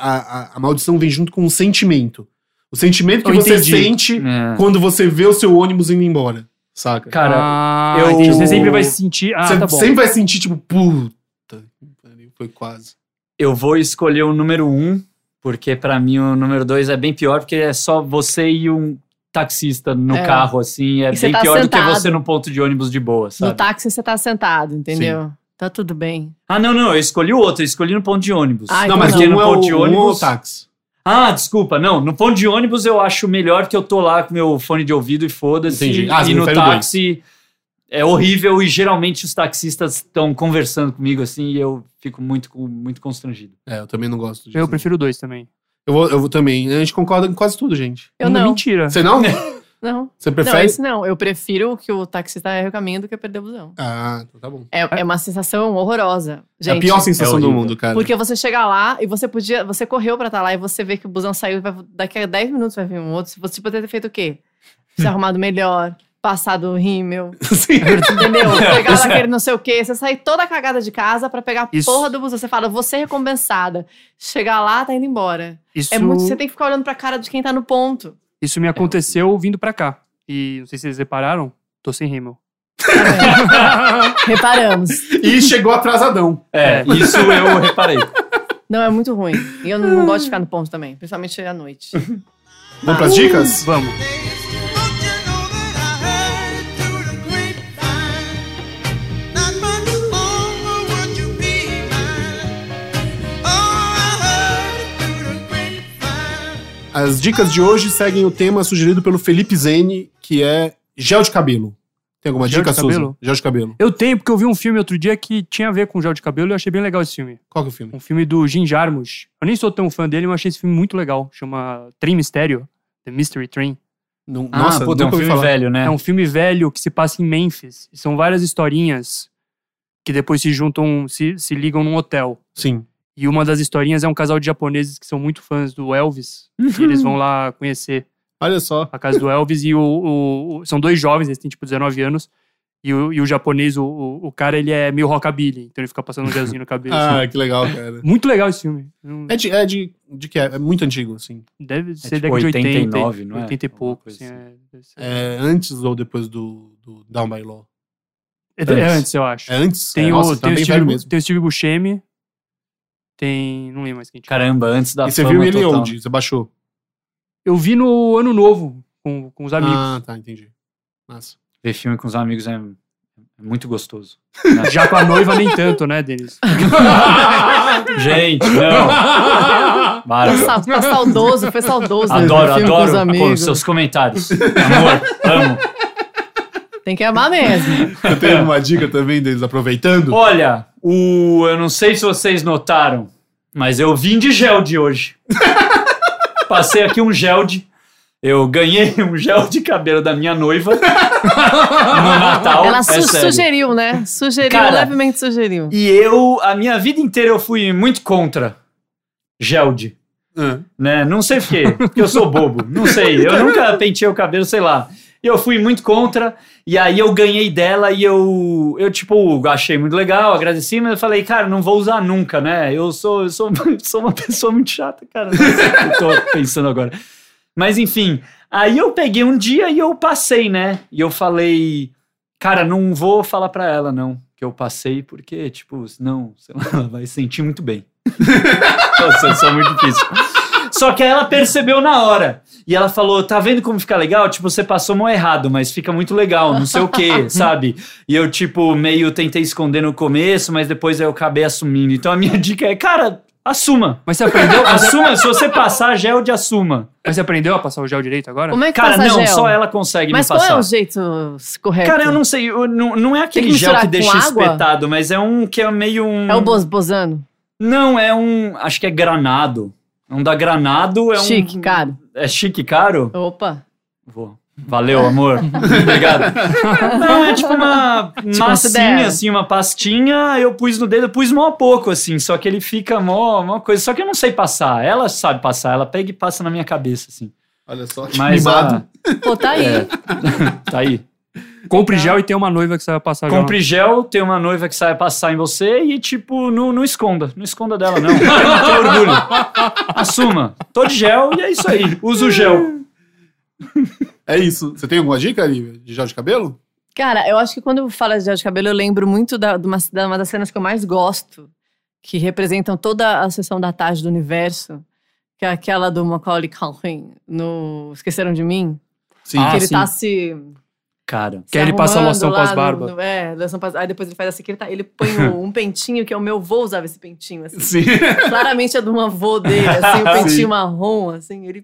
Speaker 3: a, a maldição vem junto com um sentimento. O sentimento que
Speaker 4: Eu
Speaker 3: você
Speaker 4: entendi.
Speaker 3: sente
Speaker 2: É.
Speaker 3: quando você vê o seu ônibus indo embora, saca?
Speaker 2: Cara,
Speaker 4: Ah,
Speaker 2: eu-
Speaker 4: entendi. Você sempre vai se sentir. Ah,
Speaker 3: você
Speaker 4: tá bom.
Speaker 3: sempre vai sentir, tipo, puta, que pariu, foi quase.
Speaker 2: eu vou escolher o número um, porque pra mim o número dois é bem pior, porque é só você e um taxista no
Speaker 1: É.
Speaker 2: carro, assim, é
Speaker 1: E você
Speaker 2: bem
Speaker 1: tá
Speaker 2: pior do que
Speaker 1: sentado.
Speaker 2: você no ponto de ônibus de boa, sabe?
Speaker 1: No táxi você tá sentado, entendeu? Tá tudo bem.
Speaker 2: Ah, não, não, eu escolhi o outro, eu escolhi no ponto de ônibus.
Speaker 1: Ah,
Speaker 3: não,
Speaker 1: então
Speaker 3: mas
Speaker 2: porque
Speaker 1: não.
Speaker 2: no
Speaker 3: um é
Speaker 2: ponto de
Speaker 3: o, um é o
Speaker 2: ônibus...
Speaker 3: táxi.
Speaker 2: Ah, desculpa, não. No ponto de ônibus eu acho melhor que eu tô lá com meu fone de ouvido e foda-se.
Speaker 3: Entendi. Ah, você
Speaker 2: e no
Speaker 3: prefere o dois.
Speaker 2: táxi é horrível e geralmente os taxistas estão conversando comigo assim e eu fico muito, com- muito constrangido.
Speaker 3: É, eu também não gosto disso.
Speaker 4: Eu prefiro dois também.
Speaker 3: Eu vou, eu vou também. A gente concorda em quase tudo, gente.
Speaker 1: Eu não.
Speaker 4: Mentira.
Speaker 3: Você não?
Speaker 1: Não,
Speaker 3: Você
Speaker 1: não,
Speaker 3: prefere?
Speaker 1: isso não. Eu prefiro que o taxista erre o caminho do que perder o busão.
Speaker 3: Ah, então tá bom.
Speaker 1: É, é uma sensação horrorosa.
Speaker 3: é
Speaker 1: Gente,
Speaker 3: a pior sensação
Speaker 2: é
Speaker 3: do
Speaker 2: horrível.
Speaker 3: mundo, cara.
Speaker 1: Porque você chega lá e você podia. Você correu pra estar lá e você vê que o busão saiu e vai, daqui a 10 minutos vai vir um outro. Você poderia ter feito o quê? Se arrumado melhor, passado o rímel,
Speaker 3: Sim.
Speaker 1: entendeu? Pegar
Speaker 3: é.
Speaker 1: aquele não sei o quê. Você sai toda cagada de casa pra pegar a
Speaker 4: Isso.
Speaker 1: porra do busão. Você fala, você recompensada. Chegar lá, tá indo embora.
Speaker 4: Isso,
Speaker 1: É muito. Você tem que ficar olhando pra cara de quem tá no ponto.
Speaker 4: isso me aconteceu vindo pra cá. E não sei se vocês repararam, tô sem rímel.
Speaker 1: Reparamos.
Speaker 3: E chegou atrasadão.
Speaker 2: É, isso eu reparei.
Speaker 1: Não, é muito ruim. E eu não, não gosto de ficar no ponto também, principalmente à noite.
Speaker 3: Vamos pras dicas?
Speaker 4: Vamos.
Speaker 5: Don't you know that I heard through the grapevine? Not much longer would you be mine. Oh, I heard it through the grapevine.
Speaker 3: As dicas de hoje seguem o tema sugerido pelo Felipe Zene, que é gel de cabelo. Tem alguma
Speaker 4: Gel
Speaker 3: dica,
Speaker 4: de
Speaker 3: Suzy?
Speaker 4: cabelo?
Speaker 3: Gel de cabelo.
Speaker 4: Eu tenho, porque eu vi um filme outro dia que tinha a ver com gel de cabelo e eu achei bem legal esse filme.
Speaker 3: Qual que é o filme?
Speaker 4: Um filme do Jim Jarmusch. Eu nem sou tão fã dele, mas achei esse filme muito legal. Chama Trem Mistério. The Mystery Train.
Speaker 3: Não-
Speaker 2: Ah,
Speaker 3: nossa,
Speaker 2: puta, é um
Speaker 3: nunca ouvi
Speaker 2: filme
Speaker 3: falar.
Speaker 2: velho, né?
Speaker 4: É um filme velho que se passa em Memphis. E São várias historinhas que depois se juntam, se, se ligam num hotel.
Speaker 3: Sim.
Speaker 4: E uma das historinhas é um casal de japoneses que são muito fãs do Elvis. e eles vão lá conhecer
Speaker 3: Olha só.
Speaker 4: a casa do Elvis. E o, o- o- são dois jovens, eles têm tipo 19 anos. E o, e o japonês, o, o, o cara, ele é meio rockabilly. Então ele fica passando um gelzinho no cabelo. assim.
Speaker 3: Ah, que legal, cara.
Speaker 4: Muito legal esse filme. Não-
Speaker 3: É de, é de, de que é? É muito antigo, assim.
Speaker 4: Deve ser
Speaker 2: tipo
Speaker 4: década de 80.
Speaker 2: 89, não é?
Speaker 4: 80 e
Speaker 2: Alguma
Speaker 4: pouco.
Speaker 2: coisa
Speaker 4: Assim,
Speaker 2: assim.
Speaker 4: é, deve ser.
Speaker 3: É antes ou depois do, do Down by Law?
Speaker 4: É de- é
Speaker 2: antes.
Speaker 4: antes, eu acho.
Speaker 3: É antes?
Speaker 4: Tem,
Speaker 3: é,
Speaker 4: o,
Speaker 3: nossa, tá
Speaker 4: tem, o
Speaker 3: bem
Speaker 4: Steve,
Speaker 3: velho
Speaker 4: Bu-
Speaker 3: mesmo.
Speaker 4: tem o Steve Buscemi. Tem. Não lembro mais quem tinha.
Speaker 2: Caramba, antes da
Speaker 3: E você
Speaker 2: fama
Speaker 3: viu ele
Speaker 2: total.
Speaker 3: onde? Você baixou?
Speaker 4: Eu vi no Ano Novo com, com os amigos.
Speaker 3: Ah, tá, entendi. Nossa.
Speaker 2: Ver filme com os amigos é é muito gostoso.
Speaker 4: Já com a noiva, nem tanto, né, Denis?
Speaker 2: Gente, não. Para.
Speaker 1: Tá, tá saudoso, foi saudoso. né,
Speaker 2: Adoro,
Speaker 1: o filme com os
Speaker 2: adoro
Speaker 1: amigos.
Speaker 2: pô, seus comentários. Amor, amo.
Speaker 1: Tem que amar mesmo.
Speaker 3: Eu tenho uma dica também deles aproveitando.
Speaker 2: Olha, o, eu não sei se vocês notaram, mas eu vim de gel de hoje. Passei aqui um gel de. Eu ganhei um gel de cabelo da minha noiva no Natal.
Speaker 1: Ela
Speaker 2: é
Speaker 1: su-
Speaker 2: sério.
Speaker 1: sugeriu, né? Sugeriu,
Speaker 2: Cara,
Speaker 1: levemente sugeriu.
Speaker 2: E eu, a minha vida inteira, eu fui muito contra gel de
Speaker 3: Ah.
Speaker 2: né? Não sei por quê, porque eu sou bobo, não sei. Eu nunca penteei o cabelo, sei lá. E eu fui muito contra, e aí eu ganhei dela e eu, eu tipo, achei muito legal, agradeci, mas eu falei, cara, não vou usar nunca, né? Eu sou, eu sou, sou uma pessoa muito chata, cara. Não sei o que eu tô pensando agora. Mas enfim, aí eu peguei um dia e eu passei, né? E eu falei, cara, não vou falar pra ela, não, que eu passei, porque, tipo, senão, sei lá, ela vai sentir muito bem. Nossa, eu sou muito difícil. Só que aí ela percebeu na hora. E ela falou: tá vendo como fica legal? Tipo, você passou mão errado, mas fica muito legal, não sei o quê, sabe? E eu, tipo, meio tentei esconder no começo, mas depois aí eu acabei assumindo. Então a minha dica é, cara, assuma.
Speaker 4: Mas você aprendeu,
Speaker 2: Assuma, se você passar gel de assuma.
Speaker 4: mas você aprendeu a passar o gel direito agora?
Speaker 1: Como é que
Speaker 2: Cara,
Speaker 1: passa
Speaker 2: não,
Speaker 1: gel?
Speaker 2: só ela consegue
Speaker 1: Mas
Speaker 2: me
Speaker 1: qual
Speaker 2: passar.
Speaker 1: é o jeito correto?
Speaker 2: Cara, eu não sei, eu- não, não é aquele
Speaker 1: que
Speaker 2: gel
Speaker 1: misturar
Speaker 2: que
Speaker 1: com
Speaker 2: deixa
Speaker 1: água?
Speaker 2: espetado, mas é um que é meio um.
Speaker 1: É o Bos- Bozano?
Speaker 2: Não, é um. Acho que é granado. É Um da granado é um.
Speaker 1: Chique, cara.
Speaker 2: É chique caro?
Speaker 1: Opa.
Speaker 2: Vou. Valeu, amor. Obrigado. Não, é tipo uma massinha,
Speaker 1: considera.
Speaker 2: assim, uma pastinha. Eu pus no dedo, eu pus mó pouco, assim. Só que ele fica mó, mó coisa. Só que eu não sei passar. Ela sabe passar. Ela pega e passa na minha cabeça, assim.
Speaker 3: Olha só que
Speaker 2: Mas
Speaker 3: mimado.
Speaker 2: ah,
Speaker 1: Pô, tá aí.
Speaker 2: tá aí.
Speaker 4: Compre gel e tem uma noiva que você vai passar gel.
Speaker 2: Compre gel, tem uma noiva que sai passar em você e, tipo, não, não esconda. Não esconda dela, não. Tem orgulho. Assuma. Tô de gel e é isso aí. Usa o gel.
Speaker 3: É isso. Você tem alguma dica, Lívia, de gel de cabelo?
Speaker 1: Cara, eu acho que quando eu falo de gel de cabelo, eu lembro muito da, de uma, da- uma das cenas que eu mais gosto, que representam toda a sessão da tarde do universo, que é aquela do Macaulay Culkin no Esqueceram de Mim,
Speaker 3: Sim.
Speaker 4: Ah,
Speaker 1: que ele
Speaker 4: sim.
Speaker 1: tá se
Speaker 2: Cara.
Speaker 1: se
Speaker 4: Que aí ele passa
Speaker 1: arrumando
Speaker 4: loção
Speaker 1: lá
Speaker 4: pós-barba.
Speaker 1: no- no- É, loção pós Aí depois ele faz assim, que ele, tá, ele põe o- um pentinho, que é o meu avô usava esse pentinho, assim.
Speaker 3: Sim.
Speaker 1: Claramente é de um avô dele, assim, o
Speaker 3: Sim.
Speaker 1: pentinho marrom, assim, ele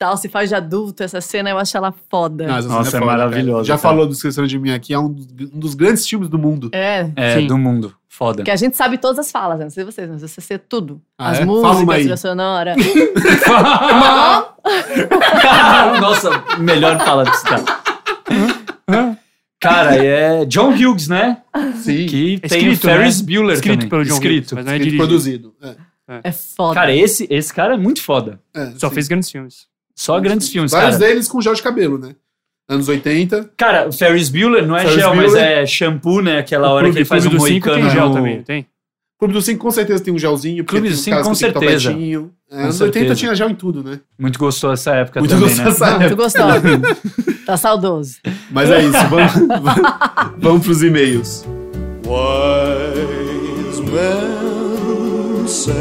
Speaker 1: tal, se faz de adulto, essa cena eu acho ela foda.
Speaker 3: Não, essa cena
Speaker 2: Nossa, é
Speaker 3: foda, cara.
Speaker 2: maravilhosa,
Speaker 3: Já
Speaker 2: cara.
Speaker 3: falou do Esqueceram de Mim aqui, é um dos, um dos grandes filmes do mundo.
Speaker 1: É,
Speaker 2: É,
Speaker 4: Sim.
Speaker 2: do mundo. Foda.
Speaker 1: que a gente sabe todas as falas, né? não sei vocês, mas você sabe tudo.
Speaker 3: Ah,
Speaker 1: as
Speaker 3: é?
Speaker 1: músicas,
Speaker 3: Fala uma aí.
Speaker 1: a trilha sonora.
Speaker 2: Nossa, melhor fala pra citar. Cara, é John Hughes, né?
Speaker 3: Sim.
Speaker 2: Que tem o
Speaker 4: Escrito,
Speaker 2: Ferris
Speaker 4: né?
Speaker 2: Bueller
Speaker 4: Escrito
Speaker 2: também.
Speaker 4: pelo John Hughes,
Speaker 2: Escrito.
Speaker 4: mas não é
Speaker 3: Escrito e
Speaker 4: dirigido.
Speaker 3: produzido. É,
Speaker 1: É foda.
Speaker 2: Cara, esse, esse cara é muito foda.
Speaker 3: é,
Speaker 4: Só
Speaker 3: sim.
Speaker 4: fez grandes filmes.
Speaker 2: Só grandes filmes,
Speaker 3: Vários
Speaker 2: cara.
Speaker 3: deles com gel de cabelo, né? Anos 80.
Speaker 2: Cara, o Ferris Bueller não é
Speaker 3: Ferris
Speaker 2: gel, mas
Speaker 3: Bueller.
Speaker 2: é shampoo, né? Aquela hora que ele faz um
Speaker 4: do cinco
Speaker 2: moicano.
Speaker 4: tem gel
Speaker 2: no-
Speaker 4: também, não tem?
Speaker 3: Clube do 5 com certeza tem um gelzinho. porque
Speaker 2: Clube
Speaker 3: tem
Speaker 2: do
Speaker 3: uns
Speaker 2: Cinco,
Speaker 3: caras
Speaker 2: com
Speaker 3: que tem
Speaker 2: certeza.
Speaker 3: topetinho. É,
Speaker 2: Com
Speaker 3: anos 80
Speaker 2: certeza.
Speaker 3: tinha gel em tudo, né?
Speaker 2: Muito gostou essa época
Speaker 3: Muito
Speaker 2: também, né?
Speaker 3: gostoso.
Speaker 1: Muito gostosa. tá saudoso.
Speaker 3: Mas é isso, vamos, vamos, vamos pros e-mails.
Speaker 6: Wise men say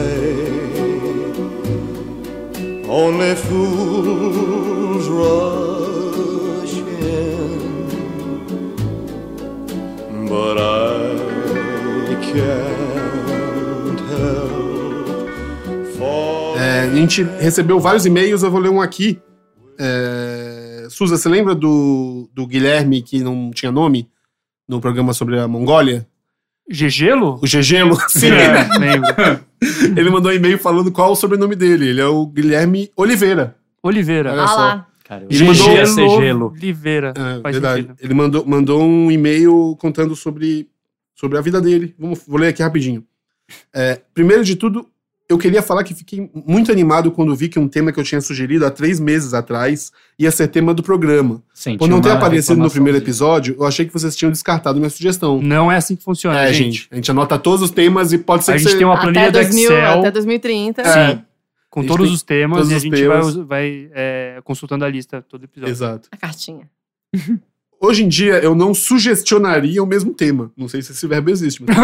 Speaker 6: only fools rush in, but I can't help falling.
Speaker 3: É, a gente recebeu vários e-mails, eu vou ler um aqui. É, Suza, você lembra do, do Guilherme que não tinha nome? No programa sobre a Mongólia?
Speaker 4: Gegelo?
Speaker 3: O Gegelo? Sim.
Speaker 4: É, lembro.
Speaker 3: Ele mandou um e-mail falando qual o sobrenome dele. Ele é o Guilherme Oliveira.
Speaker 4: Oliveira.
Speaker 3: Olha
Speaker 1: Ah
Speaker 3: só.
Speaker 1: lá.
Speaker 2: Cara, o
Speaker 3: Ele mandou- um
Speaker 2: GG é ser gelo.
Speaker 4: Oliveira.
Speaker 3: É,
Speaker 4: Faz
Speaker 3: verdade.
Speaker 4: sentido.
Speaker 3: Ele mandou, mandou um e-mail contando sobre, sobre a vida dele. Vamos, vou ler aqui rapidinho. É, primeiro de tudo, eu queria falar que fiquei muito animado quando vi que um tema que eu tinha sugerido há três meses atrás ia ser tema do programa.
Speaker 2: Senti
Speaker 3: Por não ter
Speaker 2: uma
Speaker 3: aparecido no
Speaker 4: assim.
Speaker 3: primeiro
Speaker 2: reclamaçãozinha.
Speaker 3: episódio, eu achei que vocês tinham descartado minha sugestão.
Speaker 4: Não é assim que funciona,
Speaker 3: É,
Speaker 4: gente.
Speaker 3: gente. A gente anota todos os temas e pode ser
Speaker 4: A
Speaker 3: que
Speaker 4: gente
Speaker 3: você-
Speaker 4: tem um uma planilha
Speaker 1: Até,
Speaker 4: do
Speaker 1: 2000,
Speaker 4: Excel
Speaker 1: até 2030.
Speaker 3: É. A
Speaker 4: com
Speaker 3: gente
Speaker 4: todos
Speaker 3: tem
Speaker 4: os temas
Speaker 3: todos
Speaker 4: e a
Speaker 3: os
Speaker 4: gente
Speaker 3: temas.
Speaker 4: vai, vai, é, consultando a lista todo episódio.
Speaker 3: Exato.
Speaker 1: A cartinha.
Speaker 3: Hoje em dia, eu não sugestionaria o mesmo tema. Não sei se esse verbo existe, mas...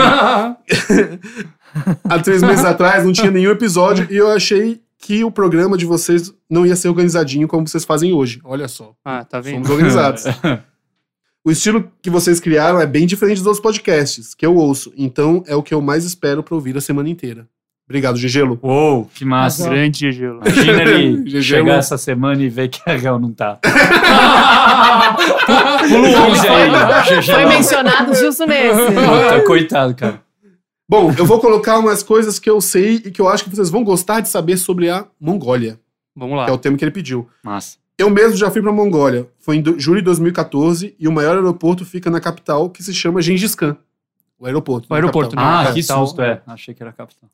Speaker 3: há três meses atrás, não tinha nenhum episódio e eu achei que o programa de vocês não ia ser organizadinho como vocês fazem hoje. Olha só,
Speaker 4: ah, tá vendo?
Speaker 3: somos organizados. o estilo que vocês criaram é bem diferente dos outros podcasts que eu ouço, então é o que eu mais espero pra ouvir a semana inteira. Obrigado, Gegelo.
Speaker 2: Uou, que massa.
Speaker 4: Grande Gegelo.
Speaker 2: Imagina ele
Speaker 3: GG
Speaker 2: chegar
Speaker 3: não-
Speaker 2: essa semana e ver que a Real não tá. Pulo 11 aí. GG
Speaker 1: Foi
Speaker 2: não.
Speaker 1: mencionado justo nesse.
Speaker 2: Puta, coitado, cara.
Speaker 3: Bom, eu vou colocar umas coisas que eu sei e que eu acho que vocês vão gostar de saber sobre a Mongólia,
Speaker 4: Vamos lá.
Speaker 3: que é o tema que ele pediu.
Speaker 2: Massa.
Speaker 3: Eu mesmo já fui pra Mongólia. Foi em do- julho de 2014 e o maior aeroporto fica na capital que se chama Gengis Khan. O aeroporto.
Speaker 4: O
Speaker 3: não a
Speaker 4: aeroporto,
Speaker 3: capital.
Speaker 2: Ah,
Speaker 4: Não,
Speaker 2: que
Speaker 4: capital.
Speaker 2: susto, é. Achei que era capital.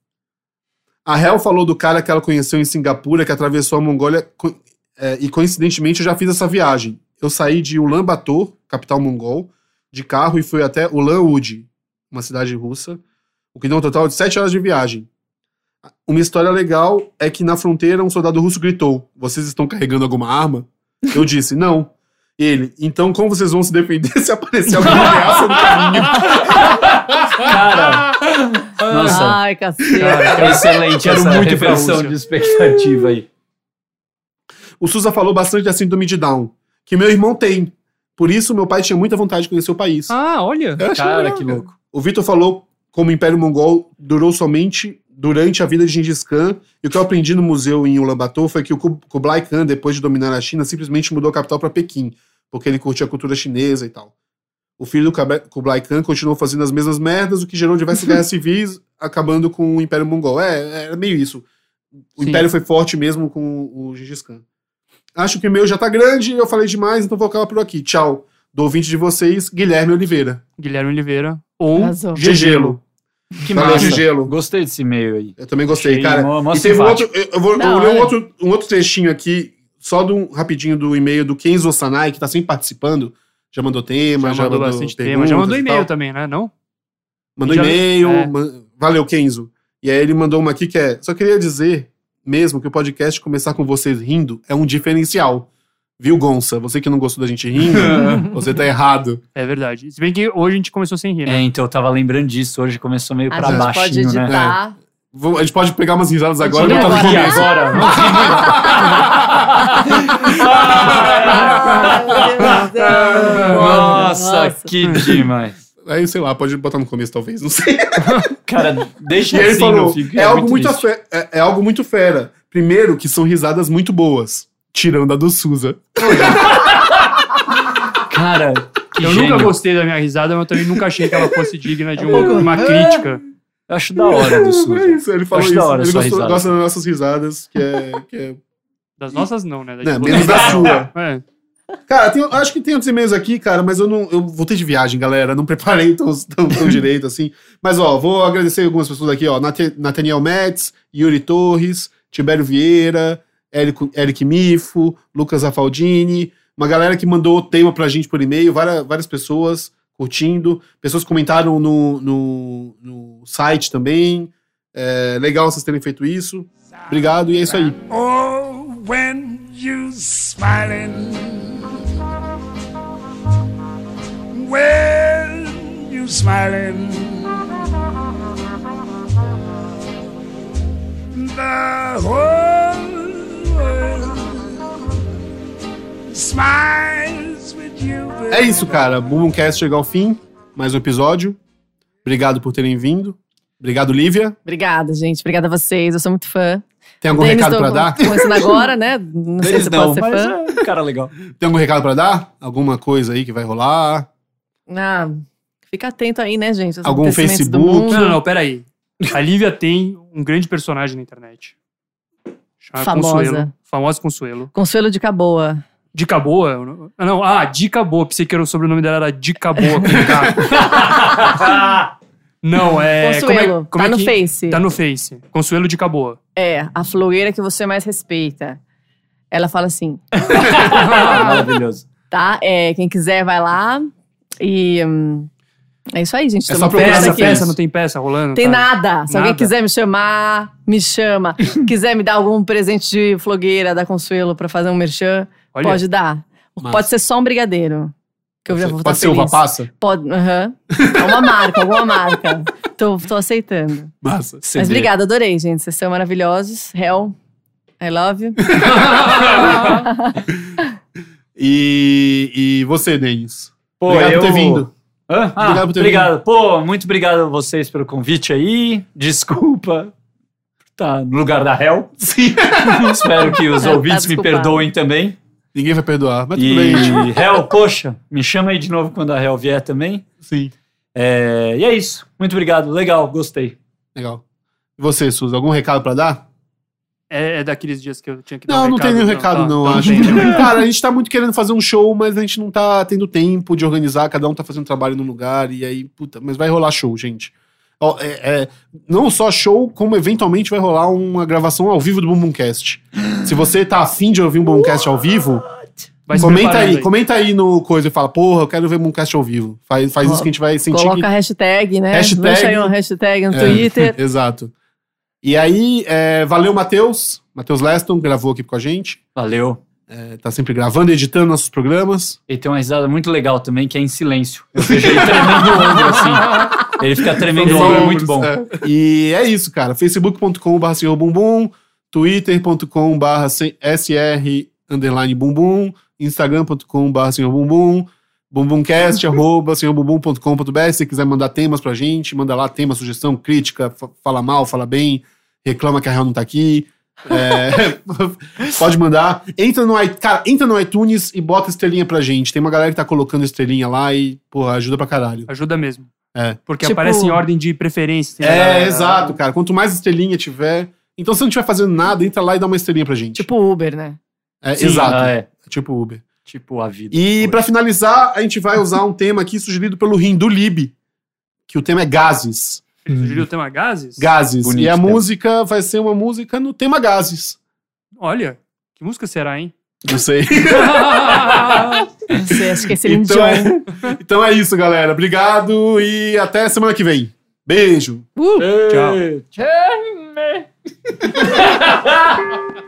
Speaker 3: A Hel falou do cara que ela conheceu em Singapura, que atravessou a Mongólia, co- é, e coincidentemente eu já fiz essa viagem. Eu saí de Ulaanbaatar, capital mongol, de carro e fui até Ulan Ude, uma cidade russa, o que deu um total de sete horas de viagem. Uma história legal é que na fronteira um soldado russo gritou: Vocês estão carregando alguma arma? Eu disse: Não. Ele, então como vocês vão se defender se aparecer alguma ameaça no caminho?
Speaker 2: Cara, nossa.
Speaker 1: Ai, cacete.
Speaker 2: Cara, excelente
Speaker 4: Quero
Speaker 2: essa
Speaker 4: muito ir pra
Speaker 2: reversão
Speaker 4: Rússia.
Speaker 2: de expectativa aí.
Speaker 3: O Susa falou bastante da síndrome de Down, que meu irmão tem. Por isso, meu pai tinha muita vontade de conhecer o país.
Speaker 4: Ah, olha.
Speaker 3: Eu achei
Speaker 2: Cara,
Speaker 3: legal,
Speaker 2: que louco.
Speaker 3: O Vitor falou como o Império Mongol durou somente durante a vida de Gengis Khan. E o que eu aprendi no museu em Ulaanbaatar foi que o Ku- Kublai Khan, depois de dominar a China, simplesmente mudou a capital para Pequim, porque ele curtia a cultura chinesa e tal. O filho do Kabe- Kublai Khan continuou fazendo as mesmas merdas, o que gerou diversas guerras civis, acabando com o Império Mongol. É, era meio isso. O
Speaker 4: Sim.
Speaker 3: Império foi forte mesmo com o Gengis Khan. Acho que o meu já tá grande, eu falei demais, então vou acabar por aqui. Tchau. Do ouvinte de vocês, Guilherme Oliveira.
Speaker 4: Guilherme Oliveira. Ou
Speaker 1: Arrasou.
Speaker 3: Gegelo.
Speaker 2: Que
Speaker 3: Valeu,
Speaker 2: massa.
Speaker 3: Gigelo.
Speaker 2: Gostei desse e-mail aí.
Speaker 3: Eu também gostei,
Speaker 2: Achei
Speaker 3: cara.
Speaker 2: mó- mó
Speaker 3: e teve um
Speaker 2: simpático.
Speaker 3: outro, eu eu vou,
Speaker 1: Da
Speaker 3: eu vou ler um
Speaker 1: hora.
Speaker 3: outro, um outro trechinho aqui, só de um rapidinho do e-mail do Kenzo Sanai, que tá sempre participando. Já mandou um tema,
Speaker 4: já
Speaker 3: já,
Speaker 4: mandou bastante tema. Já
Speaker 3: perguntas
Speaker 4: mandou
Speaker 3: e
Speaker 4: e-mail
Speaker 3: tal.
Speaker 4: também, né? Não?
Speaker 3: Mandou
Speaker 4: Já-
Speaker 3: e-mail.
Speaker 4: é.
Speaker 3: man- Valeu, Kenzo. E aí ele mandou uma aqui que é. Só queria dizer mesmo que o podcast começar com vocês rindo é um diferencial. Viu, Gonça? Você que não gostou da gente rindo, você tá errado.
Speaker 4: É verdade. Se bem que hoje a gente começou sem rir, né?
Speaker 2: É, então eu tava lembrando disso. Hoje começou meio
Speaker 1: A
Speaker 2: pra
Speaker 1: gente pode
Speaker 2: baixinho, né?
Speaker 1: editar.
Speaker 3: Vou- A gente pode pegar umas risadas agora,
Speaker 1: Vamos
Speaker 3: não tá no
Speaker 1: agora. né?
Speaker 2: E
Speaker 3: começo.
Speaker 2: agora? É.
Speaker 1: Ai, meu Deus.
Speaker 2: Nossa, que demais.
Speaker 3: Aí, sei lá, pode botar no começo, talvez, não sei.
Speaker 2: Cara, deixa
Speaker 3: E ele
Speaker 2: assim, eu
Speaker 3: falou:
Speaker 2: fico-
Speaker 3: é, algo muito
Speaker 2: triste.
Speaker 3: fe- é, é algo muito fera. Primeiro, que são risadas muito boas. Tirando a do Suza.
Speaker 2: Cara, que
Speaker 4: Eu
Speaker 2: gênio.
Speaker 4: nunca gostei da minha risada, mas eu também nunca achei que ela fosse digna de um- uma crítica.
Speaker 2: Eu acho da hora do
Speaker 3: É
Speaker 2: Suzy.
Speaker 3: isso, ele falou
Speaker 2: Acho
Speaker 3: isso.
Speaker 2: da hora
Speaker 3: ele
Speaker 2: sua
Speaker 3: gostou,
Speaker 2: risada.
Speaker 3: gosta das nossas risadas, que é. Que é
Speaker 4: Das nossas, não, né? Da
Speaker 3: né,
Speaker 4: de
Speaker 3: menos da
Speaker 4: vocês.
Speaker 3: sua.
Speaker 4: É.
Speaker 3: Cara, tem- acho que tem outros e-mails aqui, cara, mas eu não. Eu voltei de viagem, galera. Não preparei tão, tão, tão direito assim. Mas, ó, vou agradecer algumas pessoas aqui, ó. Nat- Nathaniel Metz, Yuri Torres, Tibério Vieira, Érico- Eric Mifo, Lucas Afaldini. Uma galera que mandou o tema pra gente por e-mail, várias, várias pessoas curtindo, pessoas comentaram no, no, no site também. É, legal vocês terem feito isso. Obrigado, e é isso aí.
Speaker 7: Oh, when you smiling, when you smiling, the whole world smiles with you.
Speaker 3: É isso, cara. Boomcast chega ao fim. Mais um episódio. Obrigado por terem vindo. Obrigado, Lívia.
Speaker 1: Obrigada, gente. Obrigada a vocês. Eu sou muito fã.
Speaker 3: Tem algum
Speaker 1: Denis,
Speaker 3: recado
Speaker 1: tô
Speaker 3: pra dar?
Speaker 1: Começando agora, né? Não sei
Speaker 2: Eles
Speaker 1: se
Speaker 2: não,
Speaker 1: pode ser
Speaker 2: mas
Speaker 1: fã.
Speaker 2: é um cara legal.
Speaker 3: Tem algum recado pra dar? Alguma coisa aí que vai rolar?
Speaker 1: Ah, fica atento aí, né, gente? aos
Speaker 3: Algum
Speaker 1: acontecimentos do
Speaker 3: Facebook?
Speaker 1: mundo.
Speaker 4: Não, não, não, peraí. A Lívia tem um grande personagem na internet. Chama
Speaker 1: Famosa.
Speaker 4: Consuelo. Famosa Consuelo.
Speaker 1: Consuelo de Caboa.
Speaker 4: Dica boa? Ah, Não, ah, Dica Boa. Pensei que era o sobrenome dela era Dica Boa. com
Speaker 2: Ah,
Speaker 4: K. não, é... como é-
Speaker 1: Consuelo,
Speaker 4: como
Speaker 1: tá
Speaker 4: é
Speaker 1: no
Speaker 4: que-
Speaker 1: Face.
Speaker 4: Tá no Face. Consuelo Dica Boa.
Speaker 1: É, a floreira que você mais respeita. Ela fala assim,
Speaker 2: Maravilhoso.
Speaker 1: tá? É, quem quiser, vai lá. E hum, é isso aí, gente.
Speaker 3: É
Speaker 1: Tamo
Speaker 3: só
Speaker 1: perto
Speaker 3: procurar
Speaker 4: Peça,
Speaker 3: essa
Speaker 1: aqui.
Speaker 4: peça, não tem peça rolando?
Speaker 1: Tem
Speaker 4: tá?
Speaker 1: nada. Se alguém
Speaker 4: Nada.
Speaker 1: quiser me chamar, me chama. quiser me dar algum presente de flogueira da Consuelo pra fazer um merchan,
Speaker 4: Olha.
Speaker 1: pode dar.
Speaker 3: Massa.
Speaker 1: Pode ser só um brigadeiro. Que eu já vou estar
Speaker 3: Pode ser
Speaker 1: feliz.
Speaker 3: uva passa?
Speaker 1: Pode, aham. É uma marca, alguma marca. Tô, tô aceitando.
Speaker 3: Massa.
Speaker 1: Mas
Speaker 2: CD.
Speaker 1: obrigada, adorei, gente. Vocês são maravilhosos. Hell, I love you.
Speaker 3: E, e você, Denis?
Speaker 2: Pô,
Speaker 3: obrigado
Speaker 2: eu...
Speaker 3: por ter vindo.
Speaker 2: Hã? Ah,
Speaker 3: Obrigado por ter
Speaker 2: obrigado. Pô, muito obrigado a vocês pelo convite aí. Desculpa. Tá no lugar da Hel.
Speaker 3: Sim.
Speaker 2: Espero que os
Speaker 1: Tá
Speaker 2: ouvintes me
Speaker 1: desculpado.
Speaker 2: perdoem também.
Speaker 3: Ninguém vai perdoar. Mas tudo bem, gente.
Speaker 2: E Hel, poxa, me chama aí de novo quando a Hel vier também.
Speaker 3: Sim.
Speaker 2: É, e é isso. Muito obrigado. Legal, gostei.
Speaker 3: Legal. E você, Suzy, algum recado pra dar?
Speaker 4: É, é daqueles dias que eu tinha que dar
Speaker 3: Não,
Speaker 4: um
Speaker 3: não tem nenhum recado,
Speaker 4: tá,
Speaker 3: não,
Speaker 4: então
Speaker 3: acho.
Speaker 4: tem, né?
Speaker 3: Cara, a gente tá muito querendo fazer um show, mas a gente não tá tendo tempo de organizar, cada um tá fazendo trabalho num lugar, e aí, puta, mas vai rolar show, gente. Ó, é- é, não só show, como eventualmente vai rolar uma gravação ao vivo do Bumbumcast. Se você tá afim de ouvir um Bumbumcast ao vivo,
Speaker 4: Vai se
Speaker 3: comenta aí,
Speaker 4: preparando
Speaker 3: comenta aí no coisa e fala, porra, eu quero ver Bumbumcast ao vivo. Faz, faz isso que a gente vai sentir que
Speaker 1: Coloca a hashtag, né?
Speaker 3: Hashtag.
Speaker 1: Deixa aí uma hashtag no
Speaker 3: É,
Speaker 1: Twitter.
Speaker 3: Exato. E aí, é, valeu, Matheus. Matheus Leston gravou aqui com a gente.
Speaker 2: Valeu.
Speaker 3: É, tá sempre gravando e editando nossos programas.
Speaker 2: E tem uma risada muito legal também, que é em silêncio. Eu vejo ele tremendo o ombro, assim. Ele fica tremendo o ombro, é muito bom.
Speaker 3: É. E é isso, cara. facebook.com.br senhorbumbum, twitter.com.br sr underline bumbum, instagram.com.br senhorbumbum, bumbumcast arroba senhorbumbum.com.br. Se quiser mandar temas pra gente, manda lá tema, sugestão, crítica, fa- fala mal, fala bem, reclama que a real não tá aqui. É, pode mandar. Entra no, i- cara, entra no iTunes e bota estrelinha pra gente. Tem uma galera que tá colocando estrelinha lá e, porra, ajuda pra caralho.
Speaker 4: Ajuda mesmo.
Speaker 3: É.
Speaker 4: Porque
Speaker 1: Tipo-
Speaker 4: aparece em ordem de preferência.
Speaker 3: É, exato, cara. Quanto mais estrelinha tiver. Então, se não tiver fazendo nada, entra lá e dá uma estrelinha pra gente.
Speaker 1: Tipo Uber, né?
Speaker 3: é,
Speaker 2: Sim,
Speaker 3: exato.
Speaker 2: ah, é.
Speaker 3: Tipo Uber.
Speaker 2: Tipo a vida.
Speaker 3: E
Speaker 2: Poxa.
Speaker 3: pra finalizar, a gente vai usar um tema aqui sugerido pelo Rim do Lib, que o tema é gases.
Speaker 4: Ele sugeriu o tema gases?
Speaker 3: Gases.
Speaker 2: Bonito
Speaker 3: e a
Speaker 2: tema.
Speaker 3: música vai ser uma música no tema gases.
Speaker 4: Olha, que música será, hein?
Speaker 3: Não sei.
Speaker 1: Não sei, acho que é Celine
Speaker 3: então, é, então é isso, galera. Obrigado e até semana que vem.
Speaker 1: Uh!
Speaker 3: Beijo.
Speaker 4: Tchau.
Speaker 1: Dion. Uh!